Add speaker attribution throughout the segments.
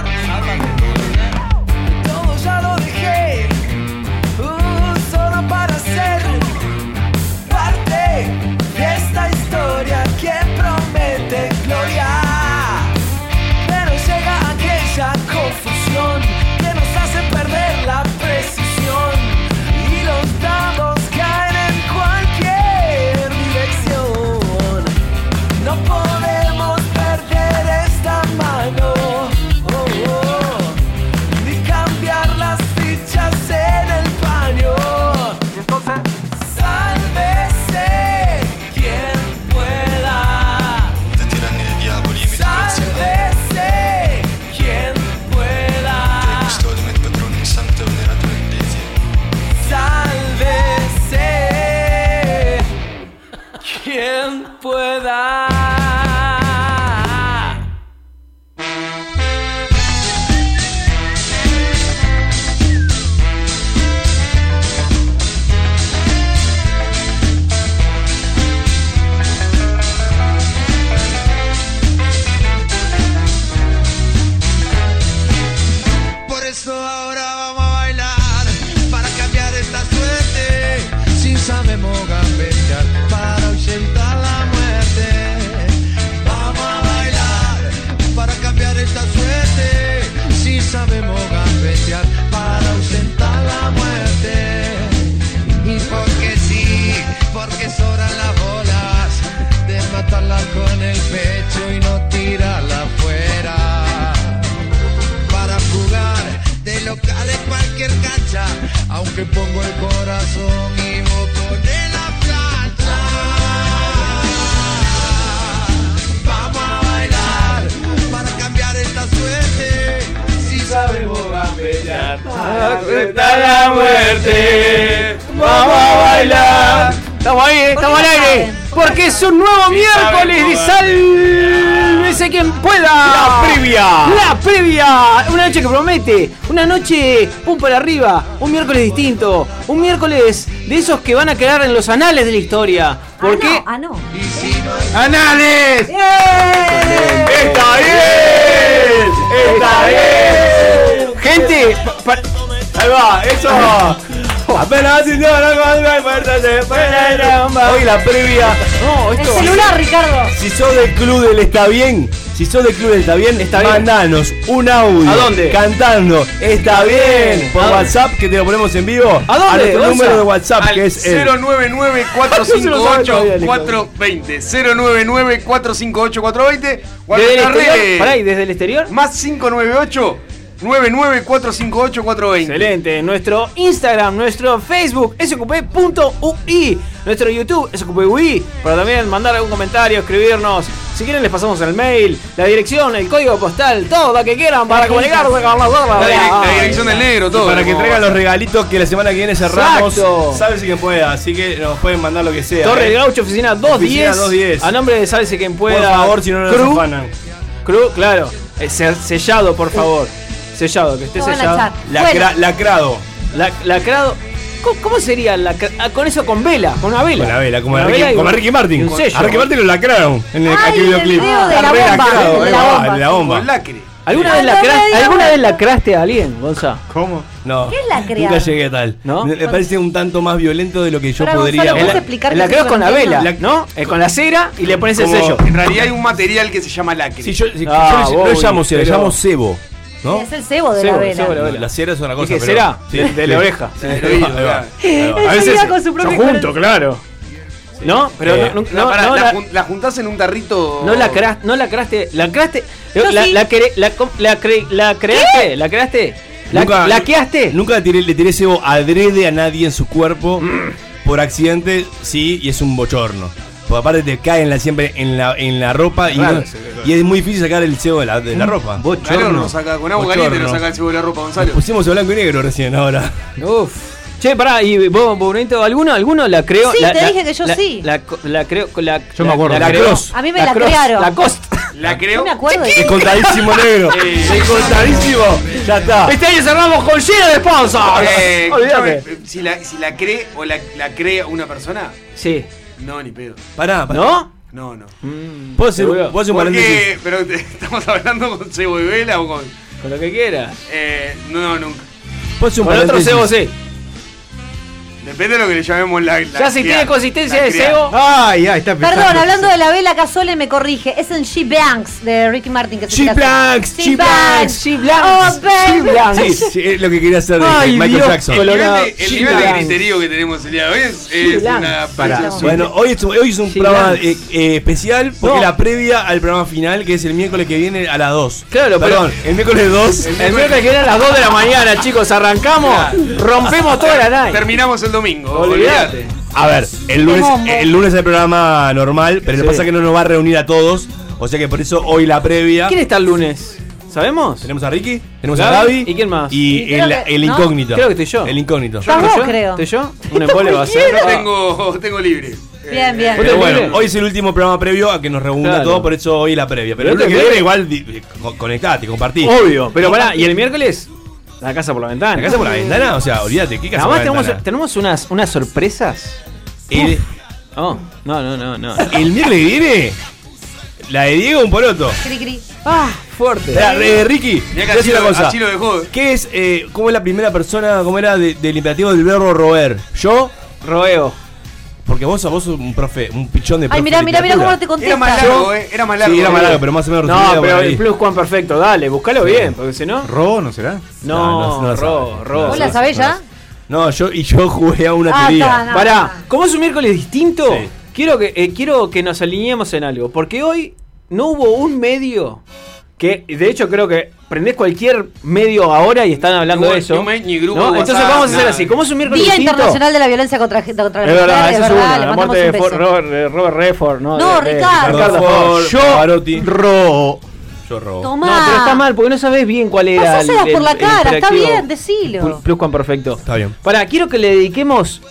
Speaker 1: Uh, Oh,
Speaker 2: pueda.
Speaker 1: Por eso ahora vamos a bailar para cambiar esta suerte. Si sabemos gambetear para ausentar la muerte. Vamos a bailar para cambiar esta suerte. Si sabemos gambetear para ausentar la muerte. Y porque sí, porque sobran las bolas de matarla con el pecho y no tirarla afuera para jugar de local en cualquier cancha, aunque pongo el corazón y voto en la plancha. Vamos a bailar para cambiar esta suerte, si sabemos gambetear.
Speaker 2: Aceptar la muerte. Vamos a bailar. Estamos ahí, estamos al
Speaker 3: la
Speaker 2: aire.
Speaker 3: saben?
Speaker 2: Porque es un nuevo miércoles de Sálvese quien pueda. La previa. La previa. Una noche que promete. Una noche pum para arriba. Un miércoles distinto. Un miércoles de esos que van a quedar en los anales de la historia. ¿Por
Speaker 3: ah,
Speaker 2: qué?
Speaker 3: No, ah, no.
Speaker 1: Y si no es
Speaker 4: ¡Anales!
Speaker 2: ¡Bien!
Speaker 4: ¡Está bien! ¡Está bien!
Speaker 2: Gente, pa- pa-
Speaker 4: Ahí va, eso. Apenas si no, no, no, no, no, no, no. Hoy la previa.
Speaker 2: no,
Speaker 3: El
Speaker 2: esto.
Speaker 3: celular, Ricardo.
Speaker 4: Si sos del club del está bien, si sos del club del está bien, está
Speaker 2: bien.
Speaker 4: mandanos un audio.
Speaker 2: ¿A dónde?
Speaker 4: Cantando. Está bien. Por
Speaker 2: ¿A dónde?
Speaker 4: WhatsApp que te lo ponemos en vivo.
Speaker 2: ¿A dónde,
Speaker 4: A nuestro
Speaker 2: Gonza?
Speaker 4: número de WhatsApp
Speaker 5: Al
Speaker 4: que es el
Speaker 5: 099-458-420. 099-458-420. O a
Speaker 2: ¿Desde
Speaker 5: nuestras
Speaker 2: el exterior?
Speaker 5: redes.
Speaker 2: Pará, ¿y desde el exterior?
Speaker 5: Más 598-99458-420.
Speaker 2: Excelente. Nuestro Instagram, nuestro Facebook, sqp.ui. Nuestro YouTube, sqp.ui. Para también mandar algún comentario, escribirnos. Si quieren, les pasamos el mail, la dirección, el código postal, todo lo que quieran para comunicarse con nosotros.
Speaker 5: La, direc- la dirección del negro, todo.
Speaker 4: Para que traigan los regalitos que la semana que viene cerramos.
Speaker 2: Exacto.
Speaker 4: Sabes si quien pueda, así que nos pueden mandar lo que sea.
Speaker 2: Torre del
Speaker 4: ¿eh?
Speaker 2: Gaucho, oficina 210.
Speaker 4: Oficina 210.
Speaker 2: A nombre de Sálvese quien
Speaker 4: Por
Speaker 2: pueda.
Speaker 4: favor, si no nos
Speaker 2: Cru,
Speaker 4: afanan.
Speaker 2: Cru, claro. Eh, se- Sellado, por favor. Sellado, que esté
Speaker 3: No van a
Speaker 2: sellado.
Speaker 3: echar.
Speaker 4: Lacra-
Speaker 3: Bueno.
Speaker 4: Lacrado.
Speaker 2: La- lacrado. ¿Cómo, cómo sería lacra- ah, con eso con vela? Con una vela.
Speaker 4: Con la vela, como,
Speaker 2: Con
Speaker 4: a
Speaker 2: una
Speaker 4: Ricky,
Speaker 2: vela y
Speaker 4: como a
Speaker 2: un-
Speaker 4: Ricky
Speaker 2: y
Speaker 4: Martin.
Speaker 2: un sello.
Speaker 4: A Ricky Martin lo lacraron en el
Speaker 3: Ay,
Speaker 4: aquel
Speaker 3: el
Speaker 4: videoclip.
Speaker 3: video de
Speaker 4: Está
Speaker 3: la
Speaker 4: re
Speaker 3: bomba,
Speaker 4: lacrado,
Speaker 3: de
Speaker 4: eh,
Speaker 3: la
Speaker 4: va,
Speaker 3: bomba.
Speaker 4: de la bomba.
Speaker 5: Con lacre.
Speaker 2: ¿Alguna,
Speaker 3: Ah,
Speaker 2: vez,
Speaker 3: no,
Speaker 2: lacra-
Speaker 3: no digas
Speaker 2: ¿alguna vez
Speaker 3: nada.
Speaker 2: lacraste a alguien, Gonza?
Speaker 4: ¿Cómo? No.
Speaker 3: ¿Qué es lacrear?
Speaker 4: Nunca llegué a tal.
Speaker 2: ¿No?
Speaker 4: Me me parece un tanto más violento de lo que yo
Speaker 3: Pará,
Speaker 4: podría.
Speaker 3: Gonzalo, ¿puedes
Speaker 4: La-
Speaker 3: explicar
Speaker 2: El lacreo
Speaker 3: qué
Speaker 2: es con la vela,
Speaker 3: significa?
Speaker 2: ¿no? Es con la cera y le pones el
Speaker 4: Como-
Speaker 2: sello.
Speaker 5: En realidad hay un material que se llama lacre.
Speaker 4: Si yo, si-
Speaker 2: Ah,
Speaker 4: yo le- no
Speaker 2: Bobby,
Speaker 4: llamo cera,
Speaker 2: pero-
Speaker 4: llamo cebo. ¿No?
Speaker 3: Es el cebo de
Speaker 2: Cebo,
Speaker 3: la vela.
Speaker 2: cebo de la
Speaker 4: No,
Speaker 2: vela.
Speaker 4: La cera es una cosa.
Speaker 2: Dije,
Speaker 4: pero-
Speaker 2: ¿será?
Speaker 4: Sí,
Speaker 2: de, de la
Speaker 4: sí.
Speaker 2: oreja.
Speaker 4: Sí, ahí
Speaker 5: Del oído,
Speaker 4: va, ahí va. Ahí va.
Speaker 3: Ella
Speaker 4: A veces-
Speaker 3: iba con su propio
Speaker 2: junto,
Speaker 3: color.
Speaker 2: claro. ¿No? Pero
Speaker 4: Eh,
Speaker 2: no, no,
Speaker 5: No,
Speaker 2: no,
Speaker 5: pará,
Speaker 2: no,
Speaker 5: la,
Speaker 2: la-
Speaker 5: jun- la juntás en un tarrito.
Speaker 2: no lacras- no lacraste, lacraste,
Speaker 3: Yo
Speaker 2: la,
Speaker 3: sí.
Speaker 2: la, cre- la, com- la, cre- la creaste, la creaste, la,
Speaker 4: Nunca-
Speaker 2: laqueaste.
Speaker 4: Nunca tiré- le tiré cebo adrede a nadie en su cuerpo. Por accidente, sí, y es un bochorno. Porque aparte te caen la, siempre en la, en la ropa y,
Speaker 5: Claro,
Speaker 4: no-
Speaker 5: sí, claro.
Speaker 4: y es muy difícil sacar el cebo de la, de la ropa.
Speaker 5: Al horno saca, con agua caliente lo saca el cebo de la ropa, Gonzalo.
Speaker 4: Pusimos a blanco y negro recién ahora.
Speaker 2: Uf. Che, pará, y vos, Bonito, ¿alguno, alguno la creó?
Speaker 3: Sí,
Speaker 2: la,
Speaker 3: te
Speaker 2: la-
Speaker 3: dije que yo
Speaker 2: la-
Speaker 3: sí.
Speaker 2: La, co- la creo, la,
Speaker 4: Yo me acuerdo.
Speaker 2: la,
Speaker 4: La
Speaker 2: creó.
Speaker 4: cross.
Speaker 3: A mí me la
Speaker 2: cross,
Speaker 3: crearon.
Speaker 2: La cost.
Speaker 5: La creo.
Speaker 3: No me acuerdo de
Speaker 4: Descontadísimo negro.
Speaker 5: Eh,
Speaker 4: Descontadísimo. Ya está.
Speaker 2: Este año cerramos con lleno de sponsors.
Speaker 5: Eh, escúchame,
Speaker 2: Olvídate.
Speaker 5: eh, si, la, si la cree o la, la cree una persona,
Speaker 2: Sí.
Speaker 5: no, ni pedo.
Speaker 4: Pará, pará.
Speaker 2: ¿No?
Speaker 5: No, no.
Speaker 4: Mm. ¿Puedo hacer,
Speaker 2: Seguro.
Speaker 4: puedo hacer un paréntesis?
Speaker 5: Porque, pero estamos hablando con cebo y vela o con.
Speaker 2: Con lo que quieras.
Speaker 5: Eh, no, no, nunca.
Speaker 4: ¿Puedo hacer un
Speaker 2: Con otro
Speaker 4: paréntesis?
Speaker 2: cebo, sí.
Speaker 5: Depende de lo que le llamemos la. la
Speaker 2: Ya si
Speaker 5: criada,
Speaker 2: tiene consistencia
Speaker 5: la
Speaker 2: de
Speaker 5: criada.
Speaker 2: cebo.
Speaker 4: Ay, ay, Ah, está
Speaker 3: Perdón, hablando de la vela Casole me corrige. Es en She Banks de Ricky Martin que se
Speaker 4: She
Speaker 3: casó.
Speaker 4: Blanks, She
Speaker 3: Banks.
Speaker 2: She Blanks,
Speaker 3: Oh, baby.
Speaker 2: She Blancs.
Speaker 4: Sí, sí, es lo que quería hacer
Speaker 2: Ay,
Speaker 4: Michael
Speaker 2: Dios,
Speaker 4: Jackson.
Speaker 5: El nivel,
Speaker 2: Colorado.
Speaker 5: de, el
Speaker 2: Sí,
Speaker 5: nivel de
Speaker 2: la-
Speaker 5: griterío que tenemos el día de hoy es, es
Speaker 2: la-
Speaker 5: una
Speaker 4: Pará.
Speaker 5: pasión.
Speaker 4: Bueno, hoy es, hoy es un
Speaker 2: Sí,
Speaker 4: programa
Speaker 2: Lance.
Speaker 4: eh, eh, especial porque
Speaker 2: No.
Speaker 4: la previa al programa final, que es el miércoles que viene a las 2.
Speaker 2: Claro, pero-
Speaker 4: Perdón, el miércoles Ah, 2.
Speaker 2: El miércoles que viene a las 2 de la mañana, chicos. Arrancamos, rompemos toda la night.
Speaker 5: Terminamos el domingo.
Speaker 2: Olvídate.
Speaker 4: A ver, el lunes,
Speaker 3: Qué
Speaker 4: el lunes el programa normal, pero lo
Speaker 2: Sí.
Speaker 4: que pasa es que no nos va a reunir a todos. O sea que por eso hoy la previa.
Speaker 2: ¿Quién está el lunes? ¿Sabemos?
Speaker 4: Tenemos a Ricky, tenemos a
Speaker 2: Gaby,
Speaker 4: Gaby.
Speaker 2: ¿y quién más?
Speaker 4: Y,
Speaker 3: Y creo
Speaker 4: el,
Speaker 3: que-
Speaker 4: el
Speaker 3: ¿no?
Speaker 4: incógnito.
Speaker 2: Creo que estoy yo.
Speaker 4: El incógnito.
Speaker 3: Estás vos, creo.
Speaker 2: ¿Estoy yo? ¿Un embole va a ser? Ah.
Speaker 5: Tengo, tengo libre.
Speaker 3: Bien, bien.
Speaker 2: ¿Vos te
Speaker 4: Pero bueno,
Speaker 2: crees?
Speaker 4: hoy es el último programa previo a que nos reúna
Speaker 2: Claro.
Speaker 4: todo, por eso hoy la previa. Pero
Speaker 2: ¿No
Speaker 4: el
Speaker 2: te
Speaker 4: lunes que
Speaker 2: crees?
Speaker 4: viene igual di- di- co- conectate, compartí.
Speaker 2: Obvio, pero pará, y el miércoles, la casa por la ventana.
Speaker 4: La casa por la ventana, o sea, olvídate, ¿qué casa por
Speaker 2: Además
Speaker 4: la
Speaker 2: tenemos,
Speaker 4: ventana?
Speaker 2: tenemos unas, unas sorpresas.
Speaker 4: El,
Speaker 2: Oh, no, no, no, no.
Speaker 4: el miércoles que viene, la de Diego un poroto.
Speaker 3: Cri, cri.
Speaker 2: Ah, fuerte.
Speaker 4: La de eh, Ricky,
Speaker 5: Mirá que
Speaker 4: te voy a
Speaker 5: así
Speaker 4: decir una
Speaker 5: lo,
Speaker 4: cosa.
Speaker 5: así lo dejó.
Speaker 4: ¿Qué es, eh, cómo es la primera persona, cómo era de- del imperativo del verbo roer? Yo,
Speaker 2: Roeo.
Speaker 4: porque vos, vos sos un profe, un pichón de profe
Speaker 3: Ay, mirá,
Speaker 4: de
Speaker 3: mirá, mirá cómo
Speaker 4: literatura.
Speaker 3: no te
Speaker 5: Era más
Speaker 3: contesta.
Speaker 5: largo, eh. Era más largo.
Speaker 4: Sí, era más
Speaker 5: eh.
Speaker 4: largo, pero más o menos
Speaker 2: No,
Speaker 4: resumida por
Speaker 2: pero
Speaker 4: ahí.
Speaker 2: el plus Juan perfecto, dale, búscalo bien, porque si no.
Speaker 6: ¿Robo no será?
Speaker 4: No,
Speaker 2: No,
Speaker 4: no, no la
Speaker 2: Ro,
Speaker 4: sabe.
Speaker 2: Ro.
Speaker 3: ¿Vos la sabés ya?
Speaker 4: No, yo y yo jugué a una
Speaker 3: Ah,
Speaker 4: teoría.
Speaker 3: está, no.
Speaker 2: Pará, como es un miércoles distinto,
Speaker 4: Sí.
Speaker 2: quiero, que, eh, quiero que nos alineemos en algo. Porque hoy no hubo un medio que, de hecho, creo que prendés cualquier medio ahora y están hablando
Speaker 5: No hubo
Speaker 2: de eso.
Speaker 5: ni mail, ni grupo
Speaker 2: ¿No?
Speaker 5: de
Speaker 2: Entonces
Speaker 5: WhatsApp,
Speaker 2: vamos a hacer
Speaker 5: nada.
Speaker 2: así. Como es un miércoles
Speaker 3: Día
Speaker 2: distinto.
Speaker 3: Internacional de la Violencia contra, contra
Speaker 2: es verdad,
Speaker 3: las
Speaker 2: esa es
Speaker 3: mujeres,
Speaker 2: una.
Speaker 3: le
Speaker 2: La
Speaker 3: mandamos
Speaker 2: muerte de
Speaker 3: un beso.
Speaker 2: Ford- Robert, eh, Robert Redford, ¿no?
Speaker 3: No,
Speaker 2: de- de-
Speaker 3: Ricardo.
Speaker 4: Ricardo Ford,
Speaker 2: Yo.
Speaker 4: Pavarotti.
Speaker 2: Ro.
Speaker 4: Yo robo.
Speaker 3: Tomá.
Speaker 2: No, pero está mal, porque no sabés bien cuál era.
Speaker 3: Pasásela por la cara, está
Speaker 2: interactivo.
Speaker 3: bien, decilo.
Speaker 2: Pl- Plus Juan perfecto.
Speaker 4: Está bien.
Speaker 2: Para, quiero que le dediquemos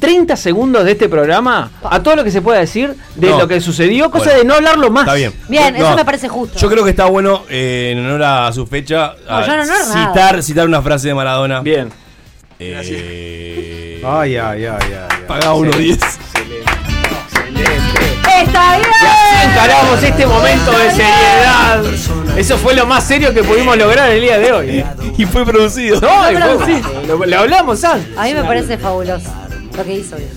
Speaker 2: 30 segundos de este programa a todo lo que se pueda decir de
Speaker 4: No.
Speaker 2: lo que sucedió, cosa
Speaker 4: Bueno.
Speaker 2: de no hablarlo más.
Speaker 4: Está bien.
Speaker 3: Bien,
Speaker 4: No,
Speaker 3: eso me parece justo.
Speaker 4: Yo creo que está bueno, eh, en honor a su fecha,
Speaker 3: No,
Speaker 4: a
Speaker 3: yo en honor a nada.
Speaker 4: citar, citar una frase de Maradona.
Speaker 2: Bien.
Speaker 4: Eh,
Speaker 6: Ay, ay, ay, ay. ay.
Speaker 4: pagá 1.10.
Speaker 3: ¡Está bien!
Speaker 2: Encaramos este momento de seriedad. Eso fue lo más serio que pudimos lograr el día de hoy.
Speaker 4: Y fue producido.
Speaker 2: No, y
Speaker 3: pero-
Speaker 2: fue- sí, lo, lo hablamos antes.
Speaker 3: A mí me parece fabuloso lo que hizo. bien.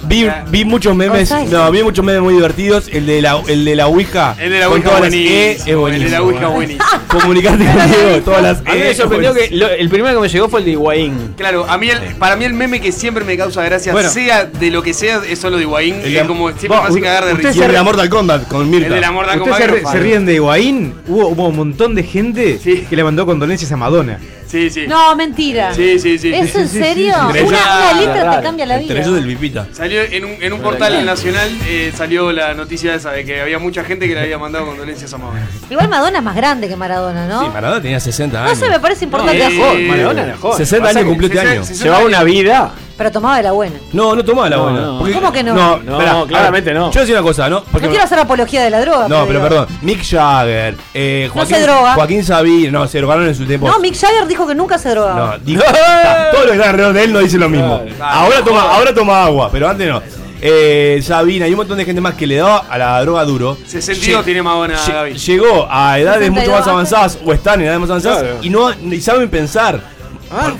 Speaker 4: Vi, vi muchos memes.
Speaker 3: González.
Speaker 4: No, vi muchos memes muy divertidos. El de la, el de la Ouija.
Speaker 5: El de la
Speaker 4: con
Speaker 5: Ouija
Speaker 4: todas las
Speaker 5: buenísimo.
Speaker 4: E, es buenísimo.
Speaker 5: El de la Ouija buenísimo.
Speaker 4: Comunicarte conmigo, todas las
Speaker 2: A mí me
Speaker 4: E,
Speaker 2: sorprendió
Speaker 4: es
Speaker 2: que
Speaker 4: buenísimo.
Speaker 2: lo- el primero que me llegó fue el de Higuaín.
Speaker 5: Claro, a mí el, para mí el meme que siempre me causa gracia,
Speaker 4: Bueno.
Speaker 5: sea de lo que sea, es solo de Higuaín.
Speaker 4: El
Speaker 5: El
Speaker 4: de-
Speaker 5: como siempre me hace cagar de
Speaker 6: usted
Speaker 4: Y
Speaker 5: risa.
Speaker 4: el de la Mortal Kombat con Mirta.
Speaker 5: El de la morda con
Speaker 6: Ustedes se,
Speaker 5: Mario.
Speaker 6: ri- se ríen de Higuaín. Hubo, hubo un montón de gente
Speaker 5: Sí.
Speaker 6: que le mandó condolencias a Madonna.
Speaker 5: Sí, sí.
Speaker 3: No, mentira.
Speaker 5: Sí, sí, sí.
Speaker 3: ¿Es en serio?
Speaker 4: Entre
Speaker 3: Una,
Speaker 4: ellos-
Speaker 3: una letra
Speaker 2: Claro.
Speaker 3: te cambia la vida.
Speaker 4: Entre ellos el Pipita.
Speaker 5: Salió en un, en un portal nacional eh, salió la noticia esa de que había mucha gente que le había mandado condolencias a Mamadona.
Speaker 3: Igual Madonna es más grande que Maradona, ¿no?
Speaker 4: Sí, Maradona tenía 60
Speaker 3: no
Speaker 4: años.
Speaker 3: sé, me parece importante.
Speaker 5: No, eh,
Speaker 2: Joder, Maradona era joven.
Speaker 4: 60
Speaker 2: Pasa
Speaker 4: años
Speaker 2: que
Speaker 4: cumplió este año.
Speaker 2: Llevaba una vida.
Speaker 3: Pero tomaba de la buena.
Speaker 4: No, no tomaba la
Speaker 2: No,
Speaker 4: buena.
Speaker 2: no.
Speaker 4: Porque-
Speaker 3: ¿Cómo que no?
Speaker 4: No,
Speaker 2: No,
Speaker 4: esperá,
Speaker 2: claramente
Speaker 4: a ver,
Speaker 2: no.
Speaker 4: Yo decía una cosa, ¿no? Porque-
Speaker 3: No quiero hacer apología de la droga.
Speaker 4: no, pero
Speaker 3: digo-
Speaker 4: perdón. Mick Jagger, eh, Joaquín,
Speaker 3: se droga.
Speaker 4: Joaquín Sabina, no, se drogaron en su tiempo.
Speaker 3: No, Mick Jagger dijo que nunca se drogaba.
Speaker 4: No, dijo- está, todos los que están alrededor de él no dicen lo mismo.
Speaker 2: Claro.
Speaker 4: Ahora toma, ahora toma agua, pero antes no. Eh, Sabina y un montón de gente más que le daba a la droga duro.
Speaker 5: 62
Speaker 4: Lle-
Speaker 5: tiene Madonna,
Speaker 4: lle-
Speaker 5: Gaby.
Speaker 4: Llegó a edades mucho más
Speaker 3: 62.
Speaker 4: avanzadas o están en edades más avanzadas
Speaker 2: Claro.
Speaker 4: y no y saben pensar.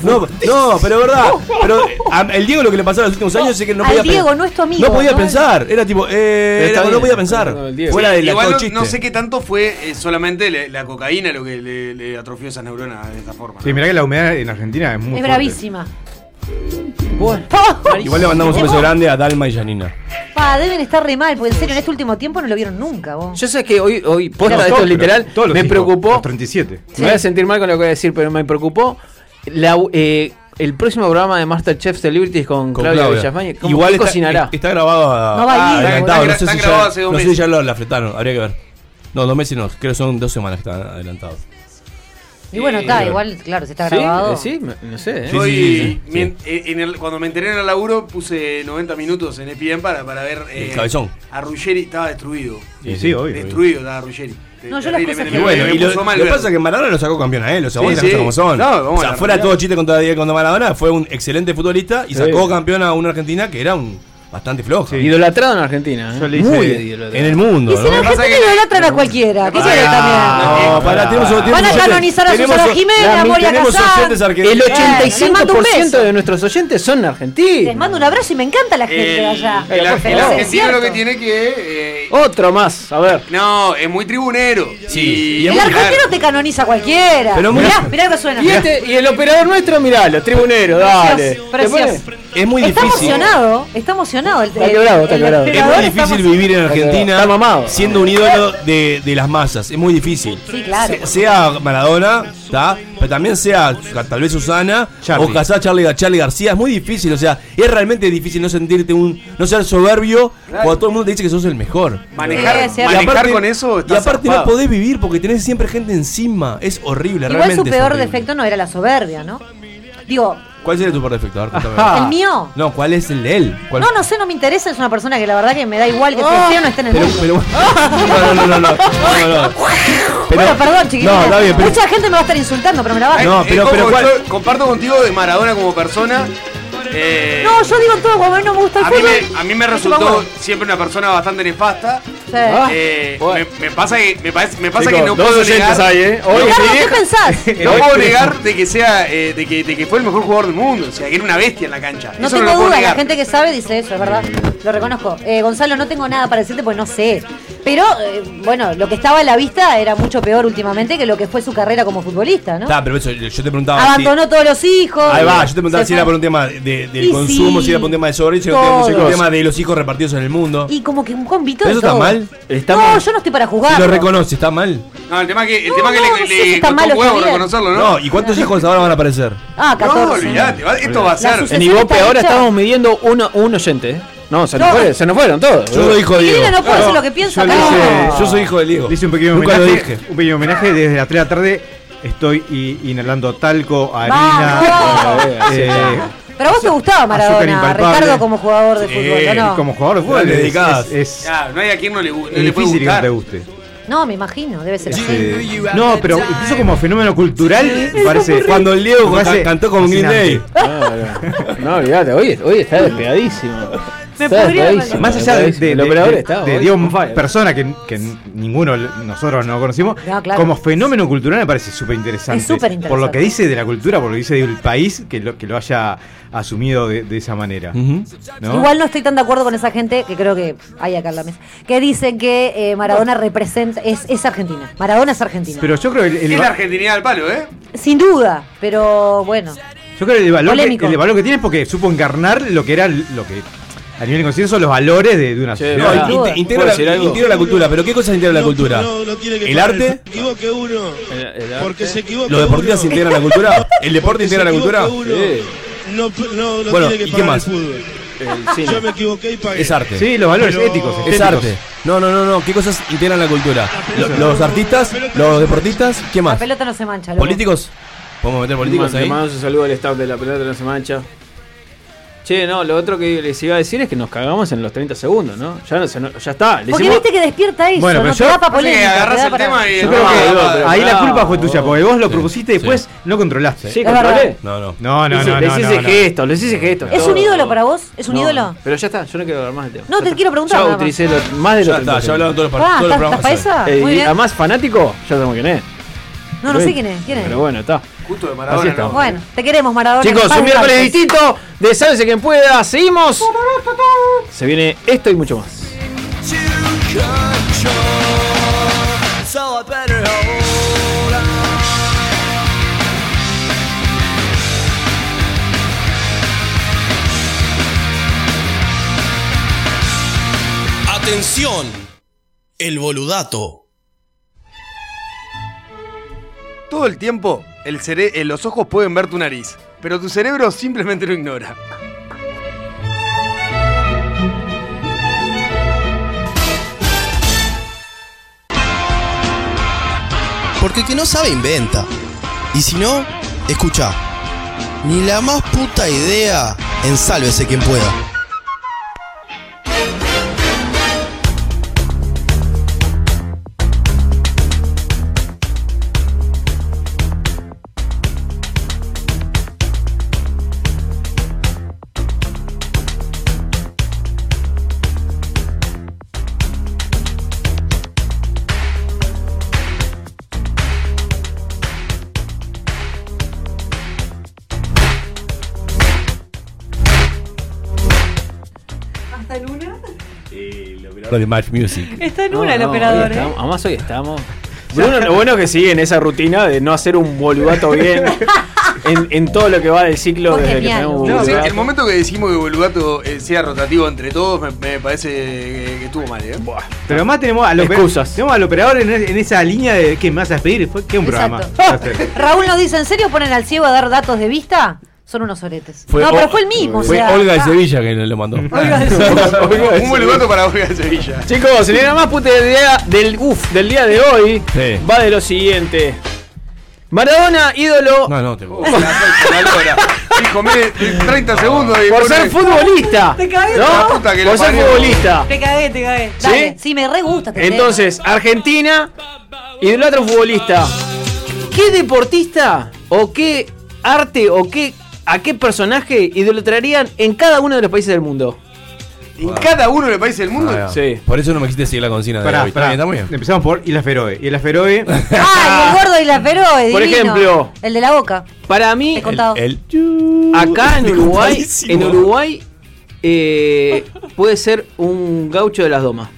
Speaker 4: No, no, pero es verdad. Pero eh, a- el Diego lo que le pasaba en los últimos años es que no
Speaker 3: Al
Speaker 4: podía pensar.
Speaker 3: Diego, no es tu amigo,
Speaker 4: No podía
Speaker 3: ¿no?
Speaker 4: pensar. Era tipo, eh,
Speaker 2: Está
Speaker 4: era- no
Speaker 2: bien.
Speaker 4: podía pensar.
Speaker 2: No, el Diego.
Speaker 4: Fuera de la
Speaker 5: Igual
Speaker 4: todo
Speaker 5: no,
Speaker 4: chiste.
Speaker 5: no sé qué tanto fue eh, solamente le- la cocaína lo que le, le atrofió esas neuronas de esta forma.
Speaker 6: Sí,
Speaker 5: ¿no?
Speaker 6: mirá que la humedad en Argentina es muy
Speaker 3: es
Speaker 6: fuerte.
Speaker 3: bravísima.
Speaker 2: Bueno.
Speaker 4: Igual le mandamos un beso grande a Dalma y Janina.
Speaker 3: Pa, deben estar re mal, porque en serio, en este último tiempo no lo vieron nunca, vos.
Speaker 2: Yo sé que hoy,
Speaker 5: oh,
Speaker 2: hoy posta,
Speaker 6: No,
Speaker 2: esto
Speaker 6: todos,
Speaker 2: es literal,
Speaker 6: pero todos los
Speaker 2: me
Speaker 6: hijos,
Speaker 2: preocupó.
Speaker 6: Los 37.
Speaker 2: Me voy a sentir mal con lo que voy a decir, pero me preocupó la, eh, el próximo programa de Masterchef Celebrities con,
Speaker 4: Con
Speaker 2: Claudia
Speaker 4: Claudia.
Speaker 2: Villafañe. ¿Cómo
Speaker 4: Igual
Speaker 2: qué
Speaker 4: está,
Speaker 2: cocinará?
Speaker 4: está grabado. A,
Speaker 3: No va a ir,
Speaker 4: ah,
Speaker 3: boludo.
Speaker 4: adelantado. No
Speaker 5: Está
Speaker 4: sé si
Speaker 5: gra- está grabado hace
Speaker 4: ya,
Speaker 5: dos
Speaker 4: no sé si
Speaker 5: meses.
Speaker 4: ya lo, lo fletaron. Habría que ver. No, dos meses no. Creo que son dos semanas que están adelantados.
Speaker 3: Y bueno, está, igual, claro, se está
Speaker 2: ¿Sí?
Speaker 3: grabado.
Speaker 2: ¿Sí? Me- No sé. ¿eh?
Speaker 4: Sí,
Speaker 5: Yo
Speaker 4: sí,
Speaker 5: y-
Speaker 4: sí, sí.
Speaker 5: mien- eh, en el- cuando me enteré en el laburo puse 90 minutos en ESPN para, para ver eh,
Speaker 4: El cabezón.
Speaker 5: a Ruggeri estaba destruido.
Speaker 6: Y sí, obvio.
Speaker 5: destruido estaba Ruggeri.
Speaker 3: No, yo las cosas
Speaker 5: Terriblemente.
Speaker 4: Y
Speaker 3: que-
Speaker 4: bueno,
Speaker 5: Me
Speaker 4: y lo,
Speaker 5: puso mal
Speaker 4: lo que
Speaker 5: ver.
Speaker 4: pasa es que Maradona lo sacó campeón a él, o sea,
Speaker 5: Sí,
Speaker 4: vos las
Speaker 5: sí.
Speaker 4: cosas como son.
Speaker 5: No, vamos
Speaker 4: o sea,
Speaker 5: a la
Speaker 4: fuera
Speaker 5: realidad.
Speaker 4: todo chiste contra Diego contra Maradona, fue un excelente futbolista y sacó campeón a una Argentina que era un bastante floja.
Speaker 2: Idolatrado en Argentina. ¿eh?
Speaker 6: Yo le hice-
Speaker 2: Muy
Speaker 4: En
Speaker 2: idolatrado.
Speaker 4: el mundo,
Speaker 3: Y si en
Speaker 4: ¿no?
Speaker 5: pasa
Speaker 3: Argentina
Speaker 5: que-
Speaker 3: idolatran a cualquiera. ¿Qué
Speaker 5: Ah,
Speaker 3: quiere también?
Speaker 4: No, pará, tenemos un- tenemos
Speaker 3: Van a
Speaker 4: oyentes-
Speaker 3: canonizar a
Speaker 4: tenemos
Speaker 3: Susana
Speaker 4: o-
Speaker 3: Jiménez,
Speaker 4: la-
Speaker 3: a Moria
Speaker 4: tenemos
Speaker 3: Kazán.
Speaker 4: oyentes argentinos. Eh,
Speaker 2: El
Speaker 3: les mando un
Speaker 2: 85%
Speaker 3: beso.
Speaker 2: de nuestros oyentes son argentinos.
Speaker 3: Les mando un abrazo y me encanta la gente de allá.
Speaker 5: El, el
Speaker 3: Por favor, es
Speaker 5: argentino lo que
Speaker 3: cierto.
Speaker 5: tiene que. eh,
Speaker 2: Otro más, a ver.
Speaker 5: No, es muy tribunero.
Speaker 4: Sí.
Speaker 5: Y-
Speaker 3: El argentino te canoniza a cualquiera.
Speaker 4: Pero muy-
Speaker 3: mirá, mirá lo que suena.
Speaker 2: Y, este, y el operador nuestro, mirá, los tribuneros, dale.
Speaker 3: Precioso,
Speaker 2: ¿Te pones?
Speaker 3: precioso.
Speaker 4: Es muy
Speaker 3: Está
Speaker 4: difícil.
Speaker 3: emocionado, está emocionado el
Speaker 2: Está quebrado, está
Speaker 3: el
Speaker 2: quebrado.
Speaker 4: Es
Speaker 3: operador
Speaker 4: muy
Speaker 3: está
Speaker 4: difícil
Speaker 3: emocionado.
Speaker 4: vivir en Argentina
Speaker 2: Está mamado.
Speaker 4: siendo un ídolo de, de las masas. Es muy difícil.
Speaker 3: Sí, claro.
Speaker 4: Se- sea Maradona, ¿tá? pero también sea ca- tal vez Susana
Speaker 6: Charlie.
Speaker 4: o casar Charlie, Gar- Charlie García. Es muy difícil. O sea, es realmente difícil no sentirte un. no ser soberbio cuando todo el mundo te dice que sos el mejor.
Speaker 3: Sí,
Speaker 5: Manejar,
Speaker 3: es cierto.
Speaker 5: manejar con eso
Speaker 4: y
Speaker 5: está
Speaker 4: aparte no
Speaker 5: zarpado.
Speaker 4: podés vivir porque tenés siempre gente encima. Es horrible,
Speaker 3: Igual
Speaker 4: realmente.
Speaker 3: su
Speaker 4: es
Speaker 3: peor
Speaker 4: horrible.
Speaker 3: defecto no era la soberbia, ¿no? Digo,
Speaker 4: ¿Cuál sería tu por defecto? A ver, contame.
Speaker 6: Ajá.
Speaker 3: ¿El mío?
Speaker 4: No, ¿cuál es el de él? ¿Cuál-
Speaker 3: No, no sé, no me interesa. Es una persona que la verdad que me da igual que esté
Speaker 5: Ah.
Speaker 3: esté o no esté en el
Speaker 4: Pero,
Speaker 3: mundo.
Speaker 4: pero no, no, no, no, no, no, no. Pero-
Speaker 3: bueno, perdón, chiquitita.
Speaker 4: No, está bien, pero-
Speaker 3: Mucha gente me va a estar insultando, pero me la va a...
Speaker 4: No, pero-
Speaker 5: como
Speaker 4: pero
Speaker 5: yo
Speaker 4: ¿cuál?
Speaker 5: comparto contigo de Maradona como persona. eh,
Speaker 3: No, yo digo todo, como a mí no me gusta el
Speaker 5: a, mí
Speaker 3: fútbol.
Speaker 5: me, a mí me
Speaker 3: Eso
Speaker 5: resultó
Speaker 3: vamos.
Speaker 5: siempre una persona bastante nefasta.
Speaker 3: Sí.
Speaker 2: Ah,
Speaker 5: Eh,
Speaker 2: bueno.
Speaker 5: me, me pasa que, me parece- me pasa
Speaker 6: Chicos,
Speaker 5: que no
Speaker 6: dos
Speaker 5: puedo
Speaker 6: oyentes
Speaker 5: negar.
Speaker 6: hay, ¿eh? Oye,
Speaker 5: no,
Speaker 3: Ricardo,
Speaker 6: mi
Speaker 3: ¿qué
Speaker 6: vieja-
Speaker 3: pensás?
Speaker 5: no puedo negar de que sea eh, de, que, de que fue el mejor jugador del mundo. O sea, que era una bestia en la cancha.
Speaker 3: No
Speaker 5: Eso
Speaker 3: tengo
Speaker 5: lo puedo
Speaker 3: duda, la
Speaker 5: negar.
Speaker 3: gente que sabe dice eso, es verdad. Lo reconozco. Eh, Gonzalo, no tengo nada para decirte pues no sé. Pero, eh, bueno, lo que estaba a la vista era mucho peor últimamente que lo que fue su carrera como futbolista, ¿no?
Speaker 4: Está, pero eso, yo te preguntaba. si-
Speaker 3: Abandonó todos los hijos.
Speaker 4: Ahí va, yo te preguntaba
Speaker 3: Se
Speaker 4: si era
Speaker 3: fue.
Speaker 4: por un tema de- del
Speaker 3: Y
Speaker 4: consumo,
Speaker 3: sí.
Speaker 4: si era por un tema de sobrevivencia, si era por un
Speaker 3: Todos.
Speaker 4: tema de los hijos repartidos en el mundo.
Speaker 3: Y como que un convito
Speaker 4: ¿Pero
Speaker 3: de
Speaker 4: eso está
Speaker 3: todo.
Speaker 4: mal? Está
Speaker 3: no,
Speaker 4: mal.
Speaker 3: yo no estoy para
Speaker 4: Si
Speaker 3: jugar.
Speaker 4: lo reconoce, está mal.
Speaker 5: No, el tema que, el
Speaker 3: No,
Speaker 5: tema que
Speaker 3: no,
Speaker 5: le,
Speaker 3: no sé
Speaker 5: le
Speaker 3: si está
Speaker 5: costó
Speaker 3: mal o
Speaker 5: un huevo
Speaker 3: está bien.
Speaker 5: reconocerlo,
Speaker 4: No,
Speaker 5: ¿no?
Speaker 4: ¿y cuántos hijos ahora van a aparecer?
Speaker 3: Ah,
Speaker 5: No,
Speaker 3: 14.
Speaker 5: olvídate. va- Esto va a
Speaker 3: La
Speaker 5: ser.
Speaker 3: sucesión
Speaker 2: En Ibope
Speaker 3: está
Speaker 2: ahora
Speaker 3: hecha.
Speaker 2: estamos midiendo uno, un oyente. ¿eh? No, se nos,
Speaker 3: No.
Speaker 2: fueron, se nos fueron todos.
Speaker 4: Yo soy hijo de Diego.
Speaker 3: Mira, no puedo hacer lo que pienso
Speaker 6: yo le
Speaker 3: acá.
Speaker 5: Ah.
Speaker 6: hice-
Speaker 4: Yo soy hijo de Diego.
Speaker 6: Le hice un pequeño
Speaker 4: Nunca lo
Speaker 6: homenaje.
Speaker 4: dije.
Speaker 6: Un pequeño homenaje desde las 3 de la tarde. Estoy i- inhalando talco,
Speaker 3: ¡Vamos!
Speaker 6: harina, eh,
Speaker 3: Pero a vos te gustaba
Speaker 6: azúcar
Speaker 3: Maradona,
Speaker 6: impalpable.
Speaker 3: Ricardo como jugador de fútbol, ¿o
Speaker 6: y
Speaker 3: ¿no?
Speaker 6: eh, como jugador de fútbol.
Speaker 4: Dale,
Speaker 6: es-
Speaker 4: dedicadas.
Speaker 6: es- es-
Speaker 5: Ya, no hay a quien no le, gu- no
Speaker 6: es
Speaker 5: le puede
Speaker 6: difícil que no
Speaker 5: gustar.
Speaker 6: te guste.
Speaker 3: No, me imagino, debe ser así.
Speaker 6: Sí. eh, No, pero incluso como fenómeno cultural me parece.
Speaker 4: Cuando el Diego
Speaker 6: me parece
Speaker 4: ca- cantó con Green
Speaker 6: fascinante.
Speaker 4: Day.
Speaker 3: Ah,
Speaker 2: No, no, olvidate, hoy, hoy está despegadísimo.
Speaker 3: Me podría-
Speaker 6: Más allá de, de,
Speaker 2: el
Speaker 6: de-
Speaker 2: operador
Speaker 6: de-
Speaker 2: está.
Speaker 6: de
Speaker 2: hoy
Speaker 6: Diego,
Speaker 2: on fire.
Speaker 6: persona que, que n- ninguno l- nosotros no conocimos,
Speaker 1: Ah,
Speaker 3: No, claro.
Speaker 6: como fenómeno cultural me parece súper interesante.
Speaker 3: Es superinteresante.
Speaker 6: Por lo que dice de la cultura, por lo que dice del país, que lo, que lo haya asumido de, de esa manera.
Speaker 4: Ujú.
Speaker 6: ¿no?
Speaker 3: Igual no estoy tan de acuerdo con esa gente, que creo que hay acá en la mesa, que dice que eh, Maradona representa, es, es Argentina. Maradona es Argentina.
Speaker 6: Pero yo creo que el, el
Speaker 5: Es
Speaker 6: va-
Speaker 5: la Argentinidad al palo, ¿eh?
Speaker 3: Sin duda, pero bueno.
Speaker 6: yo creo que el valor que,
Speaker 3: Polémico.
Speaker 6: el valor que tiene es porque supo encarnar lo que era lo que a nivel inconsciente son los valores de, de una
Speaker 2: Sí,
Speaker 6: sociedad.
Speaker 4: No,
Speaker 2: Hola.
Speaker 4: inte- integra,
Speaker 2: ¿Puedo decir
Speaker 4: la,
Speaker 2: algo?
Speaker 4: integra la cultura, pero ¿qué cosas integra la cultura? ¿El arte?
Speaker 1: Equivoque uno.
Speaker 2: El- el-
Speaker 1: Porque se equivoca.
Speaker 4: ¿Los deportistas
Speaker 1: uno.
Speaker 4: integran la cultura? ¿El deporte
Speaker 1: Porque se
Speaker 4: integra la
Speaker 1: equivoca uno,
Speaker 4: cultura?
Speaker 2: Sí.
Speaker 1: No, no, no
Speaker 4: Bueno,
Speaker 1: tiene
Speaker 4: ¿y
Speaker 1: que
Speaker 4: qué
Speaker 1: pagar
Speaker 4: más?
Speaker 1: el fútbol.
Speaker 2: el cine.
Speaker 1: Yo me equivoqué y pagué.
Speaker 4: Es arte.
Speaker 6: Sí, los valores
Speaker 1: Pero-
Speaker 6: éticos.
Speaker 4: Es
Speaker 6: estéticos.
Speaker 4: arte. No, no, no, no. ¿Qué cosas integran la cultura? Lo- ¿Los artistas? ¿Los deportistas? ¿Qué
Speaker 3: La
Speaker 4: más?
Speaker 3: pelota no se mancha. loco.
Speaker 4: ¿Políticos? ¿Podemos meter políticos
Speaker 2: Le
Speaker 4: ahí?
Speaker 2: mando un saludo al staff de la pelota no se mancha. Che, no, lo otro que les iba a decir es que nos cagamos en los 30 segundos, ¿no? Ya, no, se- no- ya está. le
Speaker 3: Porque
Speaker 2: hicimos-
Speaker 3: viste que despierta eso,
Speaker 6: Bueno,
Speaker 3: no
Speaker 6: pero
Speaker 3: te
Speaker 6: yo-
Speaker 3: da para
Speaker 5: Pasa que
Speaker 3: polémica. te
Speaker 5: agarrás
Speaker 3: da
Speaker 5: el
Speaker 3: para-
Speaker 5: tema y.
Speaker 6: Yo creo
Speaker 2: No,
Speaker 6: que
Speaker 2: no, pero
Speaker 6: ahí la
Speaker 2: bravo.
Speaker 6: culpa fue tuya, porque vos lo
Speaker 4: Sí,
Speaker 6: propusiste y después
Speaker 4: sí.
Speaker 6: no controlaste.
Speaker 2: Sí,
Speaker 3: Es verdad.
Speaker 2: controlé.
Speaker 4: No, no.
Speaker 6: No, no,
Speaker 2: Le hice-
Speaker 6: no,
Speaker 2: Eh. les
Speaker 6: no,
Speaker 2: hice
Speaker 6: no, no.
Speaker 2: gestos, les hice gestos.
Speaker 3: ¿Es
Speaker 2: todo.
Speaker 3: un ídolo para vos? ¿Es un
Speaker 2: No,
Speaker 3: ídolo?
Speaker 2: Pero ya está, yo no quiero hablar más del tema.
Speaker 3: No,
Speaker 2: Ya
Speaker 3: te
Speaker 2: está.
Speaker 3: quiero preguntar
Speaker 2: Ya
Speaker 3: nada más.
Speaker 2: utilicé lo- más de lo
Speaker 4: Ya está, ya hablaron todos los, par-
Speaker 3: Ah,
Speaker 4: todos los
Speaker 3: ¿estás
Speaker 4: programas.
Speaker 3: para esa?
Speaker 2: Eh,
Speaker 3: Muy
Speaker 2: y
Speaker 3: bien.
Speaker 2: además, fanático, ya sabemos quién es.
Speaker 3: No, no sé quién es. ¿Quién es?
Speaker 2: Pero bueno, está.
Speaker 5: Justo de
Speaker 2: Así
Speaker 5: Maradona.
Speaker 2: está.
Speaker 5: ¿no?
Speaker 3: Bueno, te queremos, Maradona.
Speaker 2: Chicos,
Speaker 3: Paz
Speaker 2: un miércoles
Speaker 3: descanse.
Speaker 2: distinto de Sálvese quien pueda. Seguimos. Se viene esto y mucho más.
Speaker 1: Atención, el boludato.
Speaker 5: Todo el tiempo, el cere- eh, los ojos pueden ver tu nariz, pero tu cerebro simplemente lo ignora.
Speaker 1: Porque el que no sabe inventa. Y si no, escucha. Ni la más puta idea, ensálvese quien pueda.
Speaker 4: Lo de Match Music.
Speaker 3: Está en
Speaker 2: No,
Speaker 3: una el
Speaker 2: no,
Speaker 3: operador,
Speaker 2: hoy
Speaker 3: ¿eh?
Speaker 2: estamos- Además hoy estamos. Bruno, lo bueno que sigue en esa rutina de no hacer un boludato bien en, en todo lo que va del ciclo
Speaker 3: Fue
Speaker 2: desde que
Speaker 3: genial.
Speaker 2: tenemos
Speaker 3: No,
Speaker 5: Sí,
Speaker 2: boludato.
Speaker 5: el momento que decimos que Bolugato eh, sea rotativo entre todos me, me parece eh, que estuvo mal, ¿eh?
Speaker 6: Pero además tenemos al, opera-
Speaker 2: Excusas.
Speaker 6: tenemos al operador en, en esa línea de que me vas a despedir. Fue- ¿Qué un programa?
Speaker 3: Exacto. Ah. Raúl nos dice, ¿en serio ponen al ciego a dar datos de vista? Son unos oretes.
Speaker 4: Fue
Speaker 3: no,
Speaker 4: Ol-
Speaker 3: pero fue el mismo. o
Speaker 4: Fue
Speaker 3: sea,
Speaker 4: Olga de
Speaker 3: ah,
Speaker 4: Sevilla que lo mandó. Ah,
Speaker 5: Un Bolugato para Olga de Sevilla.
Speaker 2: Chicos, el más puta idea del uf, del día de hoy
Speaker 4: Sí.
Speaker 2: va de lo siguiente. Maradona, ídolo.
Speaker 4: No, no, te
Speaker 5: La salsa, la lora. Comé 30 segundos y
Speaker 2: Por
Speaker 5: pone-
Speaker 2: ser futbolista.
Speaker 3: Te cagué,
Speaker 2: ¿No?
Speaker 5: La puta que lo
Speaker 2: Por ser
Speaker 5: parió.
Speaker 2: futbolista.
Speaker 3: Te cagué, te cagué. Dale, sí, me re gusta. este
Speaker 2: Entonces, Argentina y del otro futbolista. ¿Qué deportista o qué arte o qué a qué personaje idolatrarían en cada uno de los países del mundo?
Speaker 5: En cada uno de los países del mundo.
Speaker 6: Ah,
Speaker 2: Sí.
Speaker 4: Por eso no me quisiste seguir la consigna de
Speaker 6: Pará,
Speaker 4: hoy. Está bien,
Speaker 6: pará.
Speaker 4: está muy bien.
Speaker 6: Empezamos por Isla Feroe. Y la Feroe.
Speaker 3: tema. Ah, y el gordo y la feroe,
Speaker 2: Por
Speaker 3: divino.
Speaker 2: ejemplo.
Speaker 3: El de la boca.
Speaker 2: Para mí,
Speaker 3: Te contaba.
Speaker 4: El-
Speaker 2: acá en Uruguay,
Speaker 4: Disculpadísimo.
Speaker 2: en Uruguay eh, puede ser un gaucho de las domas.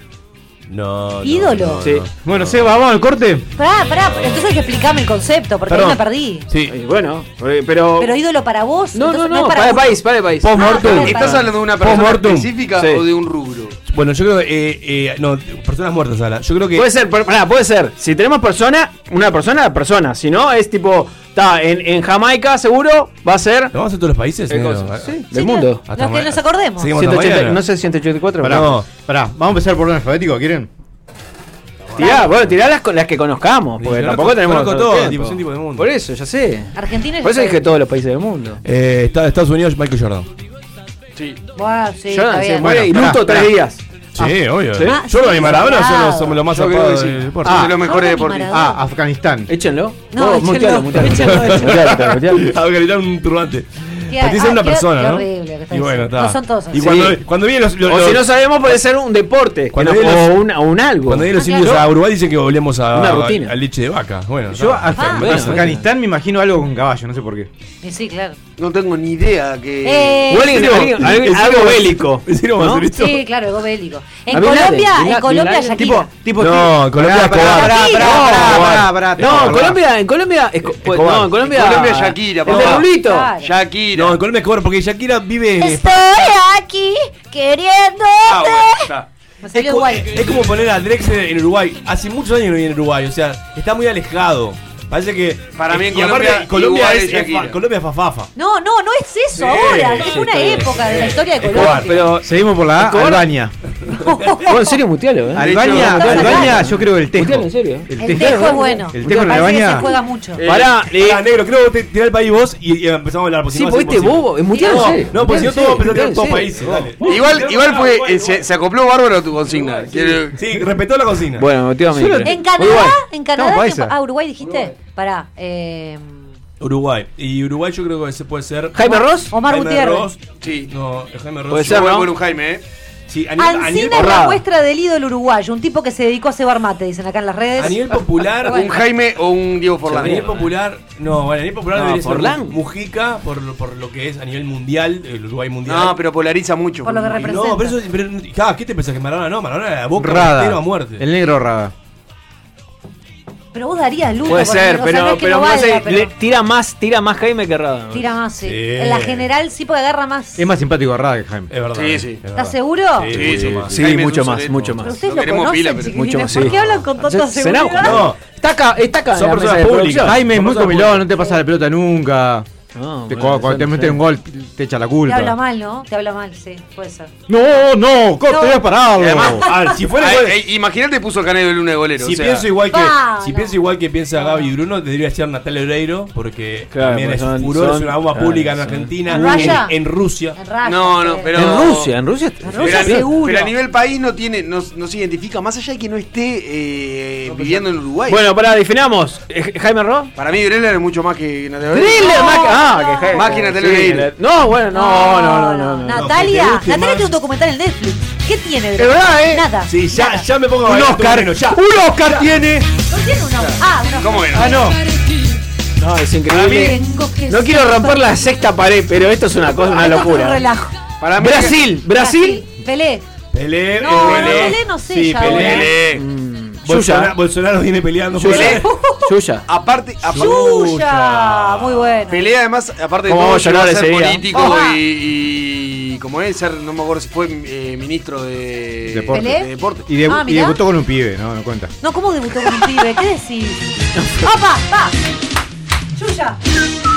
Speaker 4: No, no,
Speaker 3: Ídolo.
Speaker 4: no, no.
Speaker 2: Sí.
Speaker 6: bueno, Seba, vamos al corte.
Speaker 3: Pará, pará, pero entonces hay que explicarme el concepto, porque ahí me
Speaker 4: Perdón.
Speaker 3: perdí.
Speaker 2: Eh, bueno, eh, pero,
Speaker 3: Pero ídolo para vos.
Speaker 2: no, no,
Speaker 3: entonces
Speaker 2: no,
Speaker 3: es
Speaker 2: para el
Speaker 3: vos.
Speaker 2: país, para el país.
Speaker 4: Post-mortem.
Speaker 3: Ah,
Speaker 5: ¿Estás
Speaker 3: Para.
Speaker 5: hablando de una persona
Speaker 4: Post-mortem.
Speaker 5: específica
Speaker 2: Sí.
Speaker 5: o de un rubro?
Speaker 4: Bueno, yo creo que. eh, eh, no, personas muertas ahora. Yo creo que.
Speaker 2: Puede ser, pero, pará, puede ser. Si tenemos persona, una persona, persona. Si no, es tipo, está en, en Jamaica, seguro, va a ser.
Speaker 4: ¿Lo vamos a hacer todos los países?
Speaker 2: Eh,
Speaker 4: negro?
Speaker 2: cosas. Sí,
Speaker 3: Sí,
Speaker 2: del mundo.
Speaker 3: claro, Los que nos acordemos.
Speaker 4: Seguimos hasta
Speaker 2: 180,
Speaker 4: mañana.
Speaker 2: no sé, 184.
Speaker 6: Pará,
Speaker 2: No.
Speaker 4: No.
Speaker 6: pará. Vamos a empezar por orden alfabético, ¿quieren?
Speaker 2: Tirá, bueno, tirá las, con- las que conozcamos, porque
Speaker 4: Yo
Speaker 2: tampoco
Speaker 4: conozco-
Speaker 2: tenemos.
Speaker 4: conozco
Speaker 2: tanto
Speaker 4: todo,
Speaker 2: tiempo.
Speaker 4: tipo, soy tipo de mundo.
Speaker 2: Por eso, ya sé.
Speaker 3: Argentina y
Speaker 2: Por eso dije todos los países del mundo.
Speaker 4: Eh, está- Estados Unidos, Michael Jordan.
Speaker 5: Sí.
Speaker 3: Buah, sí,
Speaker 2: Jordan
Speaker 3: está
Speaker 2: se
Speaker 3: bien.
Speaker 2: muere
Speaker 6: Bueno,
Speaker 2: y
Speaker 6: pará,
Speaker 2: luto tres
Speaker 6: pará.
Speaker 2: días.
Speaker 4: Sí, obvio.
Speaker 2: ¿Sí?
Speaker 3: Ah,
Speaker 4: Yo
Speaker 3: sí,
Speaker 4: y Maradona
Speaker 3: claro.
Speaker 4: somos, somos los más
Speaker 5: Yo creo
Speaker 4: zapados
Speaker 5: que sí.
Speaker 4: del deporte.
Speaker 5: Ah, de los mejores
Speaker 3: Jordan y
Speaker 5: deportistas.
Speaker 3: Maradona.
Speaker 6: Ah, Afganistán.
Speaker 2: Échenlo.
Speaker 3: No,
Speaker 2: Vos,
Speaker 3: échenlo,
Speaker 2: mutealo, mutealo,
Speaker 3: échenlo,
Speaker 2: mutealo,
Speaker 3: échenlo.
Speaker 2: mutealo, mutealo.
Speaker 4: Estaba calentando un turbante.
Speaker 3: Qué-
Speaker 4: Para ti
Speaker 3: ah,
Speaker 4: ser una
Speaker 3: qué-
Speaker 4: persona,
Speaker 3: qué
Speaker 4: ¿no?
Speaker 3: horrible lo que está
Speaker 4: y bueno,
Speaker 3: diciendo.
Speaker 4: está.
Speaker 3: No son todos así.
Speaker 4: Y cuando,
Speaker 2: Sí.
Speaker 4: cuando vienen los, los-
Speaker 2: O
Speaker 4: los-
Speaker 2: si no sabemos, puede ser un deporte. que
Speaker 4: Cuando
Speaker 2: no-
Speaker 4: viene los-
Speaker 2: o, un, o un algo.
Speaker 4: cuando vienen los
Speaker 3: Ah,
Speaker 4: indios
Speaker 3: claro.
Speaker 4: a Uruguay dicen que volvemos a,
Speaker 2: Una rutina.
Speaker 4: a- a leche Ah, de vaca. Bueno,
Speaker 6: Yo,
Speaker 3: Ah,
Speaker 4: está.
Speaker 6: Afga-
Speaker 2: bueno,
Speaker 6: Afganistán, me imagino algo con caballo, no sé por qué.
Speaker 3: Y Eh, sí, claro.
Speaker 5: No tengo ni idea que.
Speaker 3: Eh,
Speaker 2: O alguien-
Speaker 4: ¿En serio?
Speaker 2: alguien- alguien-
Speaker 4: ¿En serio
Speaker 2: algo
Speaker 4: vas-
Speaker 2: bélico.
Speaker 4: ¿En serio vas a
Speaker 2: ¿no?
Speaker 4: hacer esto?
Speaker 3: sí, claro, algo bélico. En
Speaker 2: A Bin Laden,
Speaker 3: Colombia,
Speaker 2: Bin
Speaker 3: en
Speaker 2: Laden,
Speaker 3: Colombia,
Speaker 2: Bin Laden.
Speaker 3: Shakira.
Speaker 6: tipo
Speaker 4: No, Colombia
Speaker 6: tipo- pará,
Speaker 4: es
Speaker 6: pará,
Speaker 4: cobarde.
Speaker 6: pará, pará,
Speaker 2: No,
Speaker 6: pará,
Speaker 2: cobarde.
Speaker 6: pará, pará,
Speaker 2: No,
Speaker 6: pará.
Speaker 2: en Colombia, en Colombia. es co-
Speaker 4: cobarde.
Speaker 2: Pues, no, en Colombia.
Speaker 5: En Colombia, Shakira,
Speaker 2: El
Speaker 5: papá.
Speaker 2: de Lulito.
Speaker 3: Claro.
Speaker 5: Shakira.
Speaker 4: No, en Colombia es cobarde porque Shakira vive. en España.
Speaker 3: Estoy aquí queriéndote.
Speaker 5: Ah, bueno, está.
Speaker 3: Me
Speaker 4: Es,
Speaker 3: salió
Speaker 4: co-
Speaker 3: igual.
Speaker 4: es como poner a Drex en en Uruguay. Hace muchos años no viene en Uruguay, o sea, está muy alejado. Parece que.
Speaker 5: Para mí en
Speaker 4: y aparte,
Speaker 5: Colombia
Speaker 4: Colombia
Speaker 5: igual
Speaker 4: es,
Speaker 5: es Shakira.
Speaker 4: es fa- Colombia es fafafa.
Speaker 3: No, no, no es eso ahora. Es una época de la historia de
Speaker 2: Escobar,
Speaker 3: Colombia.
Speaker 2: pero.
Speaker 6: Seguimos por la A,
Speaker 2: Escobar.
Speaker 6: Albania.
Speaker 2: Vos, en serio, mutealo, eh.
Speaker 6: Albania,
Speaker 5: hecho,
Speaker 6: Albania, yo creo que el
Speaker 2: Putealo,
Speaker 6: tejo.
Speaker 2: en serio.
Speaker 6: El
Speaker 3: El
Speaker 6: tejo.
Speaker 3: tejo es bueno.
Speaker 6: El tejo en
Speaker 3: Parece que se
Speaker 6: Albania.
Speaker 3: juega mucho.
Speaker 5: Eh,
Speaker 2: Pará, eh,
Speaker 4: Pará, negro, creo que te tirá el país vos y, y empezamos a hablar. porque si
Speaker 2: Sí,
Speaker 4: no va a
Speaker 2: porque
Speaker 4: ser
Speaker 2: este
Speaker 4: imposible.
Speaker 2: bobo, es mutealo en
Speaker 4: No,
Speaker 2: serio.
Speaker 4: No, porque si no, todos vamos a presentar todos países. dale.
Speaker 5: Igual, igual fue, eh, se, se acopló bárbaro a tu consigna. Quiero-
Speaker 4: Sí, respetó la consigna.
Speaker 2: Bueno, muteame.
Speaker 3: En Canadá, en Canadá.
Speaker 6: Estamos
Speaker 3: ¿quién
Speaker 6: paisa.
Speaker 3: pa- ah, Uruguay dijiste. Pará. Eh,
Speaker 4: Uruguay. Y Uruguay yo creo que ese puede ser.
Speaker 2: Jaime Ross.
Speaker 3: Omar
Speaker 4: Jaime
Speaker 3: Gutiérrez.
Speaker 4: Ross.
Speaker 5: Sí.
Speaker 4: No, Jaime Ross.
Speaker 2: Puede
Speaker 4: yo-
Speaker 2: ser,
Speaker 5: Yo voy
Speaker 2: ¿no?
Speaker 5: por un Jaime, ¿eh?
Speaker 4: Sí, a nivel, a nivel
Speaker 3: Ancina es la
Speaker 4: popular-
Speaker 2: Corrado.
Speaker 3: muestra del ídolo uruguayo, un tipo que se dedicó a cebar mate, dicen acá en las redes.
Speaker 4: a nivel popular.
Speaker 5: Un Jaime o un Diego Forlán.
Speaker 4: A nivel popular, no, bueno, a nivel popular
Speaker 2: No,
Speaker 4: debería ser
Speaker 2: Forlán.
Speaker 4: Mujica por lo, por lo que es a nivel mundial, el Uruguay mundial.
Speaker 5: No, pero polariza mucho.
Speaker 3: Por lo que
Speaker 5: porque-
Speaker 4: Y No, pero eso. Pero, ah, ¿Qué te pensás que Maradona no? Maradona era boca entero
Speaker 6: Rada.
Speaker 4: a muerte.
Speaker 6: El negro Rada.
Speaker 3: Pero vos darías luto.
Speaker 2: Puede
Speaker 3: porque, o
Speaker 2: ser,
Speaker 3: sea, no
Speaker 2: pero,
Speaker 3: es que
Speaker 2: pero,
Speaker 3: no
Speaker 2: más
Speaker 3: valga,
Speaker 2: eh,
Speaker 3: pero
Speaker 2: le- tira más, tira más Jaime que Rada. ¿no?
Speaker 3: tira más, sí.
Speaker 4: Sí.
Speaker 3: En la general sí porque agarra más.
Speaker 6: Es más simpático Rada que Jaime.
Speaker 4: Es verdad.
Speaker 5: Sí, sí.
Speaker 4: es verdad.
Speaker 3: ¿Estás seguro?
Speaker 4: Sí,
Speaker 5: Sí, sí,
Speaker 4: mucho más.
Speaker 2: Sí,
Speaker 5: Jaime es
Speaker 2: mucho
Speaker 5: un
Speaker 2: más,
Speaker 5: sorete.
Speaker 2: mucho más.
Speaker 3: Pero ustedes
Speaker 5: Lo
Speaker 3: lo,
Speaker 5: queremos
Speaker 3: conocen,
Speaker 5: pila, pero-
Speaker 2: Mucho
Speaker 3: chiquilines.
Speaker 2: más,
Speaker 3: ¿Por
Speaker 2: sí.
Speaker 3: qué hablan con tanta
Speaker 2: Se- Senau-
Speaker 3: seguridad?
Speaker 2: no, está acá, está acá. en
Speaker 4: Son
Speaker 2: la
Speaker 4: personas
Speaker 2: mesa de
Speaker 4: públicas.
Speaker 2: producción.
Speaker 6: Jaime es muy
Speaker 4: Vamos a
Speaker 6: comilón, no te pasa la pelota nunca.
Speaker 2: No,
Speaker 6: Te-
Speaker 2: bueno,
Speaker 6: cuando cuando
Speaker 2: sí,
Speaker 6: te mete
Speaker 2: sí.
Speaker 6: un gol, te echa la
Speaker 3: Te habla
Speaker 6: culpa.
Speaker 3: mal, ¿no? Te habla mal, sí, puede ser.
Speaker 6: No, no, corta,
Speaker 3: No.
Speaker 6: voy a pararlo.
Speaker 5: Eh,
Speaker 4: A ver, Ah, si fuera
Speaker 5: Ay,
Speaker 4: igual.
Speaker 5: ay, Imagínate Ah, puso a Canelo el luna de golero.
Speaker 4: si
Speaker 5: o sea,
Speaker 4: pienso igual que,
Speaker 3: Ah,
Speaker 4: si
Speaker 3: no.
Speaker 4: pienso igual que piensa Gaby Bruno, debería ser Natalia Oreiro, porque
Speaker 2: Claro,
Speaker 4: también
Speaker 2: porque
Speaker 4: es
Speaker 2: son-
Speaker 4: furor, es
Speaker 2: son-
Speaker 4: una bomba
Speaker 2: claro,
Speaker 4: pública en
Speaker 2: son-
Speaker 4: Argentina,
Speaker 3: ¿En Rusia?
Speaker 4: en, en Rusia.
Speaker 3: En rayos,
Speaker 5: No, no,
Speaker 3: eh.
Speaker 5: pero-
Speaker 2: En Rusia, en Rusia. está-
Speaker 3: Rusia
Speaker 5: pero, a-
Speaker 3: seguro.
Speaker 5: pero a nivel país no tiene, no, no se identifica, más allá de que no esté eh, viviendo en Uruguay.
Speaker 2: Bueno, pará, definamos. Eh, ¿Jaime Ross?
Speaker 5: para mí Driller es mucho más que Natalia Oreiro.
Speaker 2: Thriller,
Speaker 3: No,
Speaker 2: más que.
Speaker 3: no.
Speaker 2: Ah, que Jaime.
Speaker 5: Más que Natalia
Speaker 2: Sí,
Speaker 5: Oreiro.
Speaker 2: No, bueno, no, no, no. no, no.
Speaker 3: Natalia,
Speaker 4: No, que te guste
Speaker 3: Natalia
Speaker 4: más.
Speaker 3: tiene un documental en Netflix. ¿Qué tiene?
Speaker 2: Es verdad, ¿eh?
Speaker 3: Nada.
Speaker 4: Sí, ya,
Speaker 3: nada.
Speaker 4: ya me pongo a
Speaker 2: Un
Speaker 4: bailar
Speaker 2: Oscar.
Speaker 4: todo el veneno, ya.
Speaker 2: Un Oscar tiene.
Speaker 3: No tiene una. Ah, una.
Speaker 5: ¿Cómo era?
Speaker 2: Ah, no. No, es increíble.
Speaker 3: Tengo que
Speaker 2: No quiero
Speaker 3: ser-
Speaker 2: romper la sexta pared, pero esto es una cosa, una
Speaker 3: Esto es un
Speaker 2: locura.
Speaker 3: relajo.
Speaker 5: Para mí
Speaker 2: Brasil, Brasil.
Speaker 3: Pelé.
Speaker 4: Pelé,
Speaker 3: No,
Speaker 4: eh, Pelé.
Speaker 3: Pelé no sé
Speaker 4: Sí,
Speaker 3: ya ¿eh?
Speaker 4: Pelé.
Speaker 3: ahora.
Speaker 5: Pelé.
Speaker 2: Mm.
Speaker 4: Bolsonaro,
Speaker 2: Yuya.
Speaker 4: Bolsonaro viene peleando. por-
Speaker 5: Pelé.
Speaker 2: Yuya.
Speaker 5: Aparte, aparte
Speaker 3: Yuya. Muy bueno.
Speaker 5: Pelé además, aparte de
Speaker 2: ¿Cómo
Speaker 5: todo,
Speaker 2: vamos a
Speaker 5: llegó a
Speaker 2: llorar
Speaker 5: ser
Speaker 2: ese día?
Speaker 5: político
Speaker 3: Ojalá.
Speaker 5: y, y como es, ser, no me acuerdo si fue eh, ministro de
Speaker 6: Deporte.
Speaker 5: de deporte.
Speaker 6: Y, de,
Speaker 3: Ah,
Speaker 6: y
Speaker 3: mirá.
Speaker 6: debutó con un pibe, no, no cuenta.
Speaker 3: No, ¿cómo debutó con un pibe? ¿Qué decís? ¡Opa! ¡Va! ¡Yuya!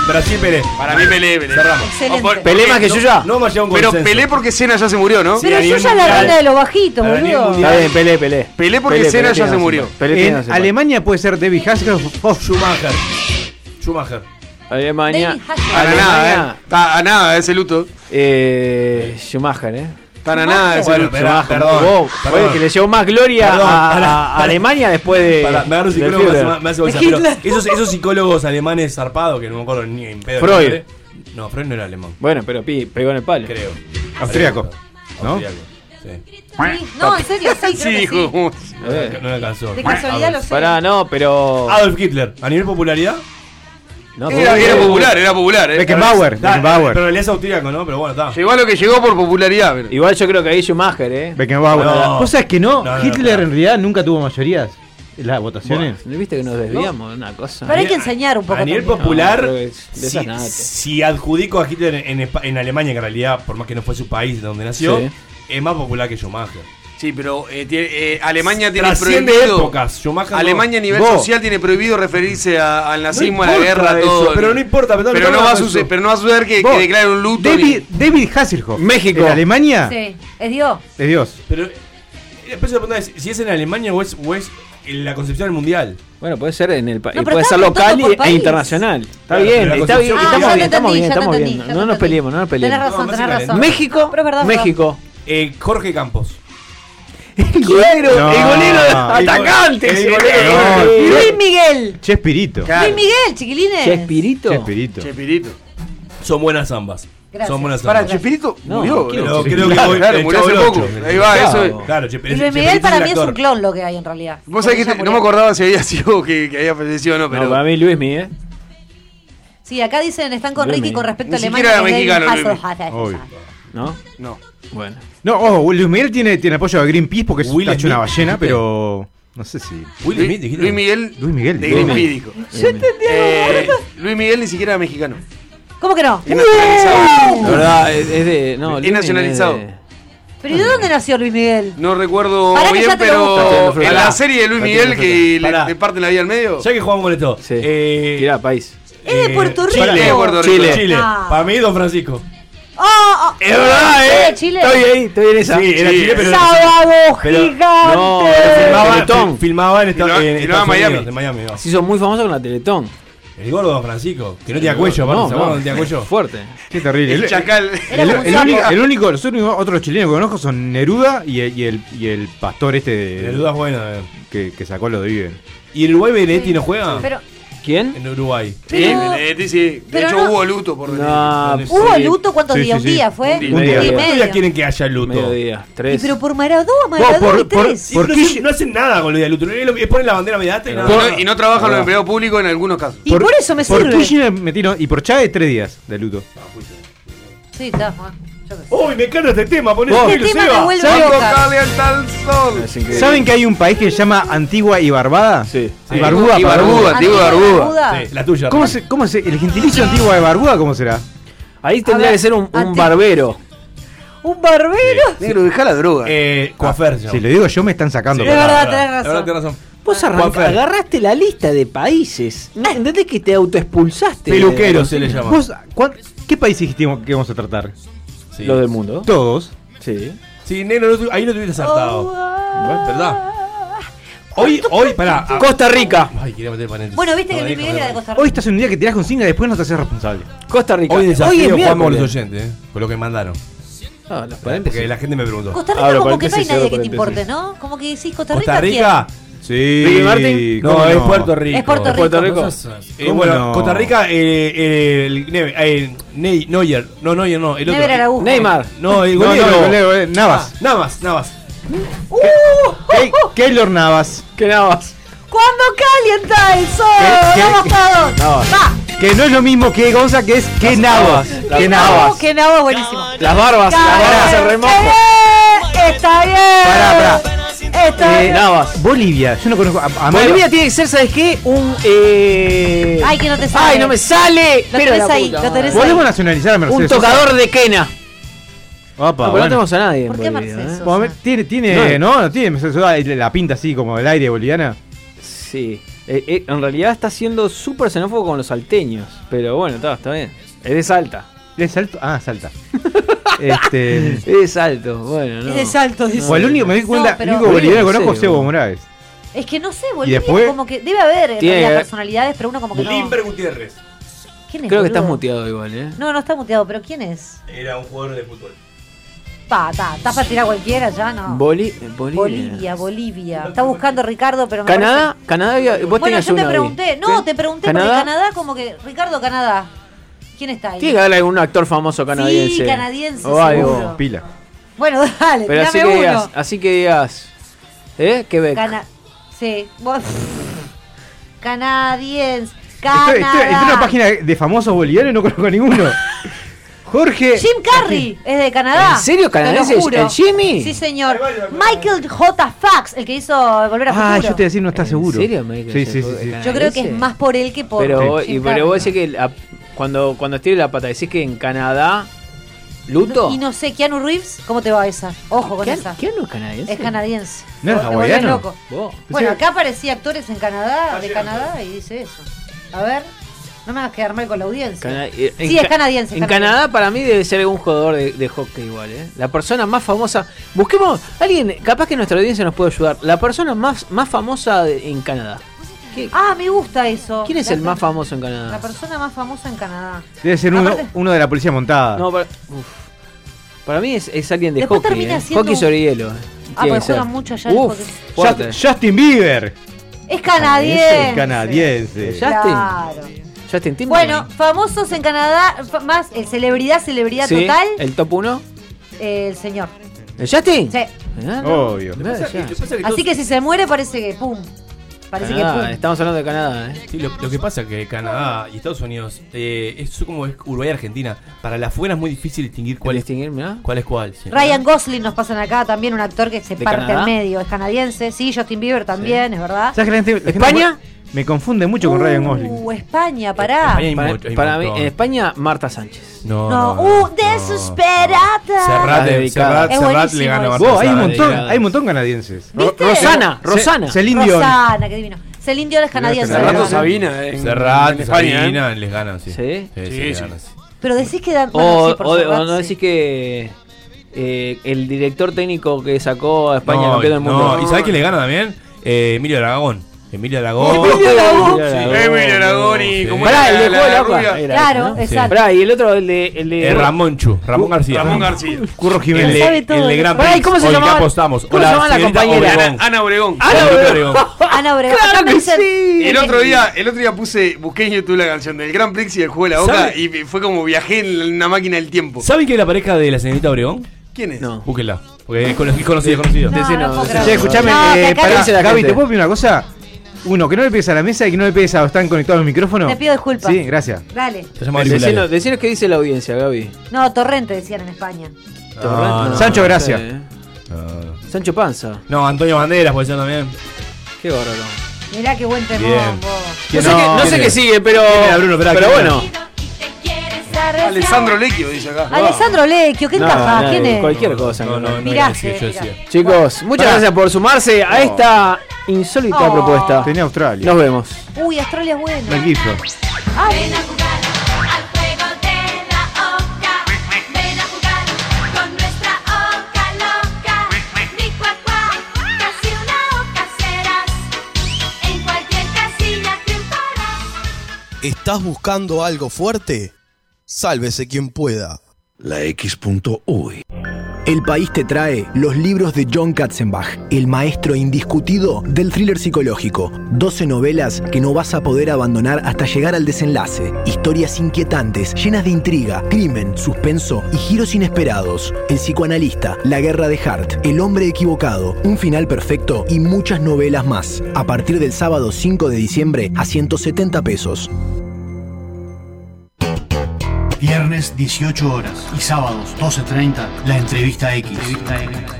Speaker 4: Brasil, Pelé.
Speaker 5: Para mí Pelé, Pelé.
Speaker 4: Cerramos.
Speaker 3: Excelente.
Speaker 5: Por-
Speaker 2: Pelé más que
Speaker 5: no-
Speaker 2: Yuya.
Speaker 4: No hemos llegado a un
Speaker 5: Pero
Speaker 4: consenso.
Speaker 5: Pelé porque Cena ya se murió, ¿no?
Speaker 3: Pero
Speaker 4: a
Speaker 3: yo
Speaker 4: nivel
Speaker 3: ya la
Speaker 4: mundial.
Speaker 3: reina de los bajitos,
Speaker 4: A nivel
Speaker 3: boludo.
Speaker 4: mundial.
Speaker 2: Está bien, Pelé, Pelé.
Speaker 5: Pelé porque Senna ya
Speaker 2: tiene
Speaker 5: se
Speaker 2: razón.
Speaker 5: murió.
Speaker 2: Pelé tiene
Speaker 6: En
Speaker 2: razón.
Speaker 6: Alemania puede ser David Haskell o
Speaker 4: Schumacher. Schumacher.
Speaker 2: Alemania.
Speaker 3: David Hasselhoff.
Speaker 5: Para nada, ¿eh?
Speaker 2: ah,
Speaker 5: Está a nada ese luto.
Speaker 2: Eh, Schumacher, ¿eh?
Speaker 5: Para nada ese
Speaker 4: Bueno,
Speaker 5: luto.
Speaker 4: pero-
Speaker 2: Schumacher,
Speaker 4: perdón,
Speaker 2: vos,
Speaker 4: perdón.
Speaker 2: oye, Oh, que le llevó más gloria
Speaker 4: Perdón,
Speaker 2: a,
Speaker 4: pará,
Speaker 2: a- a
Speaker 4: pará.
Speaker 2: Alemania después de.
Speaker 4: Pará, me agarro un
Speaker 2: del
Speaker 4: psicólogo, me hace,
Speaker 2: Führer.
Speaker 4: ma- me hace bolsa, pero esos, esos psicólogos alemanes zarpados, que no me acuerdo ni en pedo.
Speaker 2: Freud.
Speaker 4: ¿eh? No, Freud no era alemán,
Speaker 2: Bueno, pero pi- pegó en el palo.
Speaker 4: creo.
Speaker 6: Austriaco, ¿no?
Speaker 4: Austriaco, sí.
Speaker 3: Sí, No, en serio, sí, creo
Speaker 5: Sí,
Speaker 3: que
Speaker 5: dijo.
Speaker 3: sí.
Speaker 4: No, le- no le alcanzó.
Speaker 3: De casualidad lo sé.
Speaker 2: Pará, no, pero.
Speaker 4: Adolf Hitler, a nivel popularidad.
Speaker 2: No,
Speaker 5: Era, era popular, era popular. ¿eh?
Speaker 6: Beckenbauer,
Speaker 4: da- Pero en
Speaker 6: Beckenbauer.
Speaker 4: realidad es austriaco, ¿no? Pero bueno, está.
Speaker 5: Llegó a lo que llegó por popularidad. pero-
Speaker 2: Igual yo creo que ahí Schumacher, ¿eh?
Speaker 6: Beckenbauer.
Speaker 4: No.
Speaker 6: ¿Vos sabés que
Speaker 4: No,
Speaker 6: no?
Speaker 4: no, no,
Speaker 6: Hitler
Speaker 4: no.
Speaker 6: en realidad nunca tuvo mayorías en las votaciones.
Speaker 2: ¿No viste que nos desviamos de una cosa?
Speaker 3: Pero hay que enseñar un poco.
Speaker 4: A nivel
Speaker 3: también.
Speaker 4: popular,
Speaker 2: No, creo que es- de esas
Speaker 4: si,
Speaker 2: nada que-
Speaker 4: si adjudico a Hitler en, Espa- en Alemania, que en realidad, por más que no fue su país donde nació,
Speaker 2: Sí.
Speaker 4: es más popular que Schumacher.
Speaker 5: Sí, pero eh, tiene- eh, Alemania tiene
Speaker 4: Trasciende
Speaker 5: prohibido.
Speaker 4: épocas, Schumacher no.
Speaker 5: Alemania a nivel
Speaker 4: Vos.
Speaker 5: social tiene prohibido referirse a- al nazismo,
Speaker 4: No
Speaker 5: a la
Speaker 4: importa
Speaker 5: guerra, a
Speaker 4: eso,
Speaker 5: todo.
Speaker 4: pero no importa, pero
Speaker 5: Pero,
Speaker 4: no
Speaker 5: no,
Speaker 4: importa
Speaker 5: va a
Speaker 4: eso.
Speaker 5: suceder, pero no va a suceder que,
Speaker 6: Vos,
Speaker 5: que declare un luto.
Speaker 6: David, David Hasselhoff.
Speaker 2: México.
Speaker 6: En Alemania
Speaker 3: Sí, es Dios.
Speaker 6: es Dios.
Speaker 4: Pero eh, después se pregunta es si es en Alemania o es, o es en la concepción del mundial.
Speaker 2: Bueno, puede ser en el país.
Speaker 3: No, pero
Speaker 2: puede
Speaker 3: está
Speaker 2: ser local
Speaker 3: preguntando
Speaker 2: y-
Speaker 3: por
Speaker 2: e
Speaker 3: país.
Speaker 2: internacional. Está
Speaker 4: Claro,
Speaker 2: bien,
Speaker 4: pero la
Speaker 2: está bien,
Speaker 4: concepción-
Speaker 2: estamos
Speaker 3: ya
Speaker 2: bien,
Speaker 3: lo
Speaker 2: estamos
Speaker 3: entendí, ya
Speaker 2: bien,
Speaker 3: lo
Speaker 2: estamos
Speaker 3: entendí,
Speaker 2: bien.
Speaker 3: ya
Speaker 2: No
Speaker 3: lo
Speaker 2: nos
Speaker 3: entendí.
Speaker 2: peleemos, no nos peleemos.
Speaker 3: Tenés razón,
Speaker 4: No,
Speaker 3: tenés
Speaker 4: Messi
Speaker 3: razón.
Speaker 2: México,
Speaker 3: Pero es verdad, es verdad.
Speaker 2: México.
Speaker 4: Eh, Jorge Campos.
Speaker 2: El golero,
Speaker 6: No,
Speaker 2: el golero
Speaker 6: el
Speaker 2: atacante.
Speaker 4: el
Speaker 2: ese
Speaker 4: golero.
Speaker 2: golero.
Speaker 6: No,
Speaker 2: Luis
Speaker 3: Luis Miguel.
Speaker 6: Chespirito.
Speaker 3: Luis Miguel, chiquilines.
Speaker 2: Chespirito.
Speaker 6: Chespirito.
Speaker 5: Chespirito.
Speaker 4: Son buenas ambas.
Speaker 3: Gracias.
Speaker 4: Son buenas
Speaker 5: Para,
Speaker 4: ambas.
Speaker 5: Chespirito
Speaker 2: No,
Speaker 5: murió.
Speaker 2: quiero-
Speaker 4: Pero
Speaker 6: Sí,
Speaker 4: creo que
Speaker 5: claro,
Speaker 4: hoy-
Speaker 5: claro,
Speaker 4: el
Speaker 5: murió hace
Speaker 4: Chavo el
Speaker 5: poco.
Speaker 4: ocho.
Speaker 5: Ahí va,
Speaker 2: Claro.
Speaker 5: eso.
Speaker 4: Claro, Chep-
Speaker 3: Y
Speaker 4: Chespirito
Speaker 3: Luis
Speaker 4: es
Speaker 3: Miguel
Speaker 4: el
Speaker 3: para mí es un
Speaker 4: actor.
Speaker 3: clon lo que hay en realidad.
Speaker 5: Vos sabés que te-
Speaker 3: Porque ya
Speaker 5: no me
Speaker 3: murió.
Speaker 5: acordaba si había sido que, que había fallecido o no, pero.
Speaker 2: No, para mí Luis Miguel.
Speaker 3: Sí, acá dicen, están con
Speaker 2: Luis
Speaker 3: Ricky
Speaker 2: Miguel.
Speaker 3: con respecto
Speaker 5: Ni
Speaker 3: a Alemania.
Speaker 5: siquiera
Speaker 3: que es
Speaker 5: mexicano,
Speaker 3: David
Speaker 5: Luis
Speaker 3: Hasselhoff.
Speaker 6: Obvio.
Speaker 2: ¿no?
Speaker 5: no.
Speaker 2: Bueno.
Speaker 6: No, ojo, Luis Miguel tiene, tiene apoyo de Greenpeace porque es
Speaker 4: Will
Speaker 6: cachó una
Speaker 4: Smith,
Speaker 6: ballena,
Speaker 4: ¿dijiste?
Speaker 6: pero. No sé si.
Speaker 4: Will Smith,
Speaker 5: Luis,
Speaker 4: dijiste.
Speaker 5: Luis Miguel.
Speaker 6: Luis Miguel,
Speaker 5: De
Speaker 6: Luis
Speaker 5: Greenpeace,
Speaker 6: Miguel.
Speaker 5: dijo. Eh, Luis Miguel ni siquiera era mexicano.
Speaker 3: ¿Cómo que no?
Speaker 5: Es nacionalizado.
Speaker 2: La verdad, es, es de. No,
Speaker 5: Es
Speaker 2: Luis Miguel
Speaker 5: nacionalizado.
Speaker 2: es de-
Speaker 3: ¿Pero y de dónde nació Luis Miguel?
Speaker 5: No recuerdo
Speaker 3: Pará que
Speaker 5: bien,
Speaker 3: ya te lo
Speaker 2: busco.
Speaker 5: pero. En
Speaker 2: Pará.
Speaker 5: la serie de Luis
Speaker 4: Pará.
Speaker 5: Miguel que le,
Speaker 4: Pará.
Speaker 5: le parten la vida al medio.
Speaker 4: Ya que jugamos con esto.
Speaker 2: Sí.
Speaker 4: eh,
Speaker 2: Tirá, país.
Speaker 3: Es de Puerto
Speaker 4: Chile,
Speaker 5: Rico.
Speaker 4: de Puerto
Speaker 2: Chile.
Speaker 4: Rico. Chile.
Speaker 3: Ah.
Speaker 4: Para mí, Don Francisco.
Speaker 3: ¡Oh! oh.
Speaker 4: Es verdad,
Speaker 3: ¿Era
Speaker 4: eh.
Speaker 3: de Chile?
Speaker 2: Estoy ahí, estoy en esa.
Speaker 4: Sí, era
Speaker 5: Sí.
Speaker 4: Chile, pero.
Speaker 3: ¡Sábado
Speaker 4: pero-
Speaker 3: ¡Oh, gigante!
Speaker 2: No,
Speaker 4: Filmaba,
Speaker 2: Teletón.
Speaker 4: fil- filmaba en, Estados-
Speaker 5: Filmaba-
Speaker 4: en
Speaker 5: filmaba
Speaker 4: Estados
Speaker 5: en Miami.
Speaker 4: Unidos, en Miami. va.
Speaker 2: Se hizo muy famoso con la Teletón.
Speaker 4: El gordo Don Francisco, que no tenía cuello, aparte,
Speaker 2: no,
Speaker 4: ¿se acuerdan?
Speaker 2: no.
Speaker 4: no tenía cuello.
Speaker 2: Fuerte.
Speaker 6: Qué terrible.
Speaker 5: El
Speaker 6: El-
Speaker 5: chacal.
Speaker 6: El, el único, el único- los únicos otros chilenos que conozco son Neruda y el, y el, y el pastor este de-
Speaker 4: El duda es bueno. eh.
Speaker 6: que, que sacó lo de Viven.
Speaker 4: ¿Y el Uruguay Benetti no juega?
Speaker 3: Pero,
Speaker 2: ¿Quién?
Speaker 4: En Uruguay.
Speaker 5: Sí,
Speaker 3: pero-
Speaker 5: Benedetti, sí. De
Speaker 3: pero
Speaker 5: hecho,
Speaker 3: no-
Speaker 5: hubo luto por
Speaker 2: No,
Speaker 4: pues, Sí.
Speaker 3: ¿Hubo
Speaker 2: sí,
Speaker 3: luto? ¿Cuántos
Speaker 6: Sí,
Speaker 3: días?
Speaker 6: sí,
Speaker 3: ¿Un
Speaker 6: sí.
Speaker 3: día fue?
Speaker 5: Un día.
Speaker 3: Un día y
Speaker 2: ¿Cuántos
Speaker 4: ¿Cuántos días
Speaker 3: medio.
Speaker 4: quieren que haya luto?
Speaker 2: Mediodía,
Speaker 3: Y
Speaker 2: tres.
Speaker 3: pero por Maradona,
Speaker 6: Vos,
Speaker 3: Maradona y
Speaker 6: por- por-
Speaker 3: tres.
Speaker 4: Sí, pero no, hacen, no hacen nada con los días de luto. Es, lo- es poner la bandera mediata y
Speaker 5: Y
Speaker 4: nada.
Speaker 5: no, y no trabajan los
Speaker 2: Verdad.
Speaker 5: empleados públicos en algunos casos.
Speaker 3: Y por eso me
Speaker 6: por
Speaker 3: sirve.
Speaker 6: Kirchner me tiro- y por Chávez tres días de luto.
Speaker 3: Sí, está. bueno, yo qué sé.
Speaker 4: Uy, me encanta este tema, poné
Speaker 2: Vos.
Speaker 4: el
Speaker 3: Este
Speaker 4: pelo,
Speaker 3: tema me
Speaker 4: Seba. Ah,
Speaker 5: Vamos,
Speaker 3: vuelve loca.
Speaker 5: Cali, al tal sol.
Speaker 2: Es increíble.
Speaker 6: ¿Saben que hay un país que se llama Antigua y Barbada?
Speaker 2: Sí.
Speaker 6: Y Barbuda,
Speaker 5: Y
Speaker 6: Barbuda.
Speaker 5: Barbuda, digo
Speaker 3: Antigua
Speaker 5: Barbuda.
Speaker 3: Barbuda. Ah.
Speaker 4: Sí, la tuya.
Speaker 6: ¿Cómo se, cómo se, el gentilicio Antigua de Barbuda cómo será?
Speaker 2: Ahí tendría
Speaker 3: A ver,
Speaker 2: que ser un, un
Speaker 3: antes-
Speaker 2: barbero.
Speaker 3: Un barbero.
Speaker 5: Negro, deja la droga.
Speaker 4: Eh, Coafer,
Speaker 6: Ah, Si lo digo yo me están sacando.
Speaker 3: Sí. Es verdad, tenés razón.
Speaker 2: Vos
Speaker 4: Juanfer.
Speaker 2: agarraste la lista de países. ¿No entendés que te autoexpulsaste?
Speaker 4: Peluquero se le llama.
Speaker 6: ¿Vos, cuán- ¿Qué país dijiste que vamos a tratar?
Speaker 4: Sí.
Speaker 2: Los del mundo.
Speaker 6: Todos.
Speaker 2: Sí.
Speaker 4: Sí, negro, no tu- ahí no te hubieras saltado.
Speaker 3: Ah.
Speaker 4: ¿Verdad? Hoy, hoy, pará. ah,
Speaker 2: Costa Rica.
Speaker 4: Ay, quería meter paréntesis.
Speaker 3: Bueno, viste que
Speaker 4: No,
Speaker 3: Luis
Speaker 4: dejo,
Speaker 3: Miguel era de
Speaker 4: dejo.
Speaker 3: Costa
Speaker 6: Hoy
Speaker 3: Rica.
Speaker 6: estás en un día que tirás consigna y después no te haces responsable.
Speaker 2: Costa Rica.
Speaker 4: Hoy desafío
Speaker 2: es
Speaker 4: jugamos con los
Speaker 2: miércoles.
Speaker 4: oyentes, eh, con lo que mandaron.
Speaker 2: Ah, los
Speaker 4: Porque
Speaker 2: paréntesis.
Speaker 4: la gente me preguntó.
Speaker 3: Costa Rica
Speaker 2: Abro
Speaker 3: como que no hay
Speaker 2: paréntesis,
Speaker 3: nadie que
Speaker 2: cierro
Speaker 3: te importe, ¿no? Como que decís Costa Rica.
Speaker 4: Costa Rica.
Speaker 6: Sí.
Speaker 2: Ricky Martin?
Speaker 6: ¿cómo
Speaker 4: No, es Puerto Rico.
Speaker 3: Es Puerto
Speaker 2: Puerto
Speaker 3: Rico.
Speaker 2: Rico.
Speaker 4: Eh,
Speaker 6: ¿Cómo
Speaker 4: bueno,
Speaker 6: no?
Speaker 4: Costa Rica, eh, eh, el Neve- eh, Ney- Neuer. No, Neuer, no. El otro.
Speaker 3: Never Araujo. Ah.
Speaker 2: Neymar.
Speaker 4: No, el
Speaker 6: No, no,
Speaker 4: golero.
Speaker 6: no, Leo, eh, Navas.
Speaker 4: Navas, Navas.
Speaker 3: Uh,
Speaker 6: Key- Keylor Navas.
Speaker 2: Que nada más.
Speaker 3: ¡Cuando calienta el sol!
Speaker 6: ¿Qué? ¿Qué?
Speaker 3: ¡Vamos todos!
Speaker 2: Navas.
Speaker 3: ¡Va!
Speaker 6: Que no es lo mismo que Gonza, que es que Navas.
Speaker 2: Las
Speaker 3: ¡Vamos,
Speaker 6: Que Navas.
Speaker 3: que Nava buenísimo!
Speaker 2: Las barbas. Las barbas se remojan.
Speaker 3: ¡Eh! ¡Está bien!
Speaker 6: Pará,
Speaker 3: ¡Está
Speaker 2: Eh,
Speaker 3: bien!
Speaker 2: Navas.
Speaker 6: Bolivia, yo no conozco. A, a-
Speaker 2: Bolivia tiene que ser, ¿sabes qué? Un. Eh...
Speaker 3: Ay, que no te sale.
Speaker 2: Ay, no me sale.
Speaker 3: Lo
Speaker 2: Pero
Speaker 3: tenés
Speaker 2: la
Speaker 3: ahí,
Speaker 2: puta
Speaker 3: lo
Speaker 2: madre.
Speaker 3: tenés
Speaker 6: Volvemos a nacionalizar a Mercedes.
Speaker 2: Un
Speaker 6: Sosa.
Speaker 2: tocador de quena.
Speaker 6: Opa,
Speaker 2: No, pero no
Speaker 6: bueno.
Speaker 2: tenemos a nadie. en
Speaker 3: ¿Por qué
Speaker 2: Bolivia,
Speaker 3: Mercedes?
Speaker 2: eh.
Speaker 6: Bueno, a ver, Tiene, tiene, no, no tiene Mercedes Sosa, y la pinta así como el aire boliviana.
Speaker 2: Sí. Eh, eh, en realidad está siendo súper xenófobo con los salteños. Pero bueno, está, está bien. Es de Salta.
Speaker 6: Es salto, ah, salta. este,
Speaker 2: Es de Salto. Bueno, no.
Speaker 3: Es de salto, dice.
Speaker 6: o el único, me di cuenta,
Speaker 3: No, pero-
Speaker 6: el único boliviano que
Speaker 2: Sí,
Speaker 6: conozco es Evo
Speaker 2: bueno.
Speaker 6: Morales.
Speaker 3: Es que no sé,
Speaker 6: ¿Y
Speaker 3: Bolivia
Speaker 6: después?
Speaker 3: es como que. Debe haber en
Speaker 2: Tiene-
Speaker 3: realidad personalidades, pero uno como que no.
Speaker 4: Limber Gutiérrez.
Speaker 3: ¿Quién es,
Speaker 2: Creo que estás
Speaker 3: boludo?
Speaker 2: muteado igual, ¿eh?
Speaker 3: No, no está muteado, pero ¿quién es?
Speaker 4: Era un jugador de fútbol.
Speaker 3: Pa, ta, está para tirar cualquiera ya, ¿no?
Speaker 2: Boli, eh, Bolivia.
Speaker 3: Bolivia, Bolivia. Está buscando Ricardo, pero me
Speaker 2: ¿Canadá? ¿Canadá? había- Vos
Speaker 3: parece- Bueno,
Speaker 2: tenías
Speaker 3: yo te
Speaker 2: uno ahí.
Speaker 3: pregunté, no, te pregunté
Speaker 2: ¿Canadá?
Speaker 3: porque Canadá como que Ricardo Canadá. ¿Quién está ahí?
Speaker 2: Tiene que haber algún actor famoso canadiense.
Speaker 3: Sí, canadiense,
Speaker 2: O algo.
Speaker 3: seguro.
Speaker 6: Pila.
Speaker 3: Bueno, dale,
Speaker 2: Pero así
Speaker 3: tirame
Speaker 2: que
Speaker 3: Eh, uno.
Speaker 2: digas, así que digas. ¿Eh? Quebec.
Speaker 3: Cana sí. vos- Canadiense. Canadá.
Speaker 6: Estoy, estoy- estoy en una página de famosos bolivianos y no conozco a ninguno. Jorge.
Speaker 3: Jim Carrey es de Canadá.
Speaker 2: ¿En serio,
Speaker 3: Te lo
Speaker 2: canadiense?
Speaker 3: juro.
Speaker 2: ¿El Jimmy?
Speaker 3: Sí, señor. Michael J. Fox, el que hizo Volver a
Speaker 6: Ah,
Speaker 3: Futuro.
Speaker 6: yo te voy a decir, no está seguro.
Speaker 2: ¿En serio, Michael?
Speaker 6: Sí, sí, sí. sí.
Speaker 2: ¿Canadiense?
Speaker 3: Yo creo que es más por él que por
Speaker 2: Pero,
Speaker 3: Jim
Speaker 2: y, pero
Speaker 3: Carrey.
Speaker 2: vos decís que la- cuando, cuando estire la pata, decís que en Canadá. ¿Luto?
Speaker 3: Y no sé, Keanu Reeves, ¿cómo te va esa? Ojo con
Speaker 2: ¿Quién,
Speaker 3: esa.
Speaker 2: quién no es canadiense?
Speaker 3: Es canadiense.
Speaker 6: ¿No es
Speaker 3: Te volvés
Speaker 6: hawaiano?
Speaker 3: loco.
Speaker 2: Vos.
Speaker 3: Bueno,
Speaker 6: Sí.
Speaker 3: acá aparecía actores en Canadá, de Canadá, y dice eso. A ver, no me hagas quedar mal con la audiencia.
Speaker 2: Cana- eh, en
Speaker 3: Sí, es
Speaker 2: Ca-
Speaker 3: canadiense,
Speaker 2: En
Speaker 3: canadiense.
Speaker 2: Canadá para mí debe ser algún jugador de, de hockey igual, ¿eh? La persona más famosa... Busquemos, alguien, capaz que nuestra audiencia nos puede ayudar. La persona más, más famosa de- en Canadá. ¿Qui-
Speaker 3: Ah, me gusta eso.
Speaker 2: ¿Quién es
Speaker 3: La
Speaker 2: el más
Speaker 3: per-
Speaker 2: famoso en Canadá?
Speaker 3: La persona más famosa en Canadá.
Speaker 6: Debe ser uno,
Speaker 3: Aparte-
Speaker 6: uno de la policía montada.
Speaker 2: No, para, uf. Para mí es, es alguien de
Speaker 3: Después
Speaker 2: hockey,
Speaker 3: termina
Speaker 2: ¿eh?
Speaker 3: siendo
Speaker 2: Hockey
Speaker 3: un-
Speaker 2: sobre hielo. ¿eh?
Speaker 3: Ah,
Speaker 2: Tiene
Speaker 3: porque
Speaker 2: que
Speaker 3: juegan
Speaker 2: ser.
Speaker 3: mucho allá el
Speaker 2: Uf,
Speaker 3: hockey.
Speaker 2: fuerte.
Speaker 6: Just- Justin Bieber.
Speaker 3: Es canadiense.
Speaker 6: Es canadiense.
Speaker 2: Ya- Justin.
Speaker 3: Claro.
Speaker 2: Justin Timberlake.
Speaker 3: Bueno, famosos en Canadá, fa- más el celebridad, celebridad
Speaker 2: Sí,
Speaker 3: total, el,
Speaker 2: El top 1.
Speaker 3: señor.
Speaker 2: ¿El Justin?
Speaker 3: Sí.
Speaker 2: Ah, no.
Speaker 6: Obvio.
Speaker 2: Mirá, ya.
Speaker 3: Así que si se muere parece que pum. Parece
Speaker 2: Canadá,
Speaker 3: que pum.
Speaker 2: estamos hablando de Canadá, ¿eh?
Speaker 4: Sí, lo, lo que pasa es que Canadá y Estados Unidos, eh, es como es Uruguay y Argentina, para la afuera es muy difícil distinguir cuál es
Speaker 2: distinguir, mirá?
Speaker 4: cuál. Es cuál sí.
Speaker 3: Ryan Gosling nos pasan acá también, un actor que se
Speaker 2: ¿De
Speaker 3: parte
Speaker 2: Canadá?
Speaker 3: al medio, es canadiense. Sí, Justin Bieber también, es verdad.
Speaker 6: ¿Sabes que la gente, la gente
Speaker 2: ¿España?
Speaker 6: me confunde mucho con Ryan Gosling.
Speaker 3: Uh, España, pará.
Speaker 4: España hay
Speaker 2: Para,
Speaker 4: mucho- hay
Speaker 2: para
Speaker 4: un
Speaker 2: mí,
Speaker 4: montón.
Speaker 2: en España, Marta Sánchez.
Speaker 4: No,
Speaker 3: No,
Speaker 4: no,
Speaker 3: uh,
Speaker 4: no.
Speaker 3: desesperada.
Speaker 4: Serrat,
Speaker 2: Está
Speaker 4: eh,
Speaker 2: dedicada.
Speaker 4: Serrat,
Speaker 3: Es
Speaker 4: Serrat le
Speaker 3: buenísimo
Speaker 4: gana a
Speaker 3: eso.
Speaker 4: Barcelona.
Speaker 6: Vos, hay un
Speaker 2: Rosana,
Speaker 6: montón,
Speaker 2: digamos.
Speaker 6: hay un montón canadienses.
Speaker 3: ¿Viste?
Speaker 2: Rosana,
Speaker 6: Ce-
Speaker 2: Rosana.
Speaker 6: Celine Dion.
Speaker 3: Rosana, qué divino. Celine Dion es canadiense.
Speaker 6: Serrat
Speaker 5: Cerrato
Speaker 3: perdón.
Speaker 5: Sabina. En,
Speaker 4: Serrat,
Speaker 5: en España, ¿eh?
Speaker 4: Sabina, les ganan, sí.
Speaker 2: ¿Sí?
Speaker 4: sí,
Speaker 5: Sí,
Speaker 4: les
Speaker 5: sí.
Speaker 4: ganan, sí.
Speaker 3: Pero decís que dan.
Speaker 2: O,
Speaker 3: bueno, sí, por
Speaker 2: o-
Speaker 3: Serrat,
Speaker 2: o no
Speaker 3: sí.
Speaker 2: decís que eh, el director técnico que sacó a España
Speaker 4: No,
Speaker 2: campeón del mundo.
Speaker 4: no, ¿y sabes quién le gana también? Eh, Emilio Aragón. Oh, Emilio Aragón.
Speaker 2: Emilio Aragón.
Speaker 5: Emilio Aragón y
Speaker 4: Sí.
Speaker 5: como
Speaker 2: Pará, el de Juego del Agua.
Speaker 5: rubia,
Speaker 2: Era
Speaker 3: Claro,
Speaker 2: ese, ¿no?
Speaker 3: exacto.
Speaker 2: Pará, y el otro, el de. El de
Speaker 4: Eh, Ramonchu, Ramón García.
Speaker 5: Ramón García.
Speaker 6: Curro
Speaker 4: El
Speaker 6: Jiménez.
Speaker 4: de,
Speaker 3: sabe todo,
Speaker 4: el de
Speaker 3: ¿no?
Speaker 4: Gran
Speaker 2: Pará, ¿y
Speaker 4: Prix.
Speaker 2: cómo se
Speaker 4: Hoy
Speaker 2: llamaba?
Speaker 4: que apostamos.
Speaker 2: ¿Cómo
Speaker 4: Hola,
Speaker 2: se llamaba la
Speaker 4: señorita
Speaker 2: compañera?
Speaker 5: Ana,
Speaker 4: Obregón.
Speaker 5: Ana Obregón.
Speaker 2: ¡Ah, no,
Speaker 4: Felipe
Speaker 2: bro!
Speaker 4: Obregón.
Speaker 3: Ana Obregón.
Speaker 2: ¡Claro
Speaker 3: Acá me
Speaker 2: que
Speaker 3: dicen-
Speaker 2: sí!
Speaker 5: El otro día, el otro día puse, busqué en YouTube la canción del Grand Prix y el juego de la boca
Speaker 4: ¿Sabe?
Speaker 5: y fue como viajé en una máquina del tiempo.
Speaker 4: ¿Saben quién es la pareja de la señorita Obregón?
Speaker 5: ¿Quién es?
Speaker 2: No.
Speaker 4: Búsquenla. Porque es cono- es conocido, es conocido.
Speaker 3: No,
Speaker 2: Decínos,
Speaker 3: no puedo
Speaker 2: decínos.
Speaker 3: creer.
Speaker 6: Che, escuchame,
Speaker 3: No, que
Speaker 6: eh,
Speaker 3: acá
Speaker 6: pará,
Speaker 2: dice la
Speaker 6: Gaby,
Speaker 2: gente.
Speaker 6: ¿te puedo pedir una cosa? Uno, que no le pegues a la mesa y que no le pegues a. ¿Están conectados al micrófono?
Speaker 3: Te pido disculpas.
Speaker 6: Sí, gracias.
Speaker 3: Dale.
Speaker 4: Se llama
Speaker 2: Decinos,
Speaker 4: auriculares.
Speaker 2: decinos qué dice la audiencia, Gaby.
Speaker 3: No, Torrente decían en España.
Speaker 4: No, no,
Speaker 6: Sancho, gracias.
Speaker 2: sé, ¿eh?
Speaker 4: no.
Speaker 2: Sancho Panza.
Speaker 4: No, Ah, Antonio Banderas pues. puede ser también.
Speaker 2: Qué bárbaro.
Speaker 3: Mirá qué buen temón,
Speaker 4: Bien.
Speaker 3: vos.
Speaker 2: No sé,
Speaker 6: no,
Speaker 2: qué, no sé
Speaker 6: ¿quién
Speaker 2: qué
Speaker 6: es?
Speaker 2: sigue, pero.
Speaker 4: ¿Quién era Bruno? Esperá,
Speaker 2: pero
Speaker 4: ¿quién era?
Speaker 2: bueno.
Speaker 5: Alessandro Lecchio dice acá.
Speaker 3: Alessandro Lecchio, ¿qué
Speaker 2: No,
Speaker 3: encaja?
Speaker 2: no,
Speaker 3: ¿Quién es?
Speaker 2: Cualquier cosa.
Speaker 4: No,
Speaker 2: que-
Speaker 4: no, no. era
Speaker 3: Mirase,
Speaker 4: ese, yo
Speaker 3: mirá.
Speaker 4: decía.
Speaker 2: Chicos, muchas
Speaker 6: Pará.
Speaker 2: gracias por sumarse a esta insólita
Speaker 3: Oh.
Speaker 2: propuesta.
Speaker 6: Tenía Australia.
Speaker 2: Nos vemos.
Speaker 3: Uy, Australia es bueno.
Speaker 6: Mel Gibson.
Speaker 1: Ven a jugar al juego de la oca. Ven a jugar con nuestra oca loca. Ni cuacua, casi una oca serás. En cualquier casilla triunfarás.
Speaker 5: Ah.
Speaker 7: ¿Estás buscando algo fuerte? Sálvese quien pueda.
Speaker 8: La X.UI.
Speaker 9: E. El país te trae los libros de John Katzenbach, el maestro indiscutido del thriller psicológico. 12 novelas que no vas a poder abandonar hasta llegar al desenlace. Historias inquietantes, llenas de intriga, crimen, suspenso y giros inesperados. El psicoanalista, La guerra de Hart, El hombre equivocado, Un final perfecto y muchas novelas más. A partir del sábado 5 de diciembre a 170 pesos.
Speaker 10: Viernes 18 horas y sábados 12.30, la entrevista X.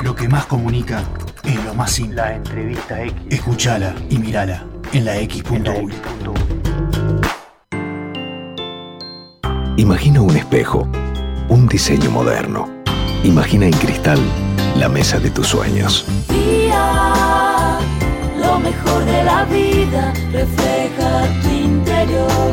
Speaker 10: Lo que más comunica es lo más simple. La entrevista X. Escuchala y mirala en la X.U.
Speaker 9: Imagina un espejo, un diseño moderno. Imagina en cristal la mesa de tus sueños.
Speaker 1: Día, lo mejor de la vida refleja tu interior.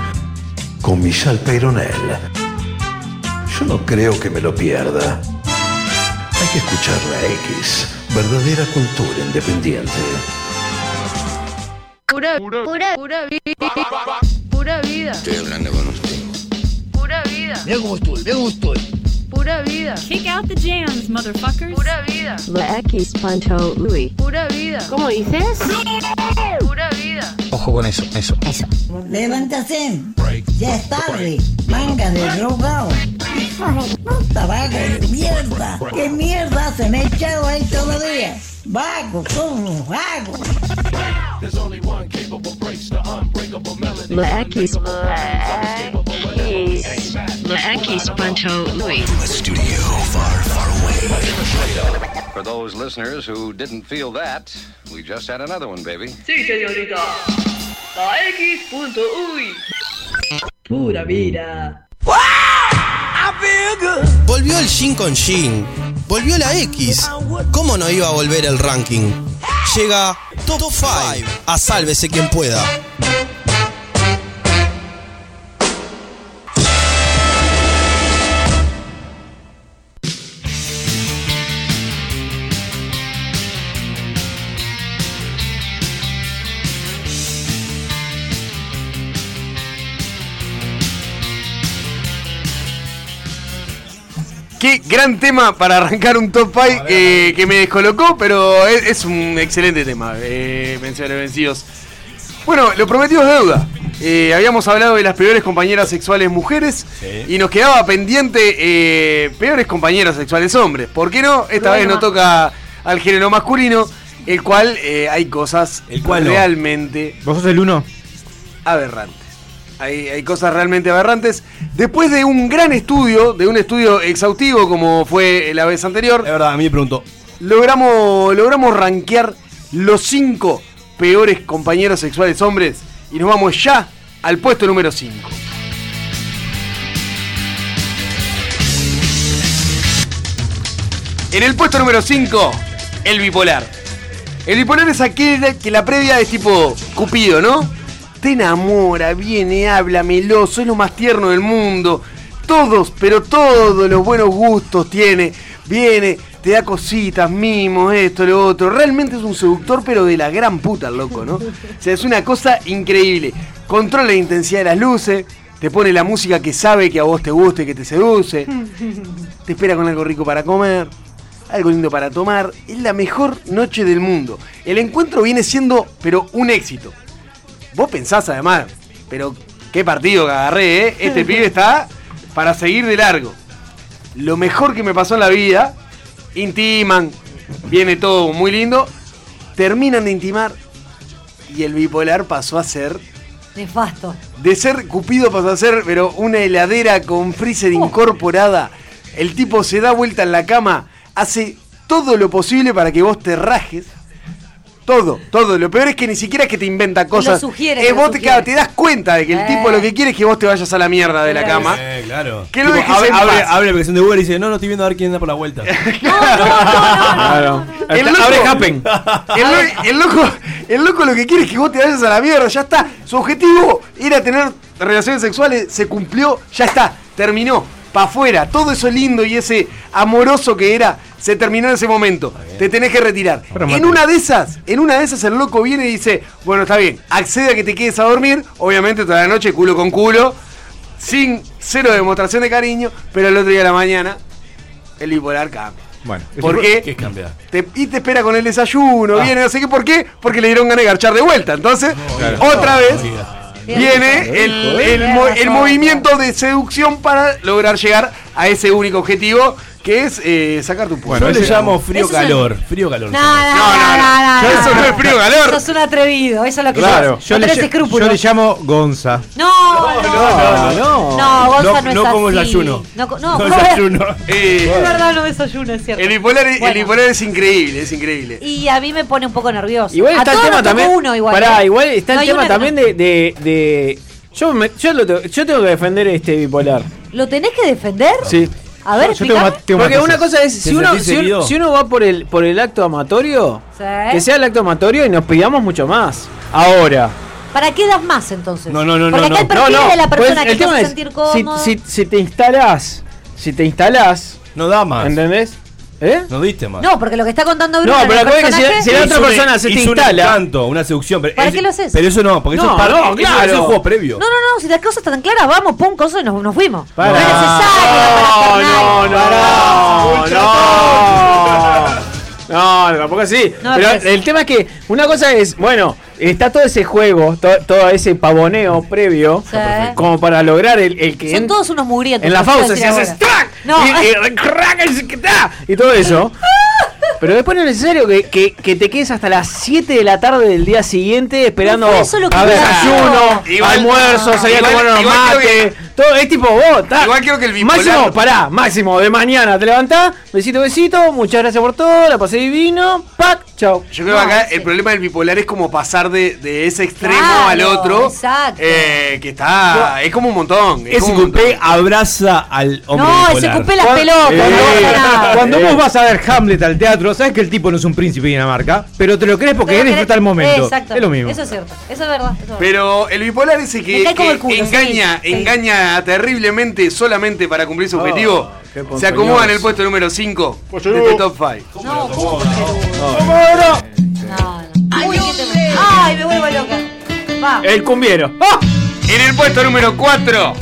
Speaker 8: Con Michelle Peyronel. Yo no creo que me lo pierda. Hay que escuchar la X. Verdadera cultura independiente.
Speaker 11: Pura, pura, pura vida. Pura vida.
Speaker 8: Estoy hablando con usted.
Speaker 11: Pura vida.
Speaker 8: Mira cómo estoy, mira cómo estoy.
Speaker 11: Pura vida. Kick out the jams, motherfuckers. Pura vida.
Speaker 12: La X Panto Louis.
Speaker 11: Pura vida. ¿Cómo dices? Pura vida.
Speaker 13: Ojo con eso, eso. Eso.
Speaker 12: Levántate. Ya es tarde. Manga de drogado. Hijo de puta, vago de mierda. ¿Qué mierda se me ha echado ahí todavía? Vago, como vago.
Speaker 13: La X. La X Pancho Luis.
Speaker 14: For those listeners who didn't feel that, we just had another one, baby.
Speaker 11: Sí, señorita. La X.uy.
Speaker 12: Pura vida.
Speaker 1: Volvió el Shin con Shin. Volvió la X. ¿Cómo no iba a volver el ranking? Llega Top 5 a Sálvese quien pueda.
Speaker 5: Qué gran tema para arrancar un top 5 eh, que me descolocó, pero es, es un excelente tema. Eh, vencedores vencidos. Bueno, lo prometido es deuda. Eh, habíamos hablado de las peores compañeras sexuales mujeres y nos quedaba pendiente eh, peores compañeras sexuales hombres. ¿Por qué no? Esta
Speaker 4: Bueno.
Speaker 5: vez no toca al género masculino, el cual eh, hay cosas
Speaker 4: cual no.
Speaker 5: realmente
Speaker 6: ¿Vos sos el uno?
Speaker 5: aberrantes. Hay, hay cosas realmente aberrantes. Después de un gran estudio, de un estudio exhaustivo como fue la vez anterior. La
Speaker 4: verdad, a mí me preguntó.
Speaker 5: Logramos, logramos rankear los cinco peores compañeros sexuales hombres y nos vamos ya al puesto número 5. En el puesto número 5, el bipolar. El bipolar es aquel que la previa es tipo Cupido, ¿no? Te enamora, viene, habla, meloso, es lo más tierno del mundo. Todos, pero todos los buenos gustos tiene. Viene, te da cositas, mimos, esto, lo otro. Realmente es un seductor, pero de la gran puta, el loco, ¿no? O sea, es una cosa increíble. Controla la intensidad de las luces, te pone la música que sabe que a vos te guste, que te seduce te espera con algo rico para comer, algo lindo para tomar. Es la mejor noche del mundo. El encuentro viene siendo, pero un éxito. Vos pensás además, pero qué partido que agarré, ¿eh? Este pibe está para seguir de largo. Lo mejor que me pasó en la vida, intiman, viene todo muy lindo, terminan de intimar y el bipolar pasó a ser
Speaker 3: Nefasto.
Speaker 5: de ser Cupido pasó a ser, pero una heladera con freezer
Speaker 4: Oh.
Speaker 5: incorporada. El tipo se da vuelta en la cama, hace todo lo posible para que vos te rajes. Todo, todo. Lo peor es que ni siquiera es que te inventa cosas.
Speaker 4: sugiere,
Speaker 5: Es
Speaker 4: te lo
Speaker 5: vos te,
Speaker 4: sugiere.
Speaker 5: te das cuenta de que el
Speaker 4: Eh.
Speaker 5: tipo lo que quiere es que vos te vayas a la mierda de la cama.
Speaker 4: Eh, claro.
Speaker 5: Que lo
Speaker 4: Tipo,
Speaker 5: dejes
Speaker 4: abre,
Speaker 5: en
Speaker 4: abre,
Speaker 5: paz.
Speaker 4: abre la aplicación de Uber y dice, no, no estoy viendo a ver quién da por la vuelta.
Speaker 6: Claro.
Speaker 5: El loco-
Speaker 6: Abre Happen.
Speaker 5: El, lo- el loco, el loco lo que quiere es que vos te vayas a la mierda, ya está. Su objetivo era tener relaciones sexuales, se cumplió, ya está, terminó. Pa' afuera, todo eso lindo y ese amoroso que era, se terminó en ese momento. Te tenés que retirar. en
Speaker 6: mate.
Speaker 5: una de esas, en una de esas el loco viene y dice, bueno, está bien, accede a que te quedes a dormir, obviamente toda la noche, culo con culo, sin cero demostración de cariño, pero el otro día de la mañana, el bipolar cambia.
Speaker 6: Bueno,
Speaker 5: ¿Por qué?
Speaker 4: ¿Qué cambia?
Speaker 5: Te- y te espera con el desayuno,
Speaker 4: Ah.
Speaker 5: viene, no sé qué, ¿por qué? Porque le dieron ganas de garchar de vuelta. Entonces,
Speaker 4: Claro.
Speaker 5: otra vez
Speaker 4: Bien. Bien,
Speaker 5: viene el,
Speaker 4: hijo,
Speaker 5: el
Speaker 4: bien.
Speaker 5: mo- el movimiento de seducción para lograr llegar a ese único objetivo que es eh, sacar tu pueblo.
Speaker 4: Bueno, Yo le ese- llamo frío-calor,
Speaker 5: Frío-calor.
Speaker 3: No, no, no, no,
Speaker 5: Eso no es frío, calor.
Speaker 3: Sos un atrevido, eso es lo que
Speaker 6: Claro.
Speaker 3: sos.
Speaker 6: Yo
Speaker 3: No
Speaker 6: le,
Speaker 3: tenés
Speaker 6: ll-
Speaker 3: escrúpulos.
Speaker 6: yo le llamo Gonza.
Speaker 3: No, no, no. No, Gonza no, es así.
Speaker 6: como el ayuno.
Speaker 3: No, co- no,
Speaker 6: No
Speaker 3: Gonza-
Speaker 6: desayuno.
Speaker 5: Eh,
Speaker 3: Es verdad, no desayuno, es cierto.
Speaker 5: el, bipolar, es- el
Speaker 3: Bueno.
Speaker 5: bipolar es increíble, es increíble.
Speaker 3: Y a mí me pone un poco nervioso.
Speaker 2: Igual
Speaker 3: A
Speaker 2: está el
Speaker 3: todos
Speaker 2: tema
Speaker 3: nos tocó
Speaker 2: también.
Speaker 3: Uno igual,
Speaker 2: pará,
Speaker 3: ¿eh?
Speaker 2: igual está
Speaker 3: No, hay
Speaker 2: el tema
Speaker 3: una que no.
Speaker 2: también de. de, de- yo, me- yo, lo tengo, yo tengo que defender este bipolar.
Speaker 3: ¿Lo tenés que defender?
Speaker 2: Sí.
Speaker 3: A ver, explícame.
Speaker 2: Porque una cosa es, si uno, si, uno- si uno va por el, por el acto amatorio,
Speaker 3: Sí.
Speaker 2: que sea el acto amatorio y nos pidamos mucho más. Ahora.
Speaker 3: ¿Para qué das más entonces?
Speaker 2: No, no, no,
Speaker 3: Porque
Speaker 2: no,
Speaker 3: acá
Speaker 2: no.
Speaker 3: el perfil
Speaker 2: No, no,
Speaker 3: de la persona
Speaker 2: pues, el
Speaker 3: que te
Speaker 2: tema
Speaker 3: hace
Speaker 2: es,
Speaker 3: sentir cómodo.
Speaker 2: Si, si- si te instalás, si te instalás.
Speaker 4: No da más.
Speaker 2: ¿Entendés? ¿Eh?
Speaker 4: No diste más.
Speaker 3: No, porque lo que está contando Bruno.
Speaker 2: No, pero
Speaker 3: el
Speaker 2: acuérdate que si-
Speaker 3: personaje-
Speaker 2: si la otra
Speaker 4: Hizo un- e-
Speaker 2: persona se te
Speaker 4: hizo
Speaker 2: instala- eh,
Speaker 4: Un encanto, una seducción. Pero
Speaker 3: ¿Para
Speaker 4: es-
Speaker 3: qué lo haces?
Speaker 4: Pero eso no, porque eso
Speaker 2: No,
Speaker 4: es parte.
Speaker 2: no,
Speaker 4: eso-
Speaker 2: claro.
Speaker 4: eso es un juego previo.
Speaker 3: No, no, no, si las cosas están claras, vamos, pum, cosa y nos, nos fuimos.
Speaker 2: No, no, no, no, no, no, tampoco así.
Speaker 3: No,
Speaker 2: Pero
Speaker 3: pues.
Speaker 2: el tema es que una cosa es, bueno, está todo ese juego, to- todo, ese pavoneo previo,
Speaker 3: Sí. Perfecto.
Speaker 2: como para lograr el, el que
Speaker 3: Son
Speaker 2: en-
Speaker 3: todos unos mugrientos.
Speaker 2: en la
Speaker 3: te puedo
Speaker 2: fausa
Speaker 3: decir
Speaker 2: se haces
Speaker 3: ahora.
Speaker 2: ¡trac!
Speaker 3: No. eh,
Speaker 2: y, y- crack, y se- que ta, y todo eso. Pero después no es necesario que, que- que te quedes hasta las 7 de la tarde del día siguiente esperando
Speaker 5: No fue eso lo que
Speaker 2: a
Speaker 5: quiero.
Speaker 2: desayuno,
Speaker 5: Igual-
Speaker 2: almuerzo, salir a
Speaker 5: Igual-
Speaker 2: tomar unos
Speaker 5: igual creo que-
Speaker 2: mates. Todo, es tipo vos, ta.
Speaker 5: Igual creo que el bipolar-
Speaker 2: Máximo, pará, máximo, de mañana te levantás, besito, besito, muchas gracias por todo, la pasé divino, pac, chao.
Speaker 5: Yo creo que acá el problema del bipolar es como pasar de, de ese extremo
Speaker 2: Claro,
Speaker 5: al otro.
Speaker 3: Exacto.
Speaker 5: eh, que está. Es como un montón. Es
Speaker 4: Ese
Speaker 5: como un
Speaker 4: coupé abraza al hombre.
Speaker 3: No, ese
Speaker 4: bipolar.
Speaker 3: coupé las pelotas, no pasa nada.
Speaker 6: Eh, Cuando vos vas a ver Hamlet al teatro, sabes que el tipo no es un príncipe de Dinamarca, pero te lo crees porque
Speaker 3: Pero
Speaker 6: él
Speaker 3: querés-
Speaker 6: disfruta el momento.
Speaker 3: Exacto.
Speaker 6: Es lo mismo.
Speaker 3: Eso es cierto. Eso es verdad. eso es verdad.
Speaker 5: Pero el bipolar ese que,
Speaker 3: Me cae como
Speaker 5: que
Speaker 3: el culo,
Speaker 5: engaña,
Speaker 3: sí, sí.
Speaker 5: engaña terriblemente solamente para cumplir su objetivo,
Speaker 2: Oh, qué
Speaker 5: se acomoda en
Speaker 2: ponzoñoso.
Speaker 5: el puesto número 5 de
Speaker 2: Pocholudo.
Speaker 5: este top 5.
Speaker 3: Uy, ¿qué te- Ay, me vuelvo loca. Va.
Speaker 2: El cumbiero.
Speaker 5: En el puesto número 4,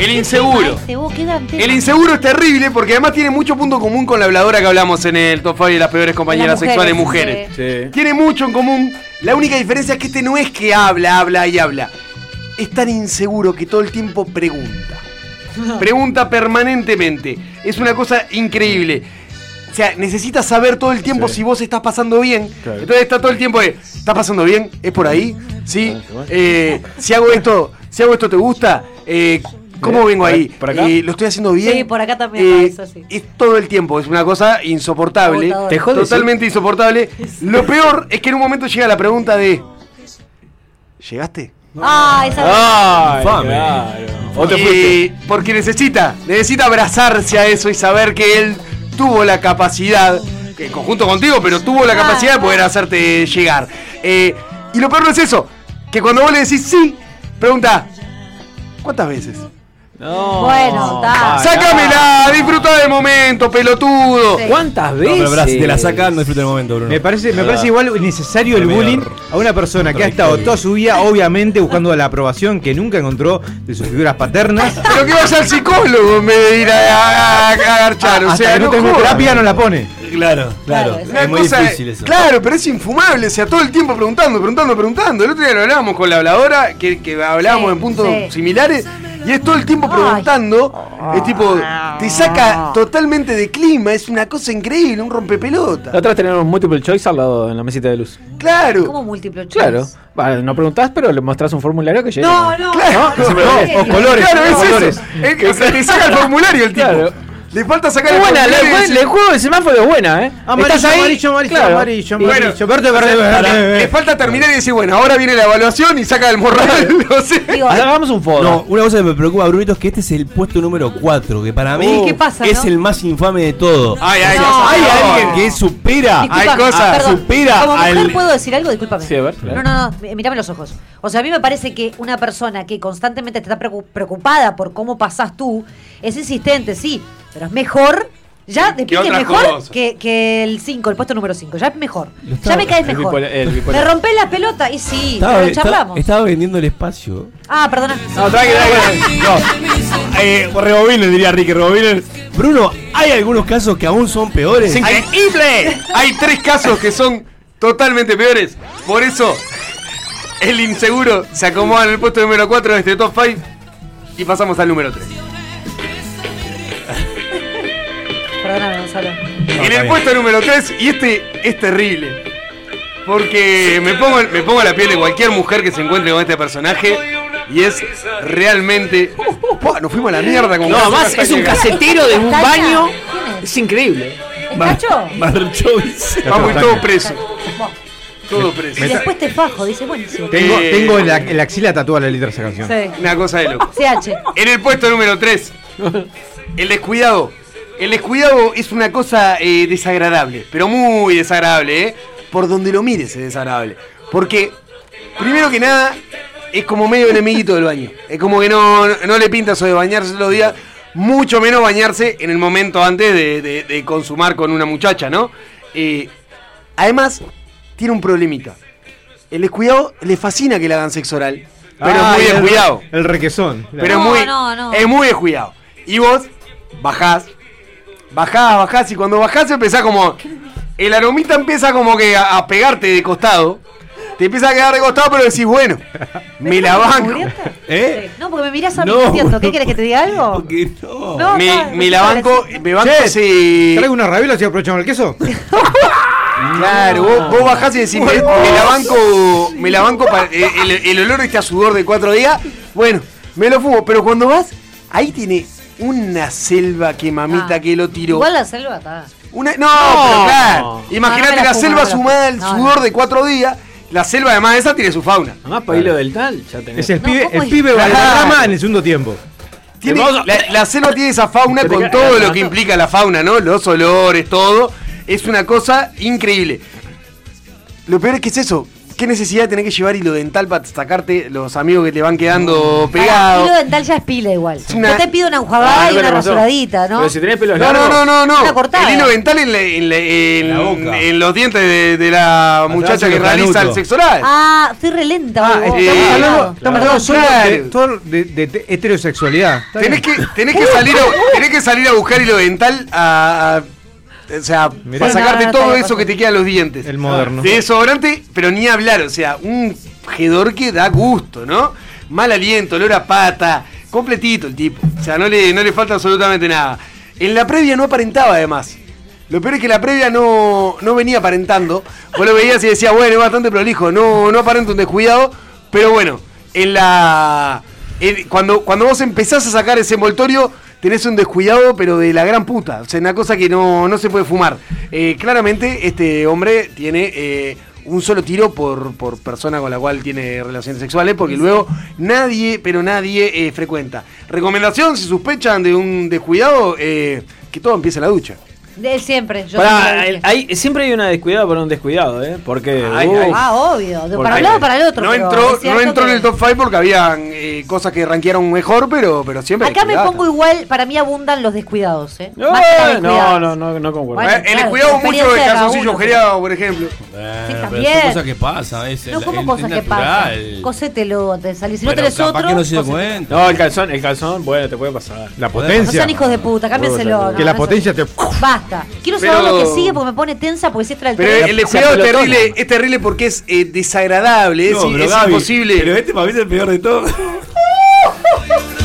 Speaker 5: el inseguro.
Speaker 3: Este, vos, qué gran tema.
Speaker 5: El inseguro es terrible porque además tiene mucho punto común con la habladora que hablamos en el top 5 de las peores compañeras
Speaker 2: Las mujeres,
Speaker 5: sexuales mujeres.
Speaker 2: Sí.
Speaker 5: Tiene mucho en común. La única diferencia es que este no es que habla, habla y habla. Es tan inseguro que todo el tiempo pregunta. Pregunta permanentemente. Es una cosa increíble. O sea, necesitas saber todo el tiempo si vos estás pasando bien.
Speaker 2: Claro.
Speaker 5: Entonces está todo el tiempo de, ¿estás pasando bien? ¿Es por ahí?
Speaker 2: Ah,
Speaker 5: ¿Sí? Eh, si hago esto, si hago esto te gusta, Eh, ¿cómo
Speaker 2: Eh,
Speaker 5: vengo
Speaker 2: por
Speaker 5: ahí?
Speaker 2: ac- por acá.
Speaker 5: Eh, ¿Lo estoy haciendo bien?
Speaker 3: Sí, por acá también va
Speaker 5: Eh,
Speaker 3: eso, sí.
Speaker 5: es todo el tiempo, es una cosa insoportable.
Speaker 3: Agotador. Te jode,
Speaker 5: totalmente insoportable. Lo peor es que en un momento llega la pregunta de. ¿Llegaste?
Speaker 3: Ah, esa.
Speaker 2: ¿O te
Speaker 5: Y-
Speaker 2: fuiste?
Speaker 5: porque necesita, necesita abrazarse a eso y saber que él tuvo la capacidad, que en conjunto contigo, pero tuvo la capacidad de poder hacerte llegar. Eh, y lo peor no es eso, que cuando vos le decís sí, pregunta, ¿cuántas veces?
Speaker 3: Bueno, está.
Speaker 5: ¡Sácamela! ¡Disfruta del momento, pelotudo!
Speaker 2: ¿Cuántas
Speaker 4: No, pero verás, si te la sacan, no disfruta el momento, Bruno.
Speaker 6: Me parece, me
Speaker 5: Ah.
Speaker 4: Verdad.
Speaker 6: parece igual necesario el bullying a una persona que ha estado toda su vida, obviamente, buscando la aprobación que nunca encontró de sus figuras paternas.
Speaker 5: Pero que vaya al psicólogo en vez de ir a, a, a garchar, o
Speaker 6: Ah, Hasta
Speaker 5: sea, Eh.
Speaker 6: que no tengo
Speaker 5: jodas.
Speaker 6: terapia no la pone.
Speaker 4: Claro, claro.
Speaker 5: Una
Speaker 4: es muy
Speaker 5: cosa-
Speaker 4: difícil eso.
Speaker 5: Claro, pero es infumable, o sea, todo el tiempo preguntando, preguntando, preguntando. El otro día lo hablábamos con la habladora, que, que hablábamos
Speaker 2: Sí,
Speaker 5: en puntos
Speaker 2: sí.
Speaker 5: similares, y es todo el tiempo preguntando.
Speaker 3: Ah.
Speaker 5: Es tipo, te saca totalmente de clima, es una cosa increíble, un rompepelota.
Speaker 2: La otra vez teníamos múltiple choice al lado en la mesita de luz.
Speaker 5: Claro.
Speaker 3: Como múltiplo choice.
Speaker 2: Claro. Vale, no preguntás, pero le mostrás un formulario que llega.
Speaker 3: No, no.
Speaker 5: Claro,
Speaker 2: ¿no? Los colores.
Speaker 5: Claro, es
Speaker 2: los colores.
Speaker 5: eso. Es que, o sea, te saca el formulario el tipo.
Speaker 2: Claro.
Speaker 5: Le falta sacar
Speaker 2: Es
Speaker 5: el
Speaker 2: buena,
Speaker 5: formulario.
Speaker 2: el,
Speaker 5: y
Speaker 2: jue-
Speaker 5: decir-
Speaker 2: el juego del semáforo es buena, ¿eh?
Speaker 5: Amarillo,
Speaker 2: Estás ahí,
Speaker 5: amarillo, amarillo,
Speaker 6: amarillo,
Speaker 2: Y-
Speaker 6: amarillo,
Speaker 2: verde, verde, verde,
Speaker 5: Pará,
Speaker 2: verde.
Speaker 5: Le falta terminar y decir, bueno, ahora viene la evaluación y saca el morral. No sé.
Speaker 3: eh,
Speaker 2: Hagamos un fodo.
Speaker 4: No, una cosa que me preocupa, Brunito, es que este es el puesto número 4, que para mí
Speaker 3: Uh, ¿qué pasa,
Speaker 4: es
Speaker 3: no?
Speaker 4: el más infame de todo.
Speaker 5: Ay, ay,
Speaker 4: O sea,
Speaker 5: no,
Speaker 4: hay
Speaker 5: no.
Speaker 4: alguien que supera,
Speaker 3: Disculpame,
Speaker 4: hay cosas,
Speaker 3: perdón.
Speaker 4: supera
Speaker 3: Como mujer
Speaker 4: al...
Speaker 3: puedo decir algo, discúlpame.
Speaker 4: Sí, a ver,
Speaker 3: No,
Speaker 4: claro.
Speaker 3: no, no, mi- mirame los ojos. O sea, a mí me parece que una persona que constantemente te está preocu- preocupada por cómo pasás tú, es insistente, sí, pero es mejor. Ya, de
Speaker 2: que
Speaker 3: pique
Speaker 2: otras
Speaker 3: mejor
Speaker 2: cosas.
Speaker 3: que, que el 5, el puesto número 5. Ya es mejor.
Speaker 4: estaba-
Speaker 3: Ya me caes
Speaker 4: el
Speaker 3: mejor.
Speaker 4: bipolar- el bipolar.
Speaker 3: Me rompés la pelota y sí,
Speaker 4: Estaba,
Speaker 3: pero
Speaker 4: estaba-
Speaker 3: charlamos.
Speaker 4: estaba vendiendo el espacio.
Speaker 3: Ah, perdona.
Speaker 4: No, tranqui, tranqui. No. Eh, rebobinen, diría Ricky, rebobinen. Bruno, hay algunos casos que aún son peores.
Speaker 5: Hay-
Speaker 4: Hay-
Speaker 5: Hay tres casos que son totalmente peores. Por eso, el inseguro se acomoda en el puesto número 4 de este top 5 y pasamos al número 3.
Speaker 3: Perdóname, Gonzalo.
Speaker 5: en el puesto número 3, y este es terrible. Porque me pongo, me pongo la piel de cualquier mujer que se encuentre con este personaje y es realmente. ¡Buah! Uh, Nos fuimos a la mierda con
Speaker 2: No, además es un casetero de un
Speaker 5: ¿Castaña?
Speaker 2: baño. Es increíble.
Speaker 3: ¿Cacho?
Speaker 5: Vamos, y todo preso. Todo
Speaker 3: Y
Speaker 5: preso.
Speaker 3: después te fajo, dice, buenísimo.
Speaker 6: Tengo,
Speaker 5: Eh.
Speaker 6: tengo la, el axila tatuada la letra de esa canción.
Speaker 3: Sí.
Speaker 5: Una cosa de loco.
Speaker 3: CH.
Speaker 5: En el puesto número 3, El descuidado. El descuidado es una cosa eh, desagradable, pero muy desagradable, ¿eh? Por donde lo mires es desagradable. Porque, primero que nada, es como medio enemiguito del baño. Es como que no, no le pinta eso de bañarse los días, mucho menos bañarse en el momento antes de, de- de consumar con una muchacha, ¿no? Eh, además, tiene un problemita. El descuidado le fascina que le hagan sexo oral, pero
Speaker 6: Ah,
Speaker 5: es muy
Speaker 6: el-
Speaker 5: descuidado.
Speaker 6: El requesón.
Speaker 5: Pero
Speaker 6: No,
Speaker 5: es muy,
Speaker 6: no, no.
Speaker 5: es muy descuidado. Y vos bajás, bajás, bajás, y cuando bajás empezás como. El aromita empieza como que a, a pegarte de costado. Te empieza a quedar de costado, pero decís, bueno, me la banco. ¿Eh?
Speaker 3: No, porque me mirás a mí
Speaker 5: No,
Speaker 3: mintiendo. ¿Qué querés que te diga algo? No,
Speaker 5: me,
Speaker 3: no,
Speaker 5: me
Speaker 3: no
Speaker 5: la
Speaker 3: te
Speaker 5: banco, me banco
Speaker 6: Che,
Speaker 5: si.
Speaker 6: ¿Traigo unos raviolas y aprovechamos el queso?
Speaker 5: Claro, vos, vos bajás y decís, me, me la banco, me la banco para- eh, el, el olor este a sudor de cuatro días, bueno, me lo fumo, pero cuando vas, ahí tiene una selva que mamita que lo tiró.
Speaker 3: Ah. Igual la selva está.
Speaker 5: Una- no, pero claro,
Speaker 3: No,
Speaker 5: imagínate
Speaker 3: no me la
Speaker 5: la,
Speaker 3: fumo,
Speaker 5: selva
Speaker 3: no me la
Speaker 5: sumada al
Speaker 3: fumo. No,
Speaker 5: sudor
Speaker 3: no.
Speaker 5: de cuatro días, la selva además esa tiene su fauna.
Speaker 2: Además, para hilo del tal, ya tenés.
Speaker 6: Es el
Speaker 5: No,
Speaker 6: pibe,
Speaker 5: ¿cómo
Speaker 6: el
Speaker 5: es?
Speaker 6: pibe
Speaker 5: Claro.
Speaker 6: Valderrama en el segundo tiempo.
Speaker 5: Tiene-
Speaker 6: Hermoso.
Speaker 5: la, la selva tiene esa fauna con todo lo que implica la fauna, ¿no? Los olores, todo. Es una cosa increíble. Lo peor es que es eso. ¿Qué necesidad de tener que llevar hilo dental para sacarte los amigos que te van quedando
Speaker 3: Pará,
Speaker 5: pegados?
Speaker 3: hilo dental ya es pila igual.
Speaker 5: una-
Speaker 3: Yo te pido una
Speaker 5: Ah,
Speaker 3: enjuagada y
Speaker 5: no me
Speaker 3: una
Speaker 5: la contó.
Speaker 3: rasuradita, ¿no?
Speaker 5: Pero si tenés
Speaker 2: pelos
Speaker 5: No, no,
Speaker 2: largos.
Speaker 5: no, no, no.
Speaker 3: Una cortada.
Speaker 5: El hilo dental en, la- en la- en- en los dientes de, de la muchacha
Speaker 6: de
Speaker 5: que
Speaker 6: los
Speaker 5: realiza
Speaker 6: canutos.
Speaker 5: el sexo oral.
Speaker 3: Ah, estoy relenta. Ah,
Speaker 5: eh,
Speaker 6: Hablando- Estamos hablando solo de,
Speaker 5: Claro.
Speaker 6: todo de- de- de heterosexualidad. Está
Speaker 5: Tenés
Speaker 6: bien.
Speaker 5: que, tenés que salir a, tenés que salir a buscar hilo dental a, a- o sea,
Speaker 6: Mirá.
Speaker 5: para
Speaker 6: No,
Speaker 5: sacarte
Speaker 6: no, no,
Speaker 5: todo
Speaker 6: está bien,
Speaker 5: eso que te queda en los dientes. El
Speaker 6: moderno.
Speaker 5: De desodorante, pero ni hablar, o sea, un gedor que da gusto, ¿no? Mal aliento, olor a pata, completito el tipo. O sea, no le, no le falta absolutamente nada. En la previa no aparentaba además. Lo peor es que la previa no, no venía aparentando. Vos lo veías y decías, bueno, es bastante prolijo, no, no aparenta un descuidado. Pero bueno, en la. en- cuando, cuando vos empezás a sacar ese envoltorio, tenés un descuidado, pero de la gran puta. O sea, una cosa que no, no se puede fumar. Eh, claramente, este hombre tiene eh, un solo tiro por, por persona con la cual tiene relaciones sexuales, porque luego nadie, pero nadie eh, frecuenta. Recomendación: si sospechan de un descuidado, eh, que todo empiece en la ducha.
Speaker 3: De él siempre. Yo siempre lo
Speaker 2: Pará,
Speaker 3: dije.
Speaker 2: el- hay- siempre hay una descuidada para un descuidado, ¿eh? Porque. uh,
Speaker 3: Ah, obvio. De-
Speaker 2: Porque-
Speaker 3: para un lado para el otro.
Speaker 5: No
Speaker 3: pero
Speaker 5: entró,
Speaker 3: es
Speaker 5: no
Speaker 3: cierto
Speaker 5: entró en
Speaker 3: que-
Speaker 5: el top 5 porque habían eh, cosas que rankearon mejor, pero, pero siempre.
Speaker 3: Acá me
Speaker 5: descuidado.
Speaker 3: pongo igual, para mí abundan los descuidados, ¿eh?
Speaker 2: No,
Speaker 3: Más que las
Speaker 2: no,
Speaker 3: descuidadas.
Speaker 2: no, no, no concuerdo.
Speaker 3: Bueno,
Speaker 5: Eh, el
Speaker 3: claro,
Speaker 5: descuidado
Speaker 3: experiencia
Speaker 5: mucho de
Speaker 3: de cada
Speaker 5: calzoncillo
Speaker 3: uno,
Speaker 5: agujereado, por ejemplo.
Speaker 4: pero
Speaker 3: bien.
Speaker 4: son cosas que pasan, es,
Speaker 3: No
Speaker 4: es-
Speaker 3: como
Speaker 4: es
Speaker 3: cosas que
Speaker 4: natural.
Speaker 3: pasan. Cosételo antes de salir. Si
Speaker 4: Bueno,
Speaker 3: no tenés
Speaker 4: capaz
Speaker 3: otro.
Speaker 4: que no se dio
Speaker 3: cosételo.
Speaker 4: cuenta.
Speaker 2: No, el calzón, el calzón, bueno, te puede pasar.
Speaker 6: La
Speaker 3: No sean hijos de puta, cámbienselo.
Speaker 6: Que
Speaker 3: no,
Speaker 6: la
Speaker 3: no
Speaker 6: potencia te.
Speaker 3: sean- Basta. Quiero saber
Speaker 5: Pero-
Speaker 3: lo que sigue porque me pone tensa porque si entra el
Speaker 5: Pero
Speaker 3: tren-
Speaker 5: el descuidado es terrible, es terrible porque es eh, desagradable, es,
Speaker 4: No, pero
Speaker 5: es
Speaker 4: Gaby,
Speaker 5: imposible.
Speaker 4: Pero este para mí es el peor de todo.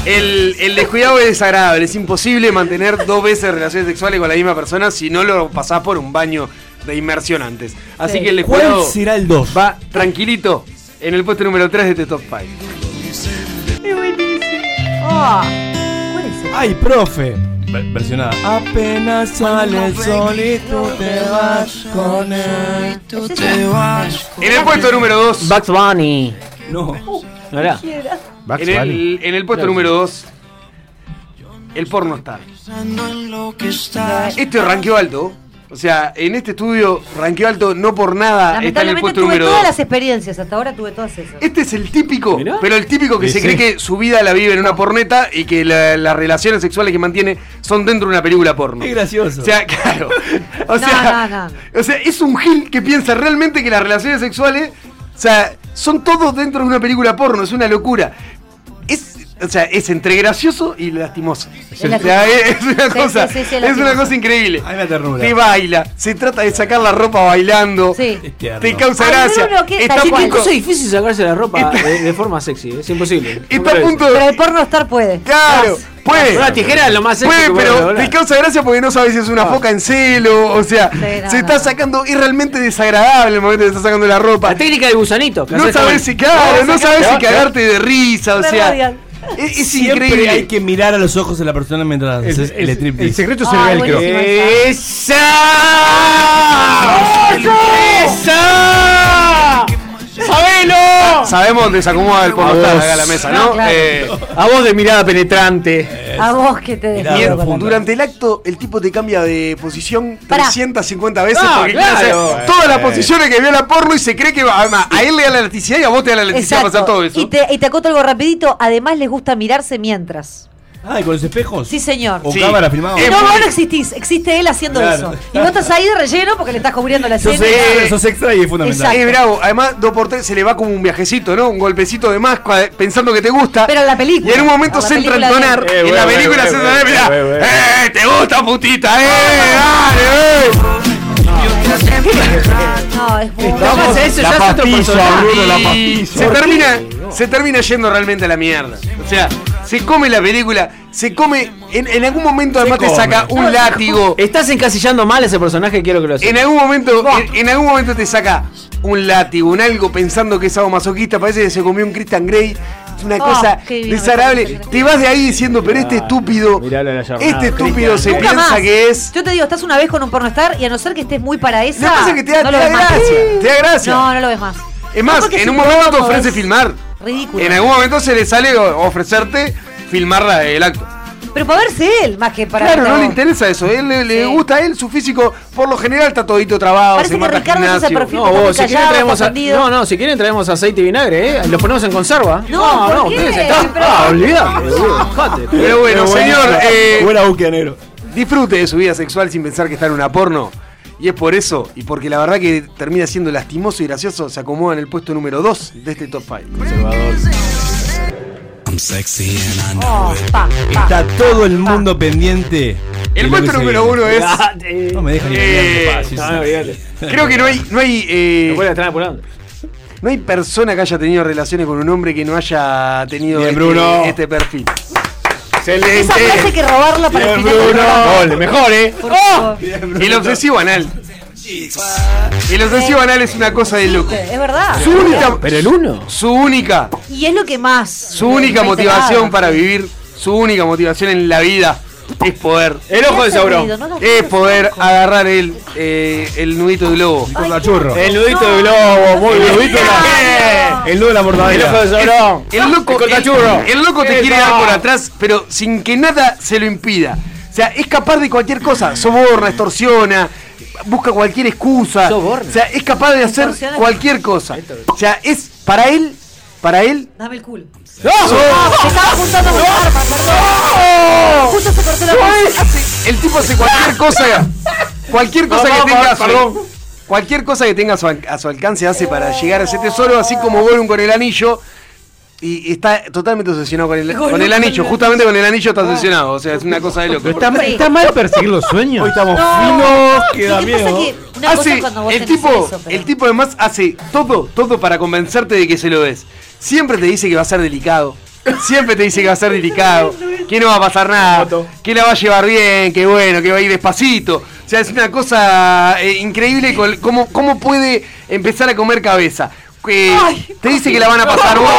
Speaker 5: El, el descuidado es desagradable, es imposible mantener dos veces relaciones sexuales con la misma persona si no lo pasás por un baño de inmersión antes. Así
Speaker 4: Sí.
Speaker 5: que el
Speaker 4: ¿Cuál
Speaker 5: descuidado
Speaker 4: será el 2?
Speaker 5: va tranquilito en el puesto número 3 de este top 5.
Speaker 3: Ah.
Speaker 4: Ay, profe. Ver- Versionada. Apenas sale el sol y tú te vas con él. Tú te vas.
Speaker 5: En el puesto número 2.
Speaker 2: Bugs Bunny.
Speaker 4: No.
Speaker 2: ¿No era?
Speaker 5: En el, en el puesto
Speaker 2: Claro.
Speaker 5: número 2, el porno está.
Speaker 15: estás.
Speaker 5: Este ranqueó alto. O sea, en este estudio ranqueó alto, no por nada está en el
Speaker 3: Lamentablemente
Speaker 5: puesto
Speaker 3: tuve
Speaker 5: número 2.
Speaker 3: todas las experiencias, hasta ahora tuve todas esas.
Speaker 5: Este es el típico, pero el típico que
Speaker 4: Y
Speaker 5: se
Speaker 4: sí.
Speaker 5: cree que su vida la vive en una porneta y que la- las relaciones sexuales que mantiene son dentro de una película porno.
Speaker 4: Qué gracioso.
Speaker 5: O sea, claro. O sea,
Speaker 3: no, no, no.
Speaker 5: o sea, es un gil que piensa realmente que las relaciones sexuales, o sea, son todos dentro de una película porno, es una locura. Es, o sea, es entre gracioso y lastimoso. O sea, es, es una
Speaker 15: Sí,
Speaker 5: cosa,
Speaker 15: sí, sí,
Speaker 5: es
Speaker 15: sí,
Speaker 5: una
Speaker 15: lastimoso.
Speaker 5: cosa increíble.
Speaker 4: ternura.
Speaker 5: Te baila, se trata de sacar la ropa bailando, te causa
Speaker 2: Ay,
Speaker 5: gracia.
Speaker 2: Bruno, ¿qué-
Speaker 5: Está
Speaker 2: Sí,
Speaker 5: a
Speaker 2: qué
Speaker 5: punto-
Speaker 2: cosa difícil sacarse la ropa de, de forma sexy, es imposible.
Speaker 5: Está a punto
Speaker 3: Pero el porno estar puede.
Speaker 5: Claro, puede.
Speaker 2: Una tijera es lo más sexy
Speaker 5: Puede,
Speaker 2: que puede
Speaker 5: pero
Speaker 2: lograr.
Speaker 5: te
Speaker 2: Ah.
Speaker 5: causa gracia porque no sabes si es una foca en celo, o sea,
Speaker 2: no,
Speaker 5: se está sacando, es realmente desagradable el momento que te está sacando la ropa. La
Speaker 2: técnica del gusanito.
Speaker 5: No sabes si, claro, no sabes si cagarte de risa, o sea. Es, es
Speaker 4: Siempre
Speaker 5: increíble.
Speaker 4: hay que mirar a los ojos de la persona mientras haces el, striptease. El
Speaker 6: secreto
Speaker 15: Ah,
Speaker 4: es
Speaker 6: es el Ay, velcro. buenísima
Speaker 5: ¡Esa! ¡Esa!
Speaker 2: ¡Sabelo!
Speaker 5: Sabemos dónde se acomoda el porno
Speaker 2: A
Speaker 5: acá
Speaker 2: vos.
Speaker 5: a la mesa, ¿no?
Speaker 2: No, claro.
Speaker 5: Eh,
Speaker 2: A vos de mirada penetrante.
Speaker 3: A vos que te
Speaker 5: Mirá,
Speaker 3: desnudo
Speaker 5: Durante
Speaker 3: con la-
Speaker 5: durante el acto, el tipo te cambia de posición
Speaker 3: Pará.
Speaker 5: 350 veces
Speaker 3: Ah,
Speaker 5: porque
Speaker 3: claro.
Speaker 5: quiere hacer todas las
Speaker 3: Eh.
Speaker 5: posiciones que vio la porno y se cree que va- además, a él le da la elasticidad y a vos te da la elasticidad
Speaker 3: Exacto.
Speaker 5: pasar todo eso.
Speaker 3: Y te, y te acoto algo rapidito, además les gusta mirarse mientras.
Speaker 4: Ah, ¿y con los espejos?
Speaker 3: Sí, señor.
Speaker 4: ¿O cámara filmada?
Speaker 3: No, vos no existís, existe él haciendo
Speaker 4: Claro.
Speaker 3: eso. Y vos estás ahí de relleno porque le estás cubriendo la
Speaker 5: Sos
Speaker 3: escena.
Speaker 5: extra,
Speaker 4: sos extra y es fundamental.
Speaker 5: Es bravo. Además, 2x3 se le va como un viajecito, ¿no? Un golpecito de más cua- pensando que te gusta. Pero
Speaker 3: la película.
Speaker 5: Y en un momento
Speaker 3: Por la
Speaker 5: se entra a
Speaker 3: película de
Speaker 5: entonar.
Speaker 3: él. Eh,
Speaker 5: en la
Speaker 3: bueno,
Speaker 5: película
Speaker 3: bueno,
Speaker 5: se
Speaker 3: bueno,
Speaker 5: entra
Speaker 3: bueno,
Speaker 5: mirá,
Speaker 3: bueno,
Speaker 5: ¡Eh! ¡Te gusta, putita!
Speaker 3: Ah,
Speaker 5: ¡Eh! ¡Dale! ¡Eh!
Speaker 3: No, es bueno.
Speaker 2: Estamos- eso ya es otro personaje.
Speaker 5: Y
Speaker 2: ¿Por
Speaker 5: Se
Speaker 2: qué?
Speaker 5: termina, se termina yendo realmente a la mierda. O sea, se come la película, se come. En, en algún momento además te
Speaker 2: come.
Speaker 5: saca un látigo.
Speaker 2: Estás encasillando mal a ese personaje, quiero que lo sepas.
Speaker 5: En algún momento, en, en algún momento te saca un látigo, un algo pensando que es algo masoquista, parece que se comió un Christian Grey. Es una
Speaker 9: Oh,
Speaker 5: cosa
Speaker 9: qué divino,
Speaker 5: desagradable. Te vas de ahí diciendo, pero
Speaker 2: Ah,
Speaker 5: este estúpido, este estúpido se
Speaker 3: Nunca
Speaker 5: piensa
Speaker 3: más.
Speaker 5: que es.
Speaker 3: Yo te digo, estás una vez con un pornostar y a no ser que estés muy para esa.
Speaker 5: Lo que pasa es que te da-
Speaker 3: no
Speaker 5: te
Speaker 3: lo
Speaker 5: da
Speaker 3: ves más.
Speaker 5: gracia, te da gracia.
Speaker 3: No, no lo ves más.
Speaker 5: Es más,
Speaker 3: No, porque
Speaker 5: en
Speaker 3: es
Speaker 5: un momento te
Speaker 3: incómodo,
Speaker 5: ofrece
Speaker 3: es
Speaker 5: filmar.
Speaker 3: Ridículo.
Speaker 5: En algún momento se le sale o- ofrecerte filmar la- el acto.
Speaker 3: Pero para verse él, más que para
Speaker 5: claro,
Speaker 3: verte a
Speaker 5: no le
Speaker 3: vos.
Speaker 5: interesa eso. Él, le, le gusta a él su físico. Por lo general está todito trabado.
Speaker 3: Parece
Speaker 5: se
Speaker 3: que
Speaker 5: mata
Speaker 3: Ricardo es ese
Speaker 5: gimnasio.
Speaker 3: perfil
Speaker 2: No, vos, si quieren
Speaker 3: callado,
Speaker 2: traemos a-
Speaker 3: escondido.
Speaker 2: no, no, si quieren traemos aceite y vinagre, ¿eh? Los ponemos en conserva.
Speaker 3: No, ¿por qué?
Speaker 2: ustedes están. Ah, olvidate, boludo, dejate.
Speaker 5: Pero bueno,
Speaker 2: Qué buena-
Speaker 5: señor. eh,
Speaker 4: buena
Speaker 5: Disfrute de su vida sexual sin pensar que está en una porno. Y es por eso, y porque la verdad que termina siendo lastimoso y gracioso, se acomoda en el puesto número 2 de este top 5.
Speaker 3: Oh, pa, pa.
Speaker 4: Está todo el mundo pendiente. de
Speaker 5: El
Speaker 4: lo
Speaker 5: puesto
Speaker 4: que se
Speaker 5: número
Speaker 4: viene. Ah,
Speaker 5: uno es.
Speaker 4: No me dejan ni
Speaker 5: Eh,
Speaker 4: olvidar,
Speaker 5: no,
Speaker 4: papá, sí, sí.
Speaker 2: olvídate.
Speaker 5: Creo que no hay. No hay, eh, no hay persona que haya tenido relaciones con un hombre que no haya tenido
Speaker 4: Bien,
Speaker 5: este,
Speaker 4: Bruno.
Speaker 5: este perfil.
Speaker 3: Esa frase hay que robarla para el
Speaker 5: Bien,
Speaker 3: final. del
Speaker 5: Bruno.
Speaker 3: programa.
Speaker 5: Gol, mejor, ¿eh?
Speaker 3: Por favor.
Speaker 5: El obsesivo anal. El obsesivo anal es una cosa de loco.
Speaker 3: Es verdad.
Speaker 5: Su única.
Speaker 2: Pero el uno.
Speaker 5: Su única.
Speaker 3: Y es lo que más.
Speaker 5: Su única motivación para vivir, su única motivación en la vida es poder.
Speaker 2: El ojo de Sauron.
Speaker 5: Es poder agarrar el, eh, el nudito de globo.
Speaker 4: Con la churro.
Speaker 5: El
Speaker 2: nudito de globo, muy bien. nudito de
Speaker 4: El nudo de la
Speaker 5: El
Speaker 4: mortadela.
Speaker 5: ojo de Sauron.
Speaker 4: El-
Speaker 5: El loco,
Speaker 4: el cortachurro.
Speaker 5: el- el loco te
Speaker 4: Eso.
Speaker 5: quiere dar por atrás, pero sin que nada se lo impida. O sea, es capaz de cualquier cosa. Soborna, extorsiona, busca cualquier excusa. O sea, es capaz de hacer
Speaker 3: Extorsiona.
Speaker 5: cualquier cosa. O sea, es para él, para él.
Speaker 3: Dame el culo. Ah,
Speaker 5: ¡No!
Speaker 3: Estaba apuntando con la arma, perdón. Justo se cortó la Ah,
Speaker 5: Pues, hace- El tipo hace cualquier cosa. Cualquier cosa
Speaker 2: No,
Speaker 5: que
Speaker 2: no,
Speaker 5: tenga. a su-
Speaker 2: perdón.
Speaker 5: Cualquier cosa que tenga a su, al- a su alcance hace para llegar a ese tesoro, así como Gollum con el anillo. Y está totalmente obsesionado con el,
Speaker 2: Gollum
Speaker 5: con el
Speaker 2: con
Speaker 5: anillo.
Speaker 2: el-
Speaker 5: Justamente con el anillo
Speaker 3: Ah.
Speaker 5: está obsesionado. O sea, es una cosa de loco.
Speaker 6: Pero está, está mal perseguir los sueños. Hoy estamos
Speaker 5: finos,
Speaker 6: que da miedo.
Speaker 3: una cosa
Speaker 5: Hace-
Speaker 3: es cuando vos
Speaker 5: el
Speaker 3: tenés
Speaker 5: tipo,
Speaker 3: eso, pero-
Speaker 5: el tipo además hace todo, todo para convencerte de que se lo des. Siempre te dice que va a ser delicado. Siempre te dice que va a ser delicado, que no va a pasar nada, que la va a llevar bien, que bueno, que va a ir despacito. O sea, es una cosa eh, increíble col- cómo, cómo puede empezar a comer cabeza. Que te dice que la van a pasar buena.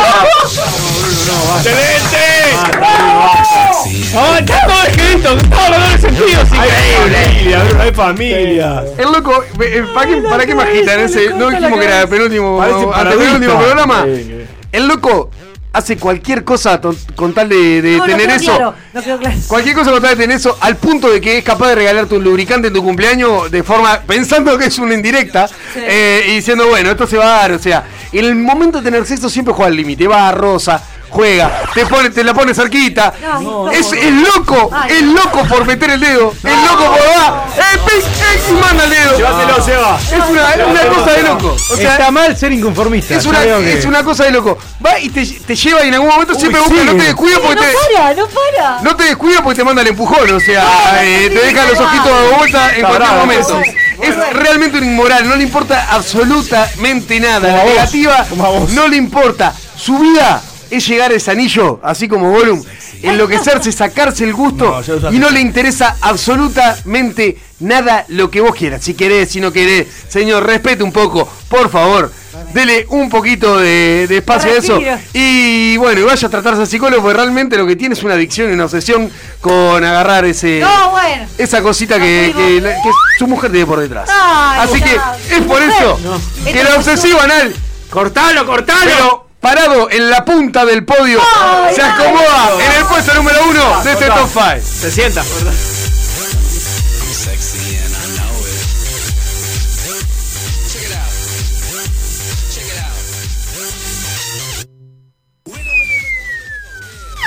Speaker 4: ¡Ah, está todo escrito! ¡Todo lo doble sentido! ¡Increíble! ¡Hay familia!
Speaker 5: El loco, eh, eh, ¿para qué, para qué majita? en ese- no dijimos que era el penúltimo,
Speaker 4: Parece
Speaker 5: antepenúltimo
Speaker 4: parodista.
Speaker 5: programa.
Speaker 4: Sí, sí.
Speaker 5: El loco hace cualquier cosa to- con tal de, de
Speaker 3: No, no
Speaker 5: eh, tener
Speaker 3: quedó
Speaker 5: eso.
Speaker 3: claro, no quedó claro.
Speaker 5: Cualquier cosa con tal de tener eso, al punto de que es capaz de regalarte un lubricante en tu cumpleaños de forma, pensando que es una indirecta, eh, y diciendo, bueno, esto se va a dar. O sea, en el momento de tener sexo siempre juega al límite, va a rosa. Juega, te, pone, te la pone cerquita.
Speaker 3: No,
Speaker 5: es,
Speaker 3: no, no.
Speaker 5: es loco,
Speaker 3: Ay.
Speaker 5: es loco por meter el dedo. Es loco por va. ¡Eh, ping, eh, y manda el dedo! Ah.
Speaker 4: Llévaselo,
Speaker 1: Ah.
Speaker 4: Seba.
Speaker 5: Es una, es una cosa de loco. O sea,
Speaker 6: está mal ser inconformista.
Speaker 5: es
Speaker 6: yo
Speaker 5: una,
Speaker 6: creo que-
Speaker 5: es una cosa de loco. Va y te, te lleva y en algún momento
Speaker 6: Uy,
Speaker 5: siempre busca,
Speaker 6: sí.
Speaker 5: no te descuida porque
Speaker 3: no
Speaker 5: te.
Speaker 3: para, no para.
Speaker 5: No te descuida porque te manda el empujón, o sea, eh, te deja los ojitos de vuelta en
Speaker 4: Está
Speaker 5: cualquier
Speaker 4: bravo.
Speaker 5: momento. Es realmente un inmoral, no le importa absolutamente nada.
Speaker 4: Como a
Speaker 5: La
Speaker 4: vos,
Speaker 5: negativa no le importa. Su vida es llegar a ese anillo, así como Gollum, enloquecerse, sacarse el gusto y no le interesa absolutamente nada lo que vos quieras. Si querés, si no querés, señor, respete un poco, por favor. Dele un poquito de, de espacio a eso.
Speaker 4: Respira.
Speaker 5: Y bueno, y vaya a tratarse al psicólogo, porque realmente lo que tiene es una adicción y una obsesión con agarrar ese.
Speaker 3: No, bueno.
Speaker 5: Esa cosita que, que la- que su mujer tiene por detrás.
Speaker 3: Ay,
Speaker 5: Así que
Speaker 3: ya.
Speaker 5: es por eso
Speaker 3: No.
Speaker 5: que
Speaker 3: Esta
Speaker 5: la
Speaker 3: es
Speaker 5: obsesiva anal. Cortalo, cortalo. Pero Parado en la punta del podio,
Speaker 15: ¡Ay,
Speaker 5: se
Speaker 15: ay!
Speaker 5: acomoda en el puesto número uno de este
Speaker 15: Total.
Speaker 5: top 5.
Speaker 15: Se sienta.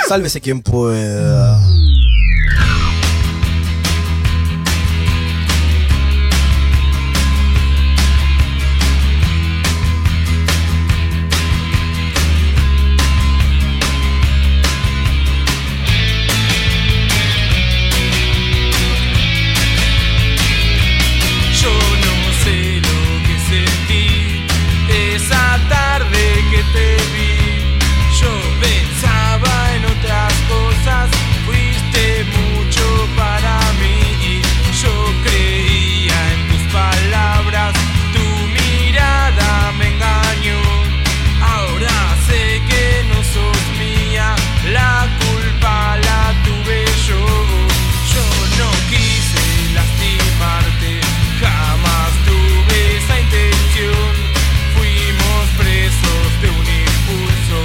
Speaker 1: Sálvese quien pueda.
Speaker 15: Yo no sé lo que sentí esa tarde que te vi. Yo pensaba en otras cosas, fuiste mucho para mí. Yo creía en tus palabras, tu mirada me engañó. Ahora sé que no sos mía, la culpa la tuve yo. Yo no quise lastimarte, jamás tuve esa intención. Fuimos presos de un impulso,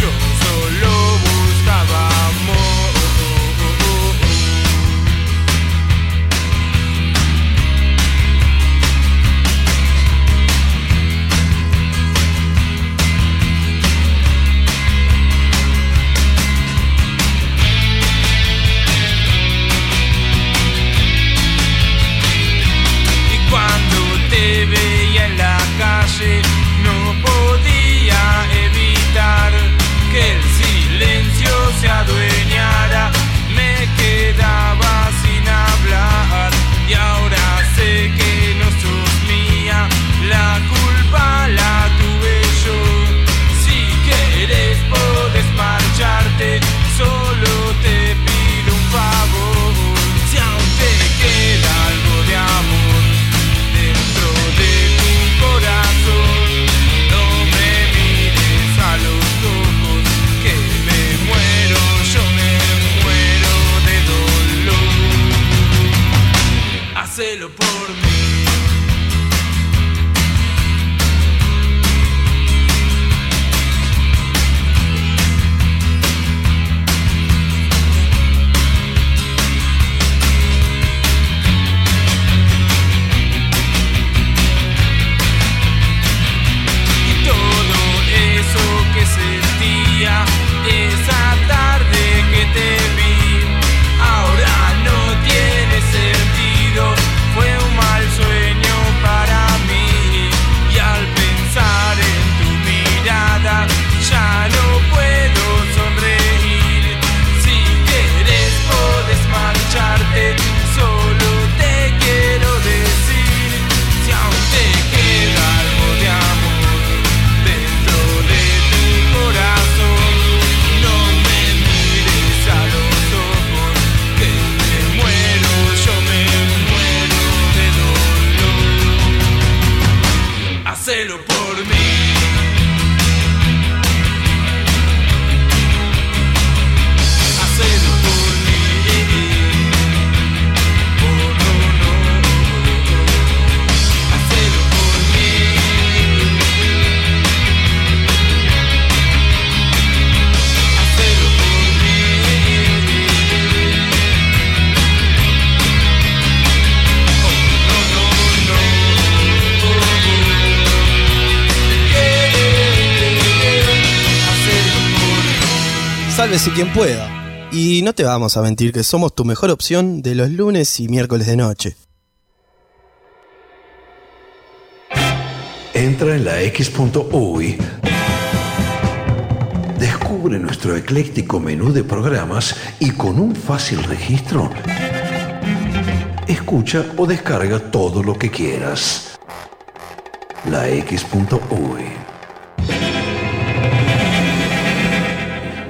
Speaker 15: yo solo buscaba amor. Y cuando te veía en la calle no podía evitar que el silencio se adueñara. Me quedaba sin hablar y ahora sé que no sos mía. La culpa la tuve yo. Si quieres podés marcharte, solo te pido un favor. Si aún te queda algo de amor dentro de tu corazón, no me mires a los ojos, que me muero, yo me muero de dolor. Hacelo por mí. Y todo eso que sentía esa tarde que te vi, ahora no tiene sentido, fue un mal sueño para mí. Y al pensar en tu mirada, ya no puedo sonreír. Si quieres podés marcharte, solo te quiero decir, si aún te queda algo de amor dentro de tu corazón, no me mires a los ojos, que me muero, yo me muero de dolor. Hacelo por mí. Hacelo por mí. Oh, no, no. Hacelo por mí. Hacelo por mí.
Speaker 1: Sálvese quien pueda. Y no te vamos a mentir que somos tu mejor opción de los lunes y miércoles de noche.
Speaker 8: Entra en la X.UI. Descubre nuestro ecléctico menú de programas y con un fácil registro, escucha o descarga todo lo que quieras. La X.UI.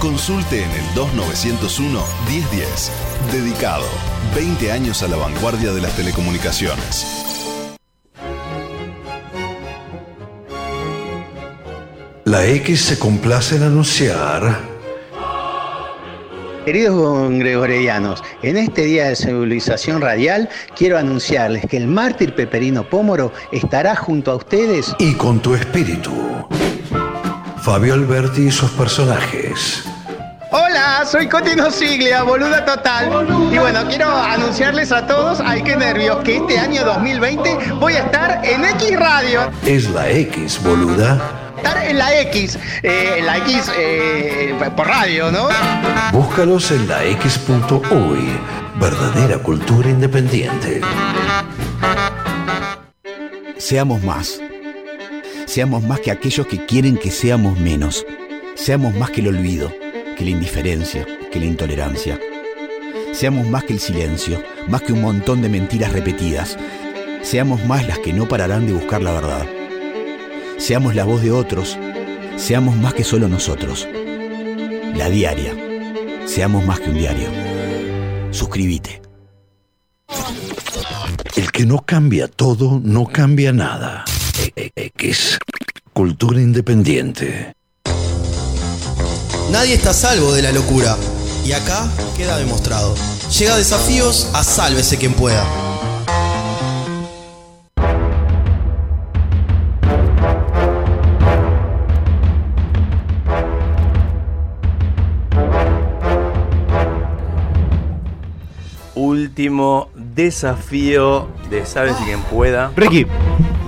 Speaker 16: Consulte en el 2901-1010. Dedicado. 20 años a la vanguardia de las telecomunicaciones.
Speaker 8: La X se complace en anunciar
Speaker 17: Queridos gregorianos, en este día de civilización radial quiero anunciarles que el mártir Peperino Pómoro estará junto a ustedes
Speaker 8: y con tu espíritu. Fabio Alberti y sus personajes.
Speaker 17: Hola, soy Cotino Siglia, boluda total. Y bueno, quiero anunciarles a todos, ay qué nervios, que este año 2020 voy a estar en X Radio.
Speaker 8: Es la X, boluda.
Speaker 17: Estar en la X, eh, en la X eh, por radio, ¿no?
Speaker 8: Búscalos en la X.uy. Verdadera cultura independiente.
Speaker 10: Seamos más. Seamos más que aquellos que quieren que seamos menos. Seamos más que el olvido, que la indiferencia, que la intolerancia. Seamos más que el silencio, más que un montón de mentiras repetidas. Seamos más las que no pararán de buscar la verdad. Seamos la voz de otros. Seamos más que solo nosotros. La diaria. Seamos más que un diario. Suscríbete.
Speaker 8: El que no cambia todo, no cambia nada. E- e- X. Cultura independiente.
Speaker 1: Nadie está a salvo de la locura. Y acá queda demostrado. Llega desafíos a sálvese quien pueda.
Speaker 4: Último desafío de Sabes si quien pueda.
Speaker 6: Ricky.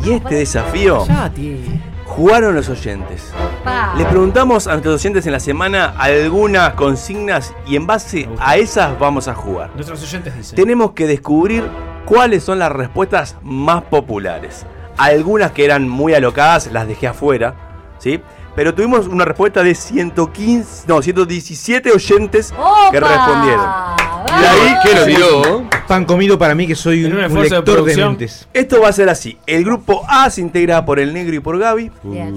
Speaker 4: Y este desafío jugaron los oyentes. Les preguntamos a nuestros oyentes en la semana algunas consignas y en base a esas vamos a jugar.
Speaker 18: Nuestros oyentes dicen.
Speaker 4: Tenemos que descubrir cuáles son las respuestas más populares. Algunas que eran muy alocadas las dejé afuera, ¿sí? Pero tuvimos una respuesta de 115, no, 117 oyentes que
Speaker 6: ¡Opa!
Speaker 4: respondieron. Y ahí que lo tiró.
Speaker 6: Pan comido para mí que soy un, un lector de, mentes.
Speaker 4: Esto va a ser así. El grupo A se integra por el negro y por Gaby.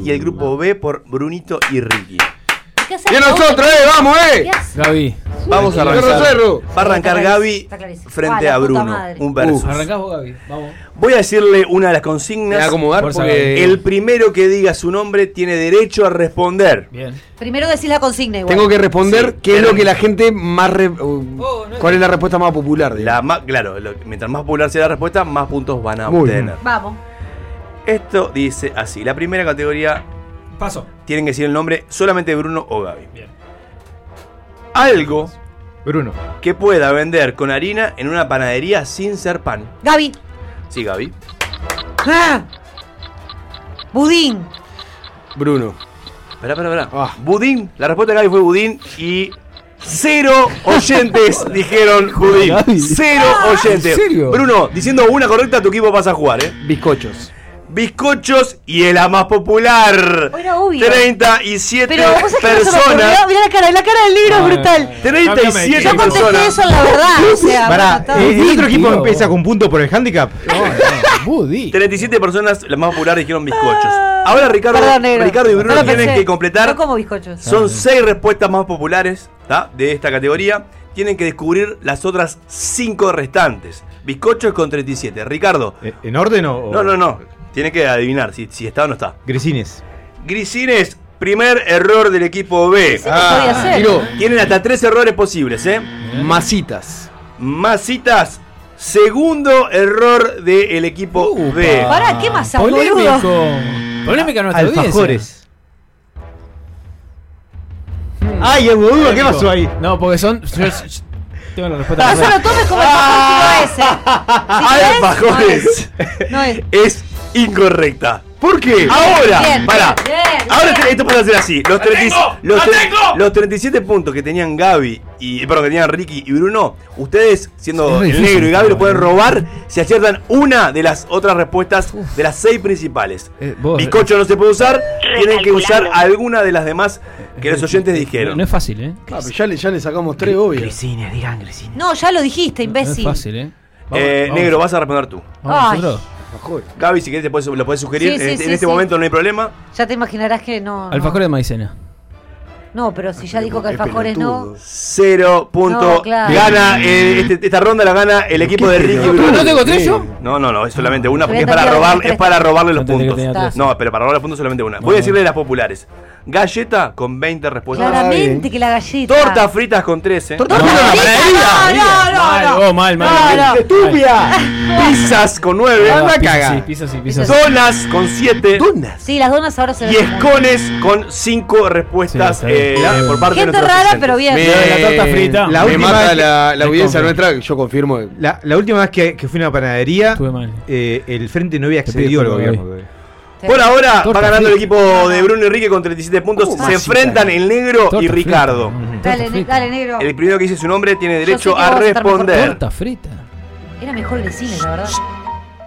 Speaker 4: Y el grupo B por Brunito y Ricky.
Speaker 5: Y nosotros, eh, vamos, eh.
Speaker 4: Gaby. Vamos a
Speaker 5: Cerro,
Speaker 4: arrancar.
Speaker 5: cerro.
Speaker 4: Va a arrancar
Speaker 5: Está
Speaker 4: Gaby
Speaker 5: clarísimo, está clarísimo.
Speaker 4: frente
Speaker 5: Ah, la
Speaker 4: a
Speaker 5: puta
Speaker 4: Bruno.
Speaker 5: madre.
Speaker 4: Un versus.
Speaker 18: Uh, arrancás vos, Gaby. Vamos.
Speaker 4: Voy a decirle una de las consignas.
Speaker 5: Me voy a acomodar Fuerza, porque- Gaby.
Speaker 4: El primero que diga su nombre tiene derecho a responder.
Speaker 3: Primero decís la consigna igual.
Speaker 5: Tengo que responder
Speaker 4: Sí,
Speaker 5: qué es
Speaker 4: pero-
Speaker 5: lo que la gente más. re- uh, ¿Cuál es la respuesta más popular?
Speaker 4: La más, claro, lo- mientras más popular sea la respuesta, más puntos van a
Speaker 5: Muy bien.
Speaker 4: obtener.
Speaker 3: Vamos.
Speaker 4: Esto dice así. La primera categoría.
Speaker 18: Paso.
Speaker 4: Tienen que decir el nombre solamente de Bruno o Gaby. Algo.
Speaker 6: Bruno.
Speaker 4: Que pueda vender con harina en una panadería sin ser pan.
Speaker 3: Gaby.
Speaker 4: Sí, Gaby.
Speaker 3: ¡Ah! Budín.
Speaker 4: Bruno. Espera, espera, espera.
Speaker 5: Ah.
Speaker 4: Budín. La respuesta de Gaby fue Budín y. Cero oyentes dijeron Budín.
Speaker 5: Gaby.
Speaker 4: Cero
Speaker 5: Ah, ¿en
Speaker 4: oyentes.
Speaker 5: serio?
Speaker 4: Bruno, diciendo una correcta, tu equipo pasa a jugar, ¿eh?
Speaker 5: Bizcochos.
Speaker 4: Bizcochos y es la más popular.
Speaker 3: Oh, Era obvio.
Speaker 4: 37
Speaker 3: Pero vos sabés que no se me
Speaker 4: personas.
Speaker 3: ocurrió. Mirá la cara, la cara del libro es brutal.
Speaker 4: 37
Speaker 3: Yo contesté
Speaker 4: personas.
Speaker 3: eso en
Speaker 6: Ah.
Speaker 3: la verdad. O sea,
Speaker 6: Pará, eh,
Speaker 3: bueno,
Speaker 6: ¿el
Speaker 3: está-
Speaker 6: otro equipo empieza con punto por el handicap?
Speaker 4: 37 personas, las más populares dijeron bizcochos. Ahora Ricardo,
Speaker 3: Ah. Perdón, negro.
Speaker 4: Ricardo y Bruno
Speaker 3: No lo
Speaker 4: tienen
Speaker 3: pensé.
Speaker 4: que completar.
Speaker 3: No como bizcochos.
Speaker 4: Son seis respuestas más populares ¿tá? de esta categoría. Tienen que descubrir las otras cinco restantes. Bizcochos con 37. Ricardo.
Speaker 6: ¿E-, ¿En orden o.?
Speaker 4: No, no, no. Tiene que adivinar si, si está o no está.
Speaker 6: Grisines.
Speaker 4: Grisines, primer error del equipo B.
Speaker 6: que podía ser.
Speaker 4: tiró. Tienen hasta tres errores posibles, ¿eh? Masitas. Masitas, segundo error del equipo B.
Speaker 3: Pará, ¿qué masa, boludo?
Speaker 18: Polémica nuestra
Speaker 6: Alfajores.
Speaker 18: Ay, el
Speaker 6: boludo, ¿qué pasó ahí?
Speaker 18: No, porque son. yo- yo- yo tengo la respuesta.
Speaker 4: Ah,
Speaker 3: No, yo
Speaker 18: correcta.
Speaker 3: lo tomes como el mejor ese. Si querés,
Speaker 4: Alfajores.
Speaker 3: No es.
Speaker 4: Es incorrecta. ¿Por qué? Ahora,
Speaker 5: Bien,
Speaker 4: pará.
Speaker 5: bien, bien,
Speaker 4: Ahora
Speaker 5: bien.
Speaker 4: esto puede hacer así. Los,
Speaker 5: ¡La
Speaker 4: 30
Speaker 5: tengo!
Speaker 4: los,
Speaker 5: ¡La
Speaker 4: tre-
Speaker 5: tengo!
Speaker 4: los 37 puntos que tenían Gaby y perdón, que tenían Ricky y Bruno, ustedes siendo
Speaker 5: Es
Speaker 4: el
Speaker 5: difícil,
Speaker 4: negro y Gaby lo
Speaker 5: ¿no?
Speaker 18: eh.
Speaker 4: pueden robar si aciertan una de las otras respuestas de las seis principales.
Speaker 18: Eh,
Speaker 4: Bizcocho no se puede usar, tienen que usar alguna de las demás que los oyentes dijeron.
Speaker 18: No es fácil, ¿eh?
Speaker 5: Ah, pero ya le, ya le sacamos tres, obvio.
Speaker 2: Grisines, digan Grisines.
Speaker 3: No, ya lo dijiste,
Speaker 18: No es
Speaker 3: imbécil.
Speaker 18: fácil, ¿eh?
Speaker 4: Eh,
Speaker 18: Vamos,
Speaker 4: negro,
Speaker 18: vamos.
Speaker 4: vas a responder tú.
Speaker 3: Vamos Ay.
Speaker 4: Gaby, si querés, te puedes- lo puedes sugerir.
Speaker 3: Sí, sí,
Speaker 4: en este-
Speaker 3: sí,
Speaker 4: en este
Speaker 3: sí.
Speaker 4: momento no hay problema.
Speaker 3: Ya te imaginarás que no. no.
Speaker 18: Alfajores de maicena.
Speaker 3: No, pero si ya dijo que alfajores no.
Speaker 4: Cero punto.
Speaker 3: No, claro.
Speaker 4: Gana eh, este- esta ronda la gana el equipo de Ricky.
Speaker 5: pelotudo.
Speaker 4: Bruno.
Speaker 5: ¿No tengo tres yo?
Speaker 4: No, no, no, es solamente una porque
Speaker 5: Pero
Speaker 4: es para
Speaker 5: tenía
Speaker 4: robar,
Speaker 5: tres.
Speaker 4: es para robarle los
Speaker 5: No tenía que
Speaker 4: puntos.
Speaker 5: tenía tres.
Speaker 4: No, pero para robar los puntos solamente una. Voy a decirle las populares. Galleta con 20 respuestas.
Speaker 3: Claramente que la galleta.
Speaker 4: Tortas fritas con 13.
Speaker 3: Tortas fritas con No, no, no, no.
Speaker 4: mal,
Speaker 3: mal. No, no.
Speaker 4: Estúpida. Pizzas con 9.
Speaker 18: Ah,
Speaker 4: Anda
Speaker 18: pizzas,
Speaker 4: caga.
Speaker 18: sí, pizzas, sí, pizzas.
Speaker 4: Donas con 7.
Speaker 3: Sí, las donas ahora se
Speaker 4: Y
Speaker 3: ven.
Speaker 4: escones con 5 respuestas eh, por parte de
Speaker 3: Gente
Speaker 4: nuestros
Speaker 3: rara,
Speaker 4: oyentes.
Speaker 3: pero bien.
Speaker 6: Bien.
Speaker 5: Eh,
Speaker 6: La torta frita.
Speaker 5: La
Speaker 6: Me
Speaker 5: última
Speaker 6: mata
Speaker 5: vez que-
Speaker 6: la- la
Speaker 5: me
Speaker 6: audiencia
Speaker 5: confirmo.
Speaker 6: nuestra,
Speaker 5: yo confirmo.
Speaker 6: La, la última vez que, que fui a una panadería, eh, el frente no había accedido al
Speaker 5: disculpas,
Speaker 6: gobierno.
Speaker 4: Por ahora
Speaker 6: Torta
Speaker 4: va ganando el
Speaker 6: frita.
Speaker 4: equipo de Bruno Enrique con 37 puntos.
Speaker 3: Uh,
Speaker 4: Se enfrentan el negro y
Speaker 18: Torta frita.
Speaker 4: Ricardo.
Speaker 3: Dale, ne- dale, negro.
Speaker 4: El primero que dice su nombre tiene
Speaker 3: sé
Speaker 4: derecho
Speaker 3: que
Speaker 4: a
Speaker 3: vos vas a estar mejor.
Speaker 4: responder.
Speaker 18: Torta frita.
Speaker 3: Era mejor el cine, la verdad.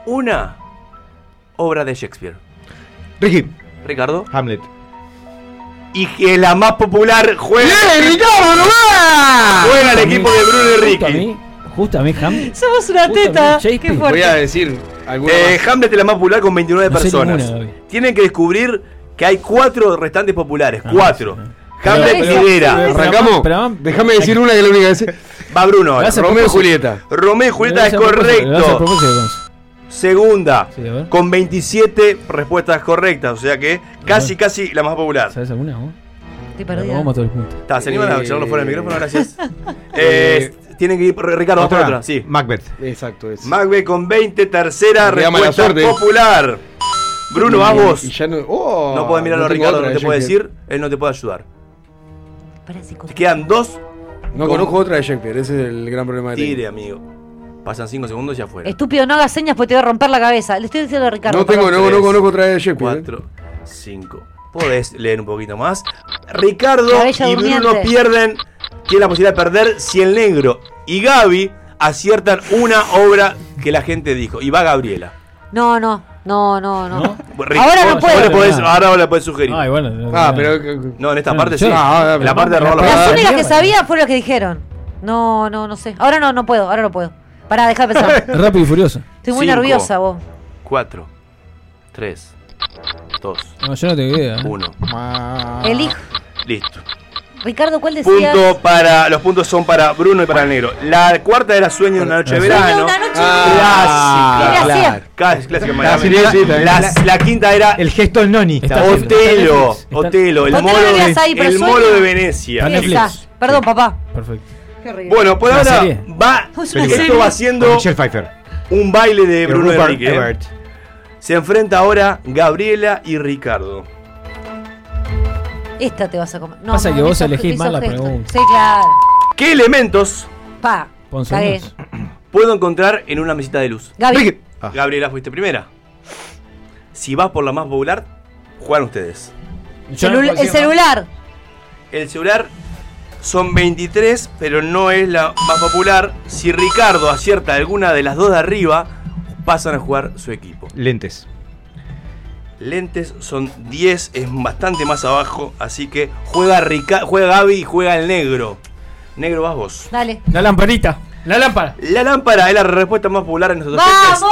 Speaker 4: Una obra de Shakespeare.
Speaker 6: Ricky.
Speaker 4: Ricardo.
Speaker 6: Hamlet.
Speaker 4: Y que la más popular juega.
Speaker 18: ¡Bien, Ricardo, no va!
Speaker 4: Juega el equipo de Bruno
Speaker 18: Justo a
Speaker 4: Enrique.
Speaker 18: mí, justo a mí, Ham.
Speaker 3: Somos una teta. Qué fuerte.
Speaker 4: decir eh, Hamlet es la más popular con 29
Speaker 18: No sé
Speaker 4: personas.
Speaker 18: ninguna,
Speaker 4: Tienen que descubrir que hay cuatro restantes populares.
Speaker 18: Ah,
Speaker 4: cuatro. Hamlet
Speaker 18: Pero- pero-
Speaker 4: lidera.
Speaker 18: pero-
Speaker 5: Arrancamos.
Speaker 18: pero- pero-
Speaker 5: Déjame decir una que es la única que sé.
Speaker 4: Va Bruno. ahora.
Speaker 5: Gracias, Romeo y Julieta.
Speaker 4: Romeo y Julieta es
Speaker 5: Gracias, propósito, gracias,
Speaker 4: correcto.
Speaker 5: propósito,
Speaker 4: Segunda, con 27 respuestas correctas. O sea que casi, casi la más popular.
Speaker 18: ¿Sabes alguna? vos?
Speaker 3: Te
Speaker 18: Pero Vamos a todo el punto.
Speaker 4: Está, ¿Se animan a
Speaker 5: Eh,
Speaker 4: echarlo fuera del micrófono? Gracias. Eh, tienen que ir, Ricardo, otra,
Speaker 5: otra.
Speaker 4: otra. Sí.
Speaker 6: Macbeth.
Speaker 5: Exacto, es.
Speaker 4: Macbeth con 20, tercera
Speaker 5: Me da mala
Speaker 4: respuesta
Speaker 5: suerte.
Speaker 4: popular. Bruno,
Speaker 5: Y-
Speaker 4: vas vos.
Speaker 5: y ya no- oh,
Speaker 4: no puedes mirarlo a
Speaker 5: no tengo
Speaker 4: Ricardo,
Speaker 5: otra,
Speaker 4: no te
Speaker 5: yo
Speaker 4: puede
Speaker 5: que-
Speaker 4: decir, él no te puede ayudar. Te quedan dos.
Speaker 5: No
Speaker 4: con-
Speaker 5: conozco otra de Shakespeare, ese es el gran problema de
Speaker 4: Tire, amigo. Pasan 5 segundos y afuera.
Speaker 3: Estúpido, no hagas señas porque te voy a romper la cabeza. Le estoy diciendo a Ricardo.
Speaker 5: No tengo,
Speaker 3: perdón.
Speaker 5: no, no conozco otra de Shakespeare.
Speaker 4: 4, 5. Podés leer un poquito más. Ricardo
Speaker 3: La Bella
Speaker 4: y Bruno
Speaker 3: Durmiente.
Speaker 4: pierden, tienen la posibilidad de perder si el negro y Gaby aciertan una obra que la gente dijo. Y va Gabriela.
Speaker 3: No, no, no, no, no.
Speaker 4: Ric-
Speaker 3: Ahora
Speaker 4: vos-
Speaker 3: no puedo.
Speaker 4: vos le podés- ahora vos le podés sugerir.
Speaker 18: Ay, bueno.
Speaker 4: Ah, pero. No, en esta parte sí. En la parte de robar los
Speaker 3: Las
Speaker 4: dados.
Speaker 3: únicas que sabía fueron las que dijeron. No, no, no sé. Ahora no, no puedo, ahora no puedo. Pará, deja de pensar.
Speaker 18: Rápido y furioso.
Speaker 3: Estoy muy
Speaker 4: Cinco.
Speaker 3: nerviosa vos.
Speaker 4: 4, 3, 2,
Speaker 18: No, yo no tengo idea. ¿eh?
Speaker 4: 1.
Speaker 3: Elijo.
Speaker 4: Listo.
Speaker 3: Ricardo, ¿cuál decías?
Speaker 4: Punto para, los puntos son para Bruno y para el negro. La cuarta era Sueño de una noche de
Speaker 3: Sueño de
Speaker 4: verano. Ah,
Speaker 3: una noche de
Speaker 4: Clásica.
Speaker 3: verano. Gracias.
Speaker 4: Clásica, clásica,
Speaker 6: La
Speaker 4: Miami.
Speaker 6: sirenita,
Speaker 4: La-
Speaker 6: eh.
Speaker 4: la quinta era
Speaker 6: El gesto del noni.
Speaker 4: Otelo, Otelo, el
Speaker 3: Otelo
Speaker 4: molo
Speaker 3: lo
Speaker 4: de,
Speaker 3: veías ahí, pero
Speaker 4: el
Speaker 3: sueño.
Speaker 4: molo de Venecia.
Speaker 3: Esa. Perdón, papá.
Speaker 18: Perfecto.
Speaker 3: Qué horrible.
Speaker 4: Bueno, por
Speaker 6: Una
Speaker 4: ahora
Speaker 6: serie.
Speaker 4: va,
Speaker 3: Es
Speaker 6: una
Speaker 4: esto
Speaker 6: serie.
Speaker 4: va siendo
Speaker 6: Con Michelle Pfeiffer.
Speaker 4: un baile de
Speaker 6: Y
Speaker 4: Bruno
Speaker 6: Rupert
Speaker 4: Enrique. ¿eh?
Speaker 6: Everett.
Speaker 4: Se enfrenta ahora Gabriela y Ricardo.
Speaker 3: Esta te vas a comer. No,
Speaker 4: Pasa
Speaker 3: no,
Speaker 4: que
Speaker 3: no,
Speaker 4: vos
Speaker 3: hizo-
Speaker 4: elegís
Speaker 3: hizo
Speaker 4: mal la
Speaker 3: gesto.
Speaker 4: pregunta.
Speaker 3: Sí, claro.
Speaker 4: ¿Qué elementos
Speaker 3: Pa. Cagué.
Speaker 4: Ponzoños. puedo encontrar en una mesita de luz?
Speaker 3: Gaby. Ricky.
Speaker 6: Ah.
Speaker 4: Gabriela, fuiste primera. Si vas por la más popular, juegan ustedes.
Speaker 3: Celu- el celular.
Speaker 4: El celular son 23, pero no es la más popular. Si Ricardo acierta alguna de las dos de arriba, pasan a jugar su equipo.
Speaker 6: Lentes.
Speaker 4: Lentes son 10, es bastante más abajo, así que juega, Rica juega Gaby y juega el negro. Negro vas vos.
Speaker 3: Dale.
Speaker 18: La lamparita. La lámpara.
Speaker 4: La lámpara es la respuesta más popular en nuestros
Speaker 3: ¡Vamos!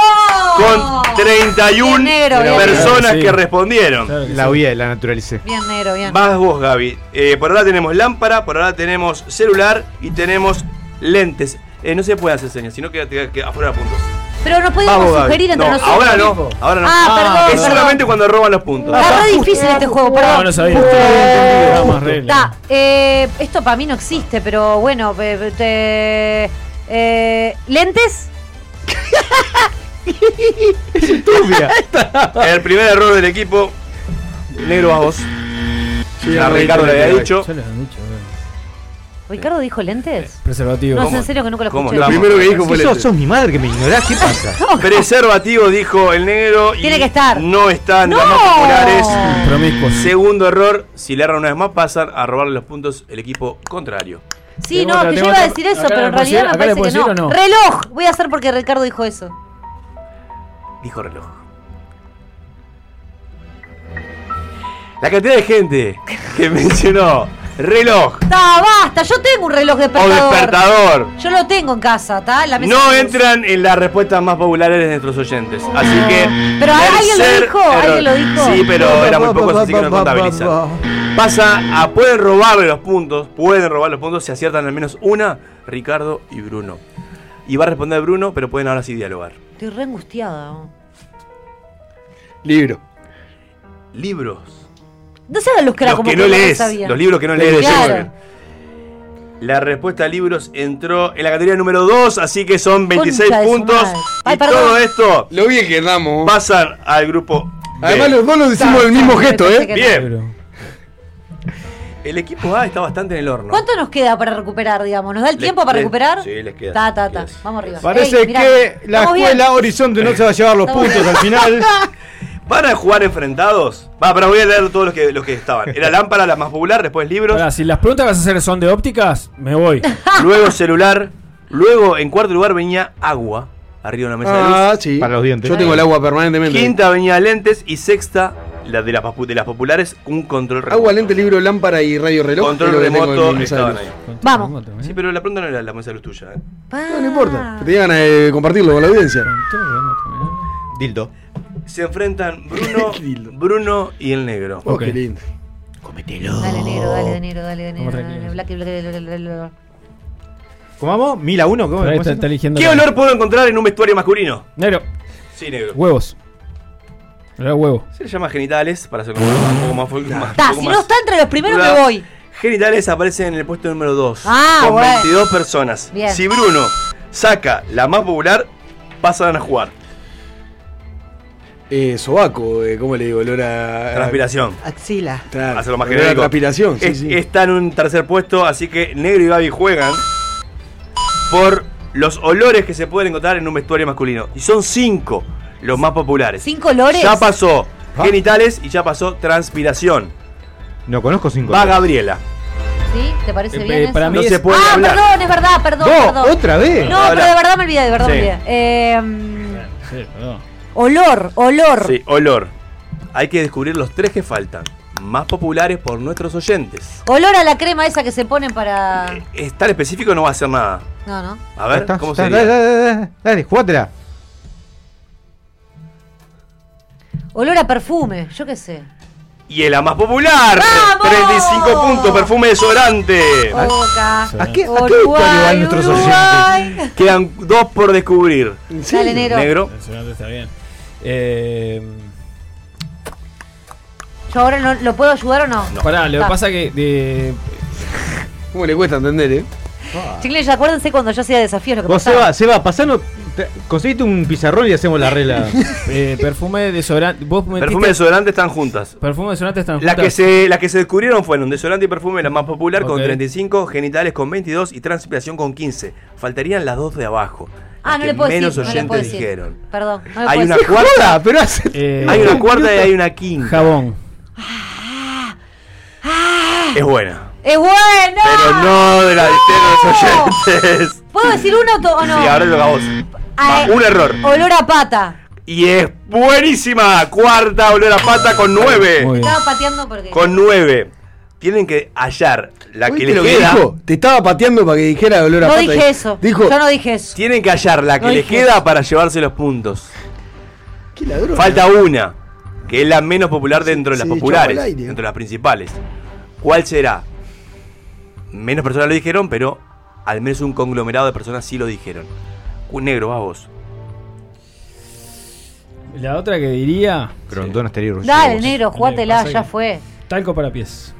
Speaker 4: Con 31
Speaker 3: Bien, negro, bien,
Speaker 4: personas
Speaker 6: negro.
Speaker 4: que respondieron.
Speaker 6: La huía, la naturalicé.
Speaker 3: Bien, negro, bien.
Speaker 4: Vas vos, Gaby. Eh, por ahora tenemos lámpara, por ahora tenemos celular y tenemos lentes. Eh, no se puede hacer señas, sino que, que, que afuera de puntos.
Speaker 3: Pero no podemos
Speaker 4: Vamos, Gaby.
Speaker 3: sugerir entre
Speaker 4: No,
Speaker 3: nosotros.
Speaker 4: Ahora no, ahora no.
Speaker 3: Ah, perdón,
Speaker 4: Es
Speaker 3: perdón.
Speaker 4: solamente cuando roban los puntos.
Speaker 3: Está re difícil este juego, perdón.
Speaker 4: No, no sabía.
Speaker 3: Justo
Speaker 4: No
Speaker 3: había
Speaker 4: entendido,
Speaker 18: nada más regla.
Speaker 3: Ta, eh, esto para mí no existe, pero bueno, pe- pe- te- eh, ¿lentes?
Speaker 4: El primer error del equipo. Negro a vos. Ya Ricardo le había dicho.
Speaker 3: ¿Ricardo dijo lentes?
Speaker 6: Preservativo.
Speaker 3: No, es en serio que nunca lo
Speaker 4: ¿Cómo?
Speaker 3: escuché.
Speaker 4: Lo primero que dijo fue
Speaker 6: Sos-
Speaker 4: lentes.
Speaker 6: sos mi madre que me ignorás, ¿qué pasa?
Speaker 4: Preservativo, dijo el negro. y
Speaker 3: Tiene que estar.
Speaker 4: No está en
Speaker 3: ¡No!
Speaker 4: las más populares. Segundo error, si le erran una vez más, pasan a robarle los puntos el equipo contrario.
Speaker 3: Sí,
Speaker 4: Tengo
Speaker 3: no,
Speaker 4: otra,
Speaker 3: que yo
Speaker 4: tengo
Speaker 3: iba a
Speaker 4: otra.
Speaker 3: decir eso,
Speaker 4: Acá
Speaker 3: pero
Speaker 4: le
Speaker 3: en
Speaker 4: puedo
Speaker 3: realidad
Speaker 4: decir-
Speaker 3: me
Speaker 4: acá le
Speaker 3: parece que no.
Speaker 4: puedo decir o no.
Speaker 3: ¡Reloj! Voy a hacer porque Ricardo dijo eso.
Speaker 4: Dijo reloj. La cantidad de gente que mencionó reloj
Speaker 3: ¡Ta, basta! Yo tengo un reloj
Speaker 4: o
Speaker 3: despertador.
Speaker 4: despertador
Speaker 3: Yo lo tengo en casa, ¿está? En la mesa
Speaker 4: no
Speaker 3: de luz.
Speaker 4: entran en las respuestas más populares de nuestros oyentes. Así que.
Speaker 3: Pero Ah. alguien lo
Speaker 4: tercer
Speaker 3: dijo, alguien lo dijo.
Speaker 4: Sí, pero era muy poco, así que no contabiliza. Pasa a pueden robarle los puntos, pueden robar los puntos si aciertan al menos una, Ricardo y Bruno. Y va a responder Bruno, pero pueden ahora sí dialogar.
Speaker 3: Estoy re angustiada.
Speaker 4: Libro. Libros.
Speaker 3: No se hagan los crack
Speaker 4: Los
Speaker 3: como
Speaker 4: que no
Speaker 3: yo
Speaker 4: lees,
Speaker 3: sabía.
Speaker 4: los libros que no lees.
Speaker 3: Claro.
Speaker 4: Muy bien. La respuesta a libros entró en la categoría número 2, así que son 26
Speaker 5: Concha de su
Speaker 4: puntos.
Speaker 5: madre.
Speaker 4: Y
Speaker 5: Ay, perdón.
Speaker 4: todo esto lo bien que damos. pasan al grupo. B.
Speaker 5: Además, los dos nos hicimos el mismo gesto, ¿eh?
Speaker 4: Bien. El equipo A está bastante en el horno.
Speaker 3: ¿Cuánto nos queda para recuperar, digamos? ¿Nos da el
Speaker 4: Le-
Speaker 3: tiempo para
Speaker 4: le-
Speaker 3: recuperar?
Speaker 4: sí, les queda,
Speaker 3: Ta, ta, ta. Vamos arriba.
Speaker 6: Parece
Speaker 3: Ey, mirá,
Speaker 6: que la
Speaker 3: estamos bien.
Speaker 6: escuela Horizonte no se va a llevar los
Speaker 3: Estamos
Speaker 6: puntos
Speaker 3: bien.
Speaker 6: al final.
Speaker 4: ¿Van a jugar enfrentados? Va, pero voy a leer todos los que, los que estaban. Era lámpara, la más popular, después libros,
Speaker 18: Ahora, Ah, si las preguntas que vas a hacer son de ópticas, me voy.
Speaker 4: luego celular, luego en cuarto lugar venía agua, arriba de una mesa de luz.
Speaker 5: Ah, sí. Para los dientes. Yo tengo el agua permanentemente.
Speaker 4: Quinta venía lentes y sexta, la de las, papu- de las populares, un control remoto.
Speaker 5: Agua, lente, libro, lámpara y radio reloj.
Speaker 4: Control
Speaker 5: es lo que tengo en
Speaker 4: remoto,
Speaker 5: mi mesa de
Speaker 4: estaban
Speaker 5: luz.
Speaker 4: ahí.
Speaker 3: Vamos.
Speaker 4: Sí, pero la pregunta no era la mesa de luz tuya. ¿eh?
Speaker 3: No,
Speaker 5: no importa. Te llegan a compartirlo con la audiencia.
Speaker 4: Dildo. Se enfrentan Bruno, Bruno y el negro.
Speaker 5: Oh, qué lindo.
Speaker 3: Dale, negro, dale, de negro, dale, de negro. dale, black, black, black, black, black, black.
Speaker 6: ¿Comamos? ¿Mil a uno? ¿Cómo,
Speaker 18: Pero ahí
Speaker 6: cómo
Speaker 3: pues,
Speaker 18: está-
Speaker 6: es
Speaker 18: está
Speaker 6: eso?
Speaker 18: eligiendo
Speaker 4: ¿Qué
Speaker 18: la-
Speaker 4: olor puedo encontrar en un vestuario masculino?
Speaker 18: Negro.
Speaker 4: Sí, negro.
Speaker 18: Huevos. Era huevo.
Speaker 4: Se le llama genitales para hacer un poco más fuerte. más- un
Speaker 3: Ta,
Speaker 4: poco
Speaker 3: si
Speaker 4: más-
Speaker 3: no está entre los primeros, me
Speaker 4: Claro.
Speaker 3: voy.
Speaker 4: Genitales aparece en el puesto número 2.
Speaker 3: Ah,
Speaker 4: con
Speaker 3: bueno.
Speaker 4: 22 personas.
Speaker 3: Bien.
Speaker 4: Si Bruno saca la más popular, pasan a jugar.
Speaker 5: Eh, sobaco, eh, ¿cómo le digo? Olor a.
Speaker 4: Transpiración.
Speaker 5: Axila.
Speaker 4: Para hacerlo más
Speaker 5: olor a
Speaker 4: genérico.
Speaker 5: Eh, transpiración, sí,
Speaker 4: Es-
Speaker 5: sí.
Speaker 4: Está en un tercer puesto, así que Negro y Babi juegan por los olores que se pueden encontrar en un vestuario masculino. Y son cinco los más populares.
Speaker 3: ¿Cinco olores?
Speaker 4: Ya pasó genitales y ya pasó transpiración.
Speaker 6: No conozco cinco.
Speaker 4: Va Gabriela.
Speaker 3: ¿Sí? ¿Te parece
Speaker 4: Eh,
Speaker 3: bien
Speaker 4: eh,
Speaker 3: eso?
Speaker 4: para mí No es- se puede
Speaker 3: Ah,
Speaker 4: hablar.
Speaker 3: perdón, es verdad, perdón,
Speaker 4: No,
Speaker 3: perdón.
Speaker 4: ¿otra vez?
Speaker 3: No, pero de
Speaker 4: Ahora.
Speaker 3: verdad me olvidé, de verdad me
Speaker 4: Sí.
Speaker 3: olvidé. Eh, mm, olor, olor.
Speaker 4: Sí, olor. Hay que descubrir los tres que faltan. Más populares por nuestros oyentes.
Speaker 3: Olor a la crema esa que se ponen para...
Speaker 4: Es tan específico no va a hacer nada.
Speaker 3: No, no.
Speaker 4: A ver,
Speaker 6: Está-
Speaker 4: ¿cómo
Speaker 6: está-
Speaker 4: sería?
Speaker 6: Dale, dale, dale, dale, jugátela.
Speaker 3: Olor a perfume, yo qué sé.
Speaker 4: Y es la más popular.
Speaker 3: ¡Vamos! Oh.
Speaker 4: 35 puntos, perfume desodorante.
Speaker 3: Boca,
Speaker 4: ¿A qué- a qué vestuario
Speaker 3: Uruguay,
Speaker 4: van nuestros
Speaker 3: Uruguay.
Speaker 4: Quedan dos por descubrir.
Speaker 3: Dale, negro.
Speaker 18: Impresionante, está bien. Eh,
Speaker 3: Yo ahora no, ¿lo puedo ayudar o no?
Speaker 18: Pará, lo que
Speaker 3: Ta.
Speaker 18: pasa que. De...
Speaker 5: ¿Cómo le cuesta entender, eh?
Speaker 3: Chicles, acuérdense cuando yo hacía desafíos lo que
Speaker 6: Vos,
Speaker 3: pasaba.
Speaker 6: Seba, Seba, pasanos. te- Conseguiste un pizarrón y hacemos la regla.
Speaker 18: eh, perfume desodorante. Vos metiste-
Speaker 4: Perfume y desodorante están juntas.
Speaker 18: Perfume desodorante están
Speaker 4: Las
Speaker 18: juntas.
Speaker 4: que, se, las que se descubrieron fueron desodorante y perfume, la más popular con
Speaker 18: Ok.
Speaker 4: 35, genitales con 22 y transpiración con 15. Faltarían las dos de abajo.
Speaker 3: Ah,
Speaker 4: las
Speaker 3: no le
Speaker 4: que
Speaker 3: puedo
Speaker 4: menos
Speaker 3: decir. no le
Speaker 4: oyentes
Speaker 3: puedo decir.
Speaker 4: dijeron.
Speaker 3: Perdón, no le
Speaker 4: Hay
Speaker 3: puedo
Speaker 4: una
Speaker 3: decir.
Speaker 4: cuarta,
Speaker 6: pero
Speaker 18: Eh,
Speaker 4: hay una cuarta y hay una quinta.
Speaker 18: Jabón.
Speaker 4: Es
Speaker 3: Ah,
Speaker 4: buena.
Speaker 3: ¡Es bueno!
Speaker 4: Pero no de la de los oyentes.
Speaker 3: ¿Puedo decir uno to- o no?
Speaker 4: Sí, ahora lo hagamos.
Speaker 3: Ah,
Speaker 4: Va, un error.
Speaker 3: Olor a pata.
Speaker 4: Y es buenísima. Cuarta, olor a pata con 9.
Speaker 3: Estaba pateando porque.
Speaker 4: Con 9. Tienen que hallar la que
Speaker 5: ¿Viste
Speaker 4: les
Speaker 5: lo que
Speaker 4: queda.
Speaker 5: dijo? Te estaba pateando para que dijera olor a
Speaker 3: No
Speaker 5: pata.
Speaker 3: dije eso.
Speaker 5: Dijo,
Speaker 3: Yo no dije eso.
Speaker 4: Tienen que hallar la que
Speaker 3: No
Speaker 4: les
Speaker 3: dije
Speaker 4: queda para llevarse los puntos.
Speaker 5: qué ladrón.
Speaker 4: Falta una, que es la menos popular dentro de las
Speaker 5: se echó
Speaker 4: populares,
Speaker 5: al aire.
Speaker 4: dentro de las principales. ¿Cuál será? Menos personas lo dijeron, pero al menos un conglomerado de personas sí lo dijeron. Un negro, vas vos.
Speaker 18: La otra que diría.
Speaker 6: Crondón exterior.
Speaker 3: Dale, negro,
Speaker 18: Lo
Speaker 3: jugátela,
Speaker 18: que pasa
Speaker 3: ya
Speaker 18: que-
Speaker 3: fue.
Speaker 18: Talco para pies.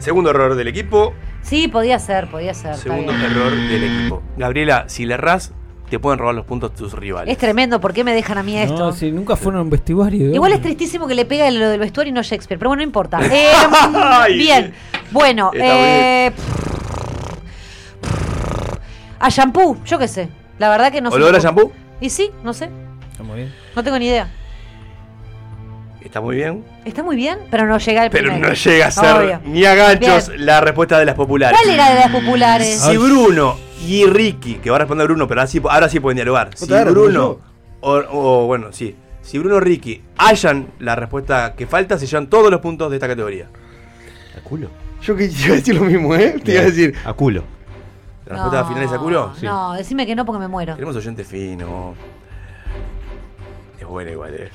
Speaker 4: Segundo error del equipo.
Speaker 3: Sí, podía ser, podía ser. está
Speaker 4: Segundo
Speaker 3: bien.
Speaker 4: error del equipo. Gabriela, si le erras, te pueden robar los puntos tus rivales.
Speaker 3: Es tremendo, ¿por qué me dejan a mí esto?
Speaker 4: Ah.
Speaker 18: No, si nunca fueron a un vestuario.
Speaker 3: Igual es tristísimo que le pega lo del vestuario y no Shakespeare, pero bueno, no importa. Eh,
Speaker 18: Ay.
Speaker 3: bien, bueno,
Speaker 18: Está
Speaker 3: eh, pff, A shampoo, yo qué sé. La verdad que no sé.
Speaker 4: ¿Olor a shampoo?
Speaker 3: Y sí, no sé.
Speaker 4: Está muy bien.
Speaker 3: No tengo ni idea.
Speaker 4: Está muy bien.
Speaker 3: Está muy bien, pero no llega al
Speaker 4: Pero
Speaker 3: primero.
Speaker 4: no llega a ser
Speaker 3: Obvio.
Speaker 4: ni a ganchos
Speaker 3: Bien.
Speaker 4: la respuesta de las populares.
Speaker 3: ¿Cuál era de las populares?
Speaker 4: Si Bruno y Ricky, que va a responder Bruno, pero ahora sí, ahora sí pueden dialogar. Si
Speaker 3: Otra vez,
Speaker 4: Bruno, o, o, bueno, sí. Si Bruno y Ricky hallan la respuesta que falta, se llevan todos los puntos de esta categoría. ¿A culo?
Speaker 5: Yo que iba a decir lo mismo, ¿eh? Te iba a decir.
Speaker 4: A culo. ¿La respuesta
Speaker 3: No,
Speaker 4: final es a culo?
Speaker 3: No, decime que no porque me muero.
Speaker 4: Tenemos oyente fino. Es buena igual, eh.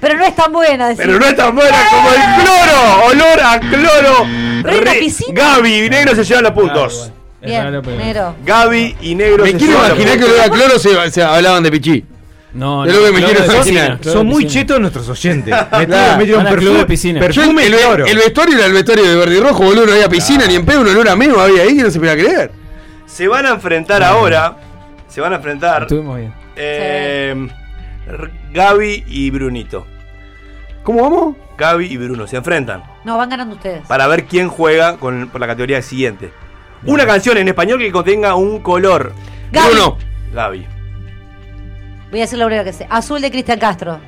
Speaker 3: Pero no es tan buena, decime.
Speaker 4: Pero no es tan buena como el cloro. Olor a cloro.
Speaker 3: hay una
Speaker 4: Re-
Speaker 3: piscina.
Speaker 4: Gaby y Negro se llevan los puntos.
Speaker 3: Bien, negro.
Speaker 4: Gaby y Negro
Speaker 5: Me
Speaker 4: se
Speaker 5: quiero
Speaker 4: llevan los
Speaker 5: imaginar que
Speaker 4: puntos.
Speaker 5: olor a cloro se, se hablaban de pichí.
Speaker 18: No,
Speaker 5: Es lo que me
Speaker 6: Club
Speaker 5: quiero
Speaker 6: de piscina,
Speaker 5: imaginar.
Speaker 6: club de Son muy piscina. chetos nuestros oyentes. Metido- metieron
Speaker 5: Van a
Speaker 6: perfume-
Speaker 5: club de piscina.
Speaker 6: perfume
Speaker 5: Yo,
Speaker 6: y
Speaker 5: el, el,
Speaker 6: cloro.
Speaker 5: el vestuario era el vestuario de verde y rojo, boludo. No
Speaker 4: Ah.
Speaker 5: había piscina, ni en pedo, un olor a meo había ahí que no se podía creer.
Speaker 4: Se van a enfrentar ahora. Se van a enfrentar.
Speaker 18: Estuvimos bien.
Speaker 4: eh, R- Gaby y Brunito.
Speaker 5: ¿Cómo vamos?
Speaker 4: Gaby y Bruno se enfrentan
Speaker 3: No, van ganando ustedes.
Speaker 4: para ver quién juega con, por la categoría siguiente. Una canción en español que contenga un color.
Speaker 3: Gaby.
Speaker 4: Bruno. Gaby.
Speaker 3: Voy a decir la única que sé. Azul de Cristian Castro.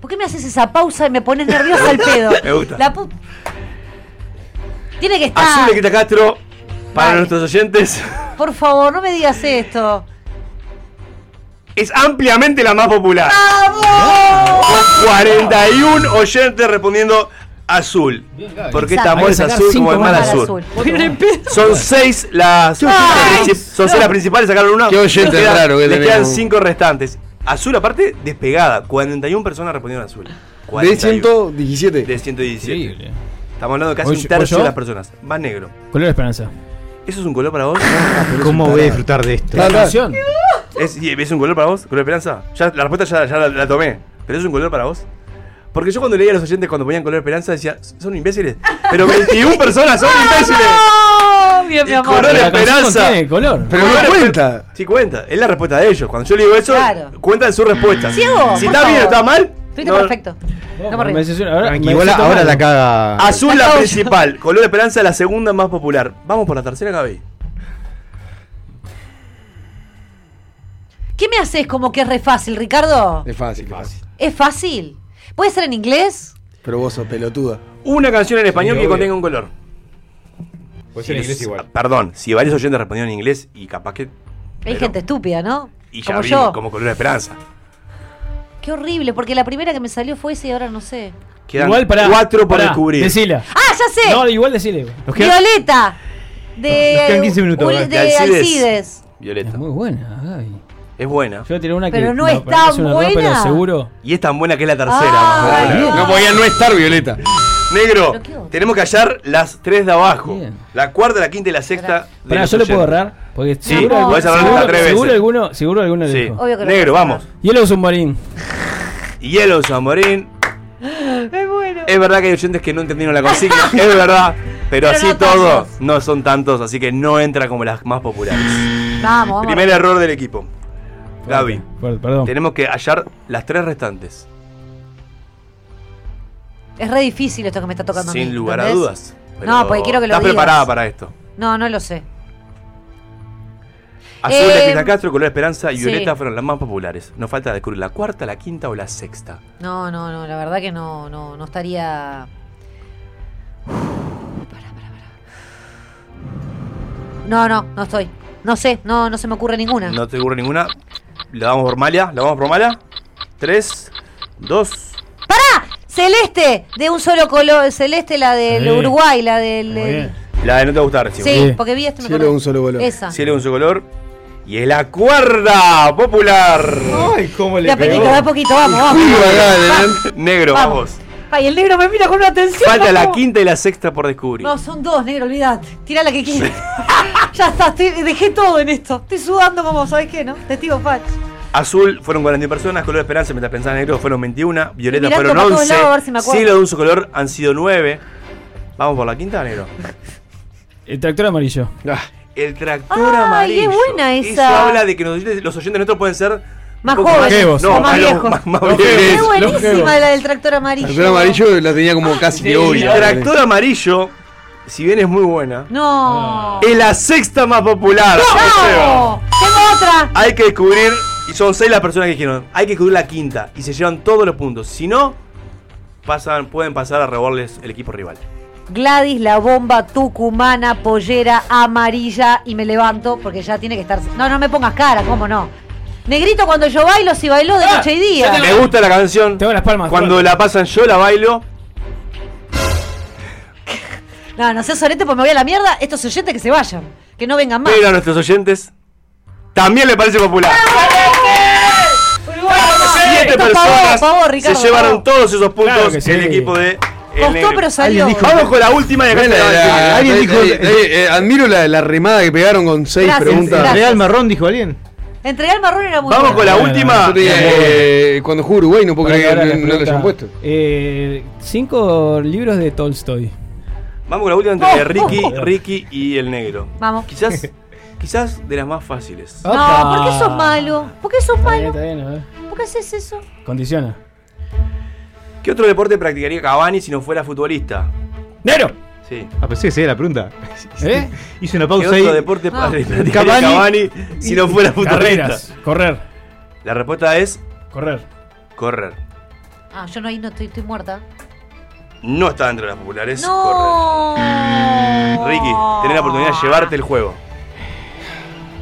Speaker 3: ¿Por qué me haces esa pausa y me pones nerviosa al pedo?
Speaker 4: Me gusta.
Speaker 3: La pu- Tiene que
Speaker 18: Ah.
Speaker 3: estar.
Speaker 4: Azul de Quita Castro. Para nuestros oyentes.
Speaker 3: Por favor, no me digas esto.
Speaker 4: Es ampliamente la más popular.
Speaker 3: ¡Vamos!
Speaker 4: 41 oyentes respondiendo azul. Porque esta
Speaker 2: Exacto.
Speaker 4: amor
Speaker 2: Hay
Speaker 4: es
Speaker 2: que sacar
Speaker 4: azul como
Speaker 2: cinco
Speaker 4: el
Speaker 2: más
Speaker 4: mar
Speaker 2: para
Speaker 4: azul.
Speaker 2: azul. Pero en pedo.
Speaker 4: Son seis las. Son seis las principales, sacaron una.
Speaker 5: Qué oyente
Speaker 4: Le quedan-
Speaker 5: raro que
Speaker 4: Le
Speaker 5: tenemos.
Speaker 4: quedan cinco restantes. Azul, aparte, despegada. 41 personas respondieron azul.
Speaker 5: De
Speaker 4: 41.
Speaker 5: 117.
Speaker 4: De 117. Estamos hablando de casi
Speaker 18: Voy
Speaker 4: un
Speaker 18: yo-
Speaker 4: tercio
Speaker 18: voy yo.
Speaker 4: de las personas. Más negro.
Speaker 18: Color Esperanza.
Speaker 4: ¿Eso es un color para vos? Ah,
Speaker 6: ¿Cómo voy a disfrutar de esto?
Speaker 4: La ¿Es, y- ¿Es un color para vos? ¿Color esperanza? Ya, la respuesta ya, ya la, la tomé. ¿Pero es un color para vos? Porque yo cuando leía a los oyentes cuando ponían color esperanza decía, son imbéciles. Pero 21 personas son imbéciles.
Speaker 3: ¡Vamos! Bien, mi
Speaker 4: Y
Speaker 3: amor.
Speaker 4: color
Speaker 18: Pero la canción
Speaker 4: esperanza.
Speaker 18: contiene color.
Speaker 4: Pero no cuenta. Sí cuenta. Es la respuesta de ellos. Cuando yo le digo eso,
Speaker 3: Claro.
Speaker 4: cuentan su respuesta.
Speaker 3: Ciego,
Speaker 4: si
Speaker 3: por
Speaker 4: está bien o
Speaker 3: favor.
Speaker 4: está mal.
Speaker 3: Estuviste
Speaker 4: no-
Speaker 3: perfecto. No Ah, me río.
Speaker 6: Tranqui, igual ahora la caga.
Speaker 4: Azul
Speaker 3: La
Speaker 4: la
Speaker 3: causa.
Speaker 4: principal. Color esperanza la segunda más popular. Vamos por la tercera, Gaby.
Speaker 3: ¿Qué me haces como que es re fácil, Ricardo?
Speaker 5: Es fácil, fácil.
Speaker 3: ¿Es fácil? ¿Puede ser en inglés?
Speaker 5: Pero vos sos pelotuda.
Speaker 4: Una canción en español
Speaker 5: Sí,
Speaker 4: que
Speaker 5: obvio.
Speaker 4: contenga un color.
Speaker 6: Puede
Speaker 5: ser en inglés igual.
Speaker 4: Perdón, si varios oyentes respondieron en inglés y capaz que.
Speaker 3: Hay gente estúpida, ¿no?
Speaker 4: Y ya
Speaker 3: como
Speaker 4: vi
Speaker 3: yo.
Speaker 4: como color de esperanza.
Speaker 3: Qué horrible, porque la primera que me salió fue esa y ahora no sé.
Speaker 4: Quedan
Speaker 18: Igual para.
Speaker 4: cuatro por descubrir.
Speaker 18: Decila.
Speaker 3: ¡Ah, ya sé!
Speaker 18: No, igual decile.
Speaker 3: Violeta. De,
Speaker 18: Nos quedan 15 minutos,
Speaker 3: Uli-
Speaker 18: Gaby.
Speaker 3: de
Speaker 18: De
Speaker 3: Alcides.
Speaker 18: Alcides.
Speaker 4: Violeta.
Speaker 18: Es muy buena, Gaby.
Speaker 4: Es buena.
Speaker 18: Yo tiré una que.
Speaker 3: Pero no es tan
Speaker 18: parece un error,
Speaker 3: buena.
Speaker 18: Pero seguro.
Speaker 4: Y es tan buena que es la tercera.
Speaker 3: Ay,
Speaker 4: más popular.
Speaker 5: No podía no estar Violeta.
Speaker 4: Negro, tenemos que hallar las tres de abajo. La cuarta, la quinta y la sexta. de
Speaker 18: Pará,
Speaker 4: los
Speaker 18: yo le puedo
Speaker 4: oyentes.
Speaker 18: errar. Porque
Speaker 4: Sí,
Speaker 18: seguro, algu-
Speaker 4: podés errar
Speaker 18: seguro-
Speaker 4: hasta tres veces.
Speaker 18: seguro alguno, seguro alguno
Speaker 4: Sí.
Speaker 18: le dijo.
Speaker 3: Obvio que lo
Speaker 4: Negro,
Speaker 3: voy a
Speaker 4: vamos.
Speaker 18: Yellow Submarine.
Speaker 4: Yellow Submarine.
Speaker 3: Es bueno.
Speaker 4: Es verdad que hay oyentes que no entendieron la consigna, es verdad. Pero, así todo, no son tantos, así que no entra como las más populares.
Speaker 3: Vamos, vamos.
Speaker 4: Primer error del equipo. Gaby,
Speaker 18: Per- Perdón.
Speaker 4: tenemos que hallar las tres restantes.
Speaker 3: Es re difícil esto que me está tocando. a mí,
Speaker 4: Sin lugar a
Speaker 3: ¿entendés?
Speaker 4: dudas. Pero
Speaker 3: No, porque quiero que lo
Speaker 4: ¿Estás
Speaker 3: digas.
Speaker 4: preparada para esto?
Speaker 3: No, no lo sé.
Speaker 4: Azul,
Speaker 3: Eh,
Speaker 4: de Cristina Castro, Color Esperanza y
Speaker 3: sí.
Speaker 4: Violeta fueron las más populares. Nos falta descubrir la cuarta, la quinta o la sexta.
Speaker 3: No, no, no, la verdad que no, no, no estaría. Pará, pará, pará. No, no, no estoy. No sé, no, no se me ocurre ninguna.
Speaker 4: No te ocurre ninguna. La damos por mala, la vamos por mala. Tres, dos.
Speaker 3: Celeste, de un solo color. Celeste, la del
Speaker 4: Sí.
Speaker 3: Uruguay, la del.
Speaker 4: La de no te va a gustar,
Speaker 3: Sí,
Speaker 4: recién.
Speaker 3: porque vi esto me
Speaker 4: Cielo
Speaker 3: acordé.
Speaker 4: de un solo color.
Speaker 3: Esa.
Speaker 4: Cielo de un solo color. Y es la cuerda popular.
Speaker 6: Ay, cómo
Speaker 3: La película va poquito, vamos, vamos.
Speaker 4: Negro, vamos.
Speaker 3: Ay, el negro me mira con una atención.
Speaker 4: Falta la
Speaker 3: vamos.
Speaker 4: quinta y la sexta por descubrir.
Speaker 3: No, son dos, negro, olvidate. Tira la que quieras. ya está, estoy- dejé todo en esto. Estoy sudando como, ¿sabes qué, no? Testigo falso.
Speaker 4: Azul fueron 41 personas, color esperanza, mientras pensaba negro fueron 21, violeta
Speaker 3: Mirá
Speaker 4: fueron
Speaker 3: como a todos
Speaker 4: 11,
Speaker 3: lados, a ver si me acuerdo.
Speaker 4: cielo de un solo color han sido 9. Vamos por la quinta, negro. Ah.
Speaker 18: El tractor amarillo.
Speaker 4: El tractor
Speaker 3: Ay,
Speaker 4: amarillo.
Speaker 3: es buena
Speaker 4: Eso
Speaker 3: esa.
Speaker 4: habla de que los oyentes, los oyentes nuestros pueden ser
Speaker 3: Más
Speaker 4: un poco
Speaker 3: jóvenes,
Speaker 4: no,
Speaker 3: o más
Speaker 4: los-
Speaker 3: viejos.
Speaker 4: más- más
Speaker 5: Los
Speaker 4: viejos.
Speaker 5: jóvenes.
Speaker 3: Es buenísima la del tractor amarillo.
Speaker 5: El amarillo la tenía como casi de
Speaker 4: El
Speaker 5: obvia.
Speaker 4: tractor amarillo si bien es muy buena,
Speaker 3: No.
Speaker 4: es la sexta más popular.
Speaker 3: ¡No! ¡Tengo otra!
Speaker 4: Hay que descubrir, y son seis las personas que dijeron, hay que descubrir la quinta, y se llevan todos los puntos. Si no, pasan, pueden pasar a robarles el equipo rival.
Speaker 3: Gladys, la bomba tucumana, pollera amarilla y me levanto porque ya tiene que estar. No, no me pongas cara, ¿cómo no? Negrito, cuando yo bailo, si bailó de noche y día.
Speaker 4: Me gusta la canción. Tengo las palmas. Cuando la pasan yo la bailo.
Speaker 3: No, no seas sorete porque me voy a la mierda. Estos oyentes que se vayan, que no vengan más.
Speaker 4: Pero a nuestros oyentes también le parece popular. Siete
Speaker 3: Esto es pavor,
Speaker 4: personas
Speaker 3: pavor, Ricardo,
Speaker 4: se llevaron
Speaker 3: pavor.
Speaker 4: todos esos puntos
Speaker 5: Claro que sí.
Speaker 4: el equipo de. el
Speaker 3: Costó,
Speaker 4: negro.
Speaker 3: pero salió. Alguien dijo-
Speaker 4: Vamos con la última y acá
Speaker 5: Bueno,
Speaker 4: se la-
Speaker 5: la-
Speaker 4: Alguien
Speaker 5: eh,
Speaker 4: dijo-
Speaker 5: eh, eh, eh, admiro la, la remada que pegaron con seis
Speaker 3: Gracias,
Speaker 5: preguntas.
Speaker 3: gracias. Real
Speaker 5: Marrón dijo alguien.
Speaker 3: Entregar el marrón era muy
Speaker 5: Vamos
Speaker 3: bueno.
Speaker 5: con la última. Eh, cuando jugó Uruguay no puedo
Speaker 18: Para
Speaker 5: creer
Speaker 18: ahora
Speaker 5: que no,
Speaker 18: les
Speaker 5: no lo
Speaker 18: pregunta,
Speaker 5: hayan puesto.
Speaker 18: eh, cinco libros de Tolstoy.
Speaker 4: Vamos con la última entre Ricky, Ricky y el negro.
Speaker 3: Vamos.
Speaker 4: Quizás, quizás de las más fáciles.
Speaker 3: No, ¿por qué
Speaker 18: Ah.
Speaker 3: sos malo? ¿Por qué sos malo? ¿Por qué haces eso?
Speaker 4: Condiciona. ¿Qué otro deporte practicaría Cavani si no fuera futbolista? ¡Negro! Sí.
Speaker 6: Ah, pensé que se la pregunta.
Speaker 4: ¿Eh?
Speaker 6: Hice una
Speaker 4: ¿Qué
Speaker 6: pausa ahí.
Speaker 4: otro deporte
Speaker 6: Ah.
Speaker 4: practicaría
Speaker 6: Cavani.
Speaker 4: Cavani si no fuera futbolista?
Speaker 6: Carreras.
Speaker 4: Correr. La respuesta es...
Speaker 18: Correr.
Speaker 4: Correr.
Speaker 3: Ah, yo no ahí no estoy, estoy muerta.
Speaker 4: No está entre las populares.
Speaker 3: No.
Speaker 4: Correr. Ricky, tenés la oportunidad de llevarte el juego.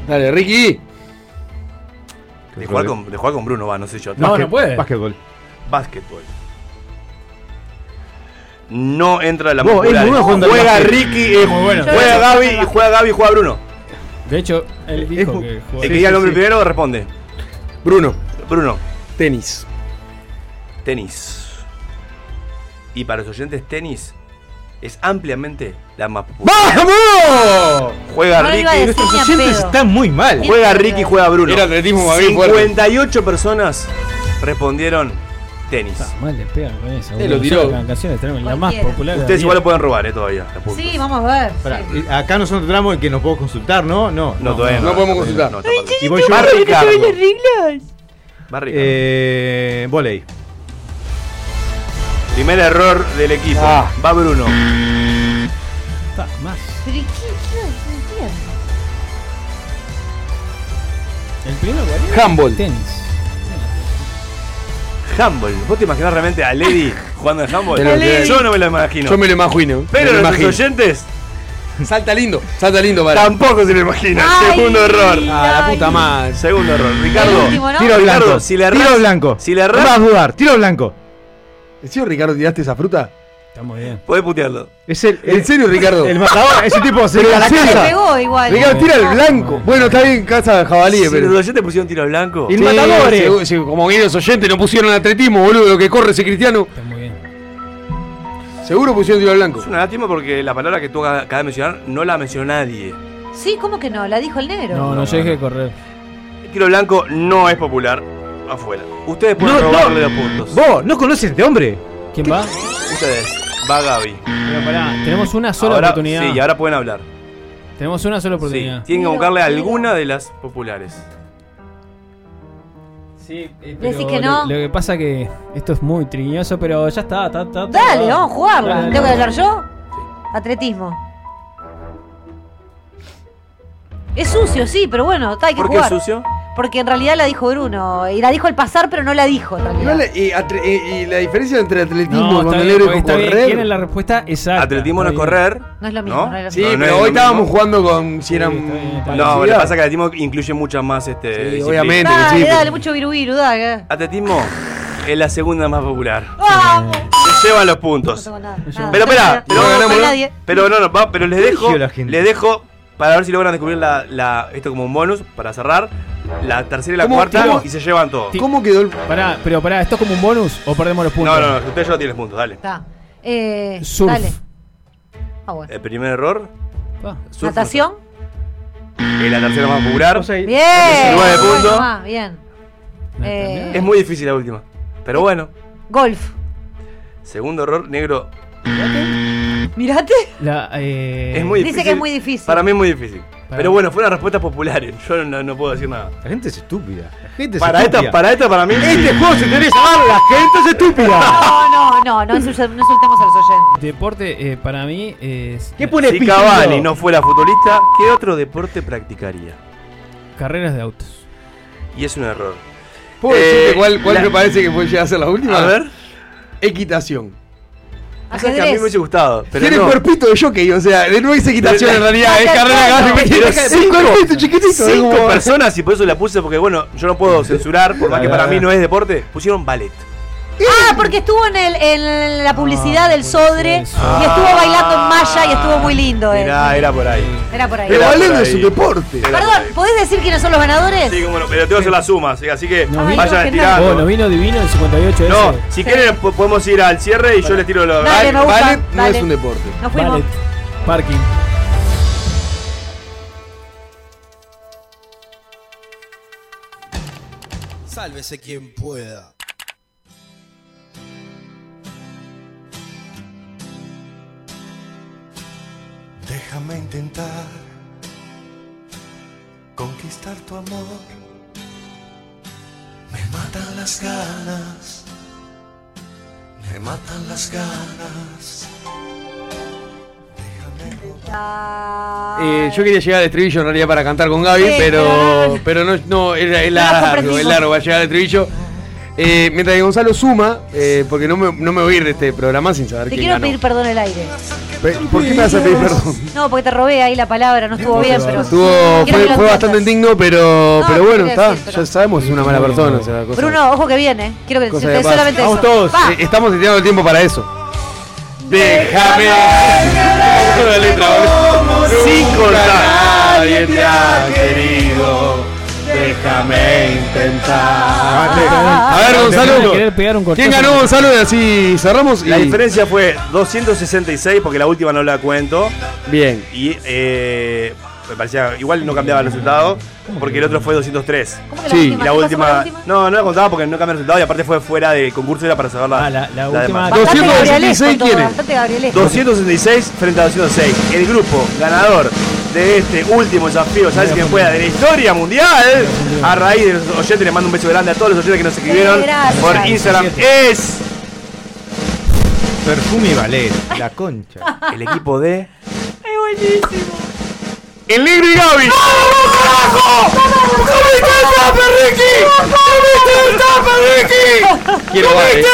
Speaker 5: Dale, Ricky.
Speaker 4: De jugar con, de jugar con Bruno va, no sé yo.
Speaker 6: Básquet- Básquetbol.
Speaker 4: Básquetbol. No entra la
Speaker 6: Vos, es
Speaker 4: popular.
Speaker 6: muy bueno jugando al
Speaker 4: Juega
Speaker 6: básquet.
Speaker 4: Ricky, eh,
Speaker 6: Muy bueno.
Speaker 4: juega Gaby y juega Gaby y juega Bruno.
Speaker 18: De hecho, él dijo que
Speaker 4: El
Speaker 18: jugaba-
Speaker 4: que diga el nombre primero responde.
Speaker 5: Bruno.
Speaker 4: Bruno.
Speaker 5: Tenis.
Speaker 4: Tenis. Y para los oyentes, tenis es ampliamente la más popular.
Speaker 5: ¡Vamos!
Speaker 4: Juega
Speaker 6: No lo
Speaker 4: Ricky.
Speaker 6: iba a decir Nuestros ni a oyentes pedo. están muy mal.
Speaker 4: Juega Ricky, juega Bruno.
Speaker 5: Era atletismo, Gaby, fuerte.
Speaker 4: 58 personas respondieron tenis.
Speaker 18: Mal le pegan con eso.
Speaker 4: Te
Speaker 18: boludo.
Speaker 4: lo tiró.
Speaker 18: Son las canciones tenemos la más
Speaker 3: Cualquiera.
Speaker 18: popular.
Speaker 4: Ustedes igual lo pueden robar, eh, todavía. los puntos.
Speaker 3: Sí, vamos a ver.
Speaker 6: Pará,
Speaker 3: sí.
Speaker 6: eh, acá nosotros entramos en que nos podemos consultar, ¿no? No,
Speaker 4: No, todavía no. No podemos consultar. No, tampoco.
Speaker 6: y voy
Speaker 4: Ay,
Speaker 6: yo.
Speaker 4: chiquito, Barry ¿qué Cargo. son las
Speaker 3: reglas?
Speaker 6: Eh, volei.
Speaker 4: Primer error del equipo.
Speaker 18: Ah.
Speaker 4: Va Bruno.
Speaker 3: Pero ¿y qué? qué- no entiendo.
Speaker 18: El primero, ¿cuál era?
Speaker 5: Handball.
Speaker 18: Tenis.
Speaker 4: Handball. ¿Vos te imaginás realmente a Lady jugando en handball?
Speaker 5: Te lo creo.
Speaker 4: Yo no me lo imagino.
Speaker 5: Yo me lo imagino.
Speaker 4: Pero
Speaker 5: me lo
Speaker 4: los
Speaker 5: imagino.
Speaker 4: oyentes
Speaker 5: Salta lindo, salta lindo, vale.
Speaker 4: Tampoco se lo imagina.
Speaker 5: Ay,
Speaker 4: Segundo error.
Speaker 5: Ah, la puta madre.
Speaker 4: Segundo error. Ricardo.
Speaker 5: El último, ¿no?
Speaker 6: Tiro
Speaker 4: Ricardo,
Speaker 6: blanco.
Speaker 4: si le erras-
Speaker 6: tiro blanco.
Speaker 4: Si le
Speaker 6: no
Speaker 4: erras-
Speaker 6: vas a dudar. Tiro blanco.
Speaker 5: ¿En serio, Ricardo, tiraste esa fruta?
Speaker 18: Estamos bien.
Speaker 4: Podés putearlo.
Speaker 6: Es el,
Speaker 5: ¿En serio, Ricardo?
Speaker 6: El matador. Ese tipo se
Speaker 5: Pero
Speaker 6: la
Speaker 5: sí,
Speaker 6: casa.
Speaker 3: Pegó igual. Ah.
Speaker 5: Ricardo, tira el blanco. Bueno, está bien, casa jabalí,
Speaker 4: Si
Speaker 5: pero.
Speaker 4: los oyentes pusieron tiro blanco.
Speaker 5: Sí, seguro, sí, como bien los oyentes no pusieron atletismo, boludo, lo que corre ese cristiano. Está muy bien. Seguro pusieron tiro al blanco.
Speaker 4: Es una lástima porque la palabra que tú acabas de mencionar no la mencionó nadie.
Speaker 3: Sí, ¿cómo que no? La dijo el negro.
Speaker 18: No, no, yo dije correr.
Speaker 4: El tiro blanco no es popular afuera. Ustedes pueden
Speaker 6: No, no.
Speaker 4: robarle los puntos.
Speaker 6: Vos, ¿no conoces este hombre?
Speaker 18: ¿Quién va?
Speaker 4: Ustedes. Va Gaby.
Speaker 18: Pero pará, tenemos una sola
Speaker 4: Ahora-
Speaker 18: oportunidad.
Speaker 4: Sí, y ahora pueden hablar.
Speaker 18: Tenemos una sola
Speaker 4: Sí,
Speaker 18: oportunidad.
Speaker 4: tienen que buscarle alguna de las populares.
Speaker 18: Sí,
Speaker 6: eh,
Speaker 3: Decís
Speaker 18: Pero
Speaker 3: que
Speaker 18: lo-
Speaker 3: no.
Speaker 18: Lo, que pasa que esto es muy triñoso, pero ya está, está, está. está.
Speaker 3: Dale, vamos a jugarla.
Speaker 18: Dale,
Speaker 3: ¿Tengo que
Speaker 18: dale.
Speaker 3: hablar yo? Atletismo. Es sucio, sí, pero bueno, está, hay que
Speaker 4: ¿Por qué es
Speaker 3: jugar.
Speaker 4: sucio?
Speaker 3: Porque en realidad la dijo Bruno. Y la dijo al pasar, pero no la dijo en realidad.
Speaker 5: Igual, y, atre- y- y la diferencia entre
Speaker 18: No,
Speaker 5: atletismo,
Speaker 18: está
Speaker 5: bandolero
Speaker 18: bien,
Speaker 5: y
Speaker 18: está bien, tienen
Speaker 5: correr.
Speaker 18: la respuesta exacta.
Speaker 4: Atletismo no es
Speaker 18: Está bien.
Speaker 4: correr.
Speaker 3: No es lo mismo.
Speaker 4: ¿No?
Speaker 3: no es lo
Speaker 5: Sí,
Speaker 3: mismo.
Speaker 4: No, no
Speaker 5: pero
Speaker 4: es lo
Speaker 5: hoy estábamos
Speaker 4: mismo.
Speaker 5: jugando con si eran.
Speaker 4: No, lo
Speaker 5: velocidad.
Speaker 4: que pasa es que el atletismo incluye muchas más este, disciplinas.
Speaker 5: obviamente
Speaker 3: Dale, dale, mucho virubiru, dale.
Speaker 4: Atletismo es la segunda más popular.
Speaker 3: ¡Vamos!
Speaker 4: Se llevan los puntos.
Speaker 3: nada.
Speaker 4: pero espera,
Speaker 3: No
Speaker 4: pero,
Speaker 3: ganamos
Speaker 4: pero-
Speaker 3: nadie.
Speaker 4: pero no, no, va, pero les dejo,
Speaker 6: Eligió la gente.
Speaker 4: les dejo para ver si logran descubrir la, la- esto como un bonus para cerrar la tercera y la
Speaker 18: ¿Cómo-
Speaker 4: cuarta
Speaker 18: cómo-
Speaker 4: y se llevan todo.
Speaker 5: ¿Cómo quedó el.?
Speaker 18: Pará, pero pará, ¿esto es como un bonus o perdemos los puntos?
Speaker 4: No, no, no, ustedes ya no tienen puntos, dale.
Speaker 3: Está. Eh,
Speaker 18: Surf.
Speaker 3: Dale. Ah, bueno.
Speaker 4: El primer error, surf,
Speaker 3: Natación.
Speaker 4: es la tercera más popular.
Speaker 3: Bien.
Speaker 4: 19
Speaker 3: Bueno,
Speaker 4: puntos.
Speaker 3: más, bien. Eh,
Speaker 4: Es muy difícil la última. Pero bueno,
Speaker 3: golf.
Speaker 4: segundo error, negro.
Speaker 3: Mirate.
Speaker 18: eh,
Speaker 4: es muy difícil.
Speaker 3: Dice que es muy difícil.
Speaker 4: Para mí es muy difícil.
Speaker 6: Para
Speaker 4: Pero
Speaker 6: mí.
Speaker 4: bueno, fueron respuestas populares. Yo no, no puedo decir nada.
Speaker 6: La gente es estúpida. La gente es
Speaker 4: Para
Speaker 6: estúpida.
Speaker 4: esta, para esta, para mí.
Speaker 6: Este
Speaker 4: sí.
Speaker 6: juego se interesa. ¡Ah, la gente es estúpida!
Speaker 3: No, no, No, no insultemos no insultemos a los oyentes.
Speaker 18: Deporte eh, para mí es.
Speaker 4: ¿Qué si Cavani no fuera futbolista, ¿qué otro deporte practicaría?
Speaker 18: Carreras de autos.
Speaker 4: Y es un error. Eh,
Speaker 5: ¿Puedo decirte cuál, cuál
Speaker 4: la-
Speaker 5: me parece que puede llegar a ser la última?
Speaker 4: A ver.
Speaker 5: Equitación.
Speaker 4: Cosas que a mí me hubiese gustado. Pero
Speaker 5: Tiene
Speaker 4: no.
Speaker 5: cuerpito de jockey, o sea, de- no es equitación en realidad, es eh, carrera de
Speaker 4: Pero
Speaker 5: gato. Es
Speaker 4: cinco-
Speaker 5: cuerpito chiquitito. eh. es
Speaker 4: Cinco
Speaker 5: como-
Speaker 4: personas y por eso la puse porque bueno, yo no puedo censurar, por más que para mí no es deporte, pusieron ballet.
Speaker 3: Ah, porque estuvo en, el, en la publicidad del Sodre y estuvo bailando en malla y estuvo muy lindo. eh.
Speaker 4: Mirá, era por ahí.
Speaker 3: Era por ahí.
Speaker 4: Era por
Speaker 5: ballet no es
Speaker 4: ahí.
Speaker 5: un deporte.
Speaker 4: Era por
Speaker 3: Perdón, ¿podés decir quiénes son los ganadores?
Speaker 4: Sí, como no, pero tengo que hacer las sumas, ¿sí? así que
Speaker 3: vi-
Speaker 4: vayan
Speaker 3: no, que nada.
Speaker 4: estirando.
Speaker 18: Oh, ¿no vino divino el 58
Speaker 4: No,
Speaker 18: ese?
Speaker 4: si quieren po- podemos ir al cierre y yo les tiro los.
Speaker 18: Dale, me gusta,
Speaker 4: Ballet
Speaker 18: dale. Nos fuimos.
Speaker 4: Ballet.
Speaker 18: Parking.
Speaker 1: Sálvese quien pueda.
Speaker 8: Déjame intentar conquistar tu amor. Me matan las ganas, me matan las ganas.
Speaker 5: Eh, yo quería llegar al estribillo en realidad para cantar con Gaby,
Speaker 8: Sí,
Speaker 5: pero, pero no, no era- es
Speaker 8: No la
Speaker 5: largo,
Speaker 8: comprendimos.
Speaker 5: es largo, va a llegar al estribillo. Eh, mientras que Gonzalo suma, eh, porque no me, no me voy a ir de este programa sin saber
Speaker 3: Te
Speaker 5: quién
Speaker 3: quiero
Speaker 5: ganó.
Speaker 3: pedir perdón el aire.
Speaker 5: Pe- ¿Por qué me vas a pedir perdón?
Speaker 3: No, porque te robé ahí la palabra, no estuvo bien, pero.
Speaker 5: Estuvo-
Speaker 3: Quiero que
Speaker 5: fue
Speaker 3: lo
Speaker 5: fue bastante indigno, pero,
Speaker 3: No,
Speaker 5: pero bueno,
Speaker 3: quiero
Speaker 5: está,
Speaker 3: decir, pero-
Speaker 5: ya sabemos que es una mala persona. o sea, cosa-
Speaker 3: Bruno, ojo que viene. eh. Quiero que
Speaker 5: cosa
Speaker 3: le
Speaker 5: que
Speaker 3: ustedes
Speaker 5: pasa.
Speaker 3: solamente
Speaker 5: Vamos
Speaker 3: eso.
Speaker 5: todos,
Speaker 3: Va.
Speaker 5: eh, estamos destinando el tiempo para eso.
Speaker 4: Déjame.
Speaker 5: Una letra, boludo.
Speaker 4: Sin cortar.
Speaker 5: Nadie te ha querido. Déjame intentar. A ver, Gonzalo. ¿Quién ganó, Gonzalo? Y así cerramos.
Speaker 4: La
Speaker 5: y-
Speaker 4: diferencia fue 266 porque la última no la cuento.
Speaker 5: Bien.
Speaker 4: Y eh, me parecía, igual no cambiaba el resultado porque el otro fue 203.
Speaker 5: que la Sí. última?
Speaker 4: Y la
Speaker 5: ¿Qué pasó con la
Speaker 4: última. No, no la contaba porque no cambiaba el resultado y aparte fue fuera del concurso era para saber la. la,
Speaker 3: última-
Speaker 4: demás.
Speaker 3: Bastante gabrielesco todo, bastante gabrielesco.
Speaker 4: 266 frente a 206. El grupo ganador de este último desafío, ¿sabes quién pueda? De la historia mundial. A raíz de los oyentes, les mando un beso grande a todos los oyentes que nos escribieron
Speaker 3: Sí, gracias.
Speaker 4: por Instagram. Es.
Speaker 6: Perfume y ballet, la concha.
Speaker 4: El equipo de.
Speaker 3: Es buenísimo.
Speaker 4: El negro y Gaby.
Speaker 19: ¡Vamos,
Speaker 4: ¡Comete el tapa, Ricky! ¡Comete el tapa, Ricky!
Speaker 5: Quiero bar, eh.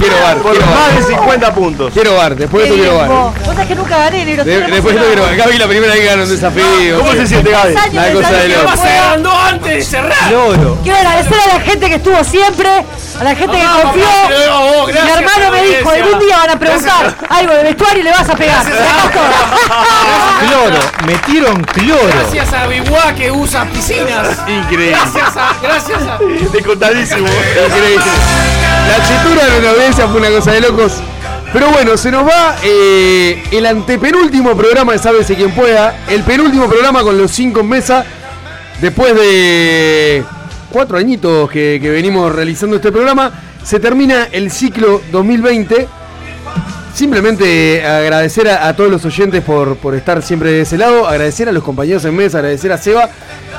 Speaker 5: Quiero bar.
Speaker 4: Por
Speaker 5: quiero bar.
Speaker 4: más de 50 puntos.
Speaker 5: Quiero bar. Después de esto quiero bar.
Speaker 3: Vos sabés que nunca gané, negro.
Speaker 5: De-
Speaker 3: estoy
Speaker 5: después de esto quiero bar. Gaby la primera vez que ganó un desafío.
Speaker 4: ¿Cómo se siente, Gaby?
Speaker 5: Una cosa de loco.
Speaker 4: antes de cerrar!
Speaker 5: Loro.
Speaker 3: Quiero agradecer a la gente que estuvo siempre, a la gente que
Speaker 19: Vamos,
Speaker 3: confió.
Speaker 19: papá, te veo vos,
Speaker 3: Mi
Speaker 19: gracias,
Speaker 3: hermano me dijo,
Speaker 19: Iglesia.
Speaker 3: algún día van a preguntar algo de vestuario y le vas a pegar.
Speaker 6: Ah. Cloro, metieron cloro.
Speaker 20: Gracias a Biwa que usa piscinas.
Speaker 5: Increíble.
Speaker 20: Gracias a. Gracias a.
Speaker 4: De contadísimo.
Speaker 5: Increíble. La chetura de nuestra audiencia fue una cosa de locos. Pero bueno, se nos va eh, el antepenúltimo programa de Sábese Quien Pueda. El penúltimo programa con los cinco en mesa. Después de cuatro añitos que, que venimos realizando este programa, se termina el ciclo 2020. Simplemente eh, agradecer a, a todos los oyentes por, por estar siempre de ese lado, agradecer a los compañeros en mesa, agradecer a Seba.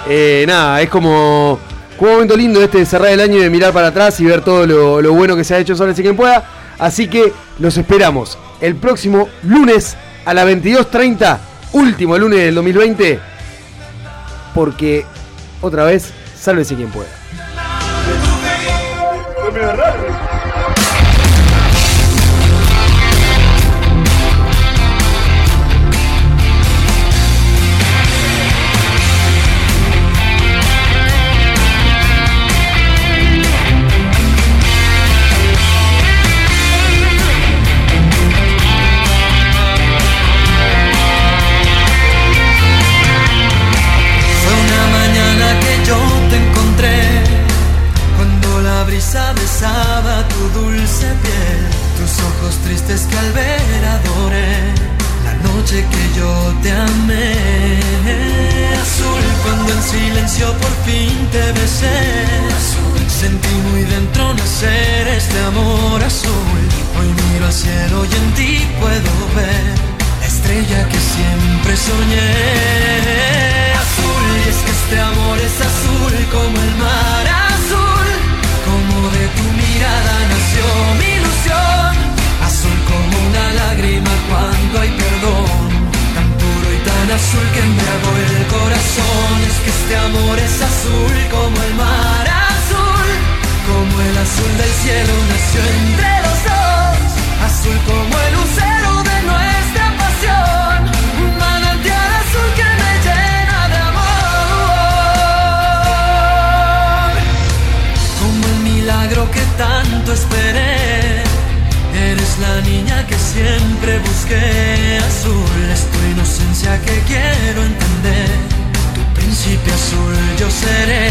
Speaker 5: Eh, nada, es como, como un momento lindo este de cerrar el año y de mirar para atrás y ver todo lo, lo bueno que se ha hecho sobre si quien pueda. Así que los esperamos el próximo lunes a las 22.30, último lunes del 2020, porque otra vez, sálvese quien pueda.
Speaker 20: Fue una mañana que yo te encontré cuando la brisa besaba tu dulce piel, tus ojos tristes que al ver adoré, la noche que yo te amé. Azul cuando en silencio por fin te besé, sentí muy dentro nacer este amor azul. Hoy miro al cielo y en ti puedo ver la estrella que siempre soñé. Azul, y es que este amor es azul como el mar azul, como de tu mirada nació mi ilusión. este Eres la niña que siempre busqué azul, es tu inocencia que quiero entender. Tu principio azul yo seré.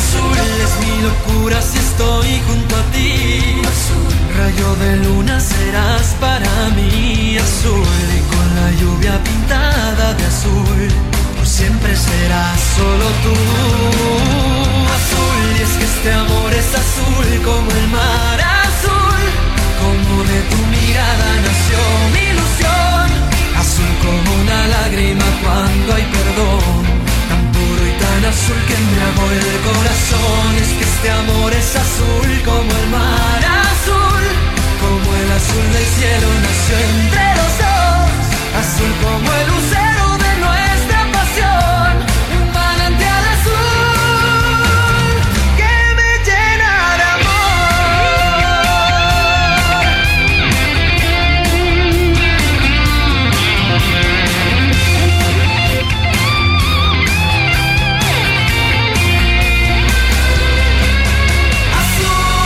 Speaker 20: Azul es mi locura si estoy junto a ti. Azul, rayo de luna serás para mí. Azul y con la lluvia pintada de azul, por siempre serás solo tú azul Y es que este amor es azul como el mar azul Como de tu mirada nació mi ilusión Azul como una lágrima cuando hay perdón Tan puro y tan azul que embriagó el corazón Y es que este amor es azul como el mar azul Como el azul del cielo nació entre los dos Azul como el lucero de nuestra pasión Un manantial azul que me llena de amor. Azul, y es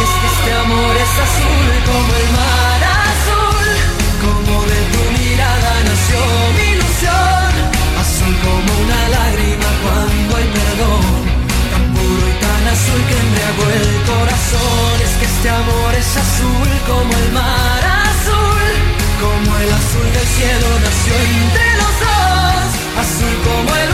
Speaker 20: que este amor es azul como el mar azul, como de tu mirada nació mi ilusión. Azul como una lágrima cuando hay perdón puro y tan azul que embriagó el corazón Es que este amor es azul como el mar azul Como el azul del cielo nació entre los dos Azul como el este este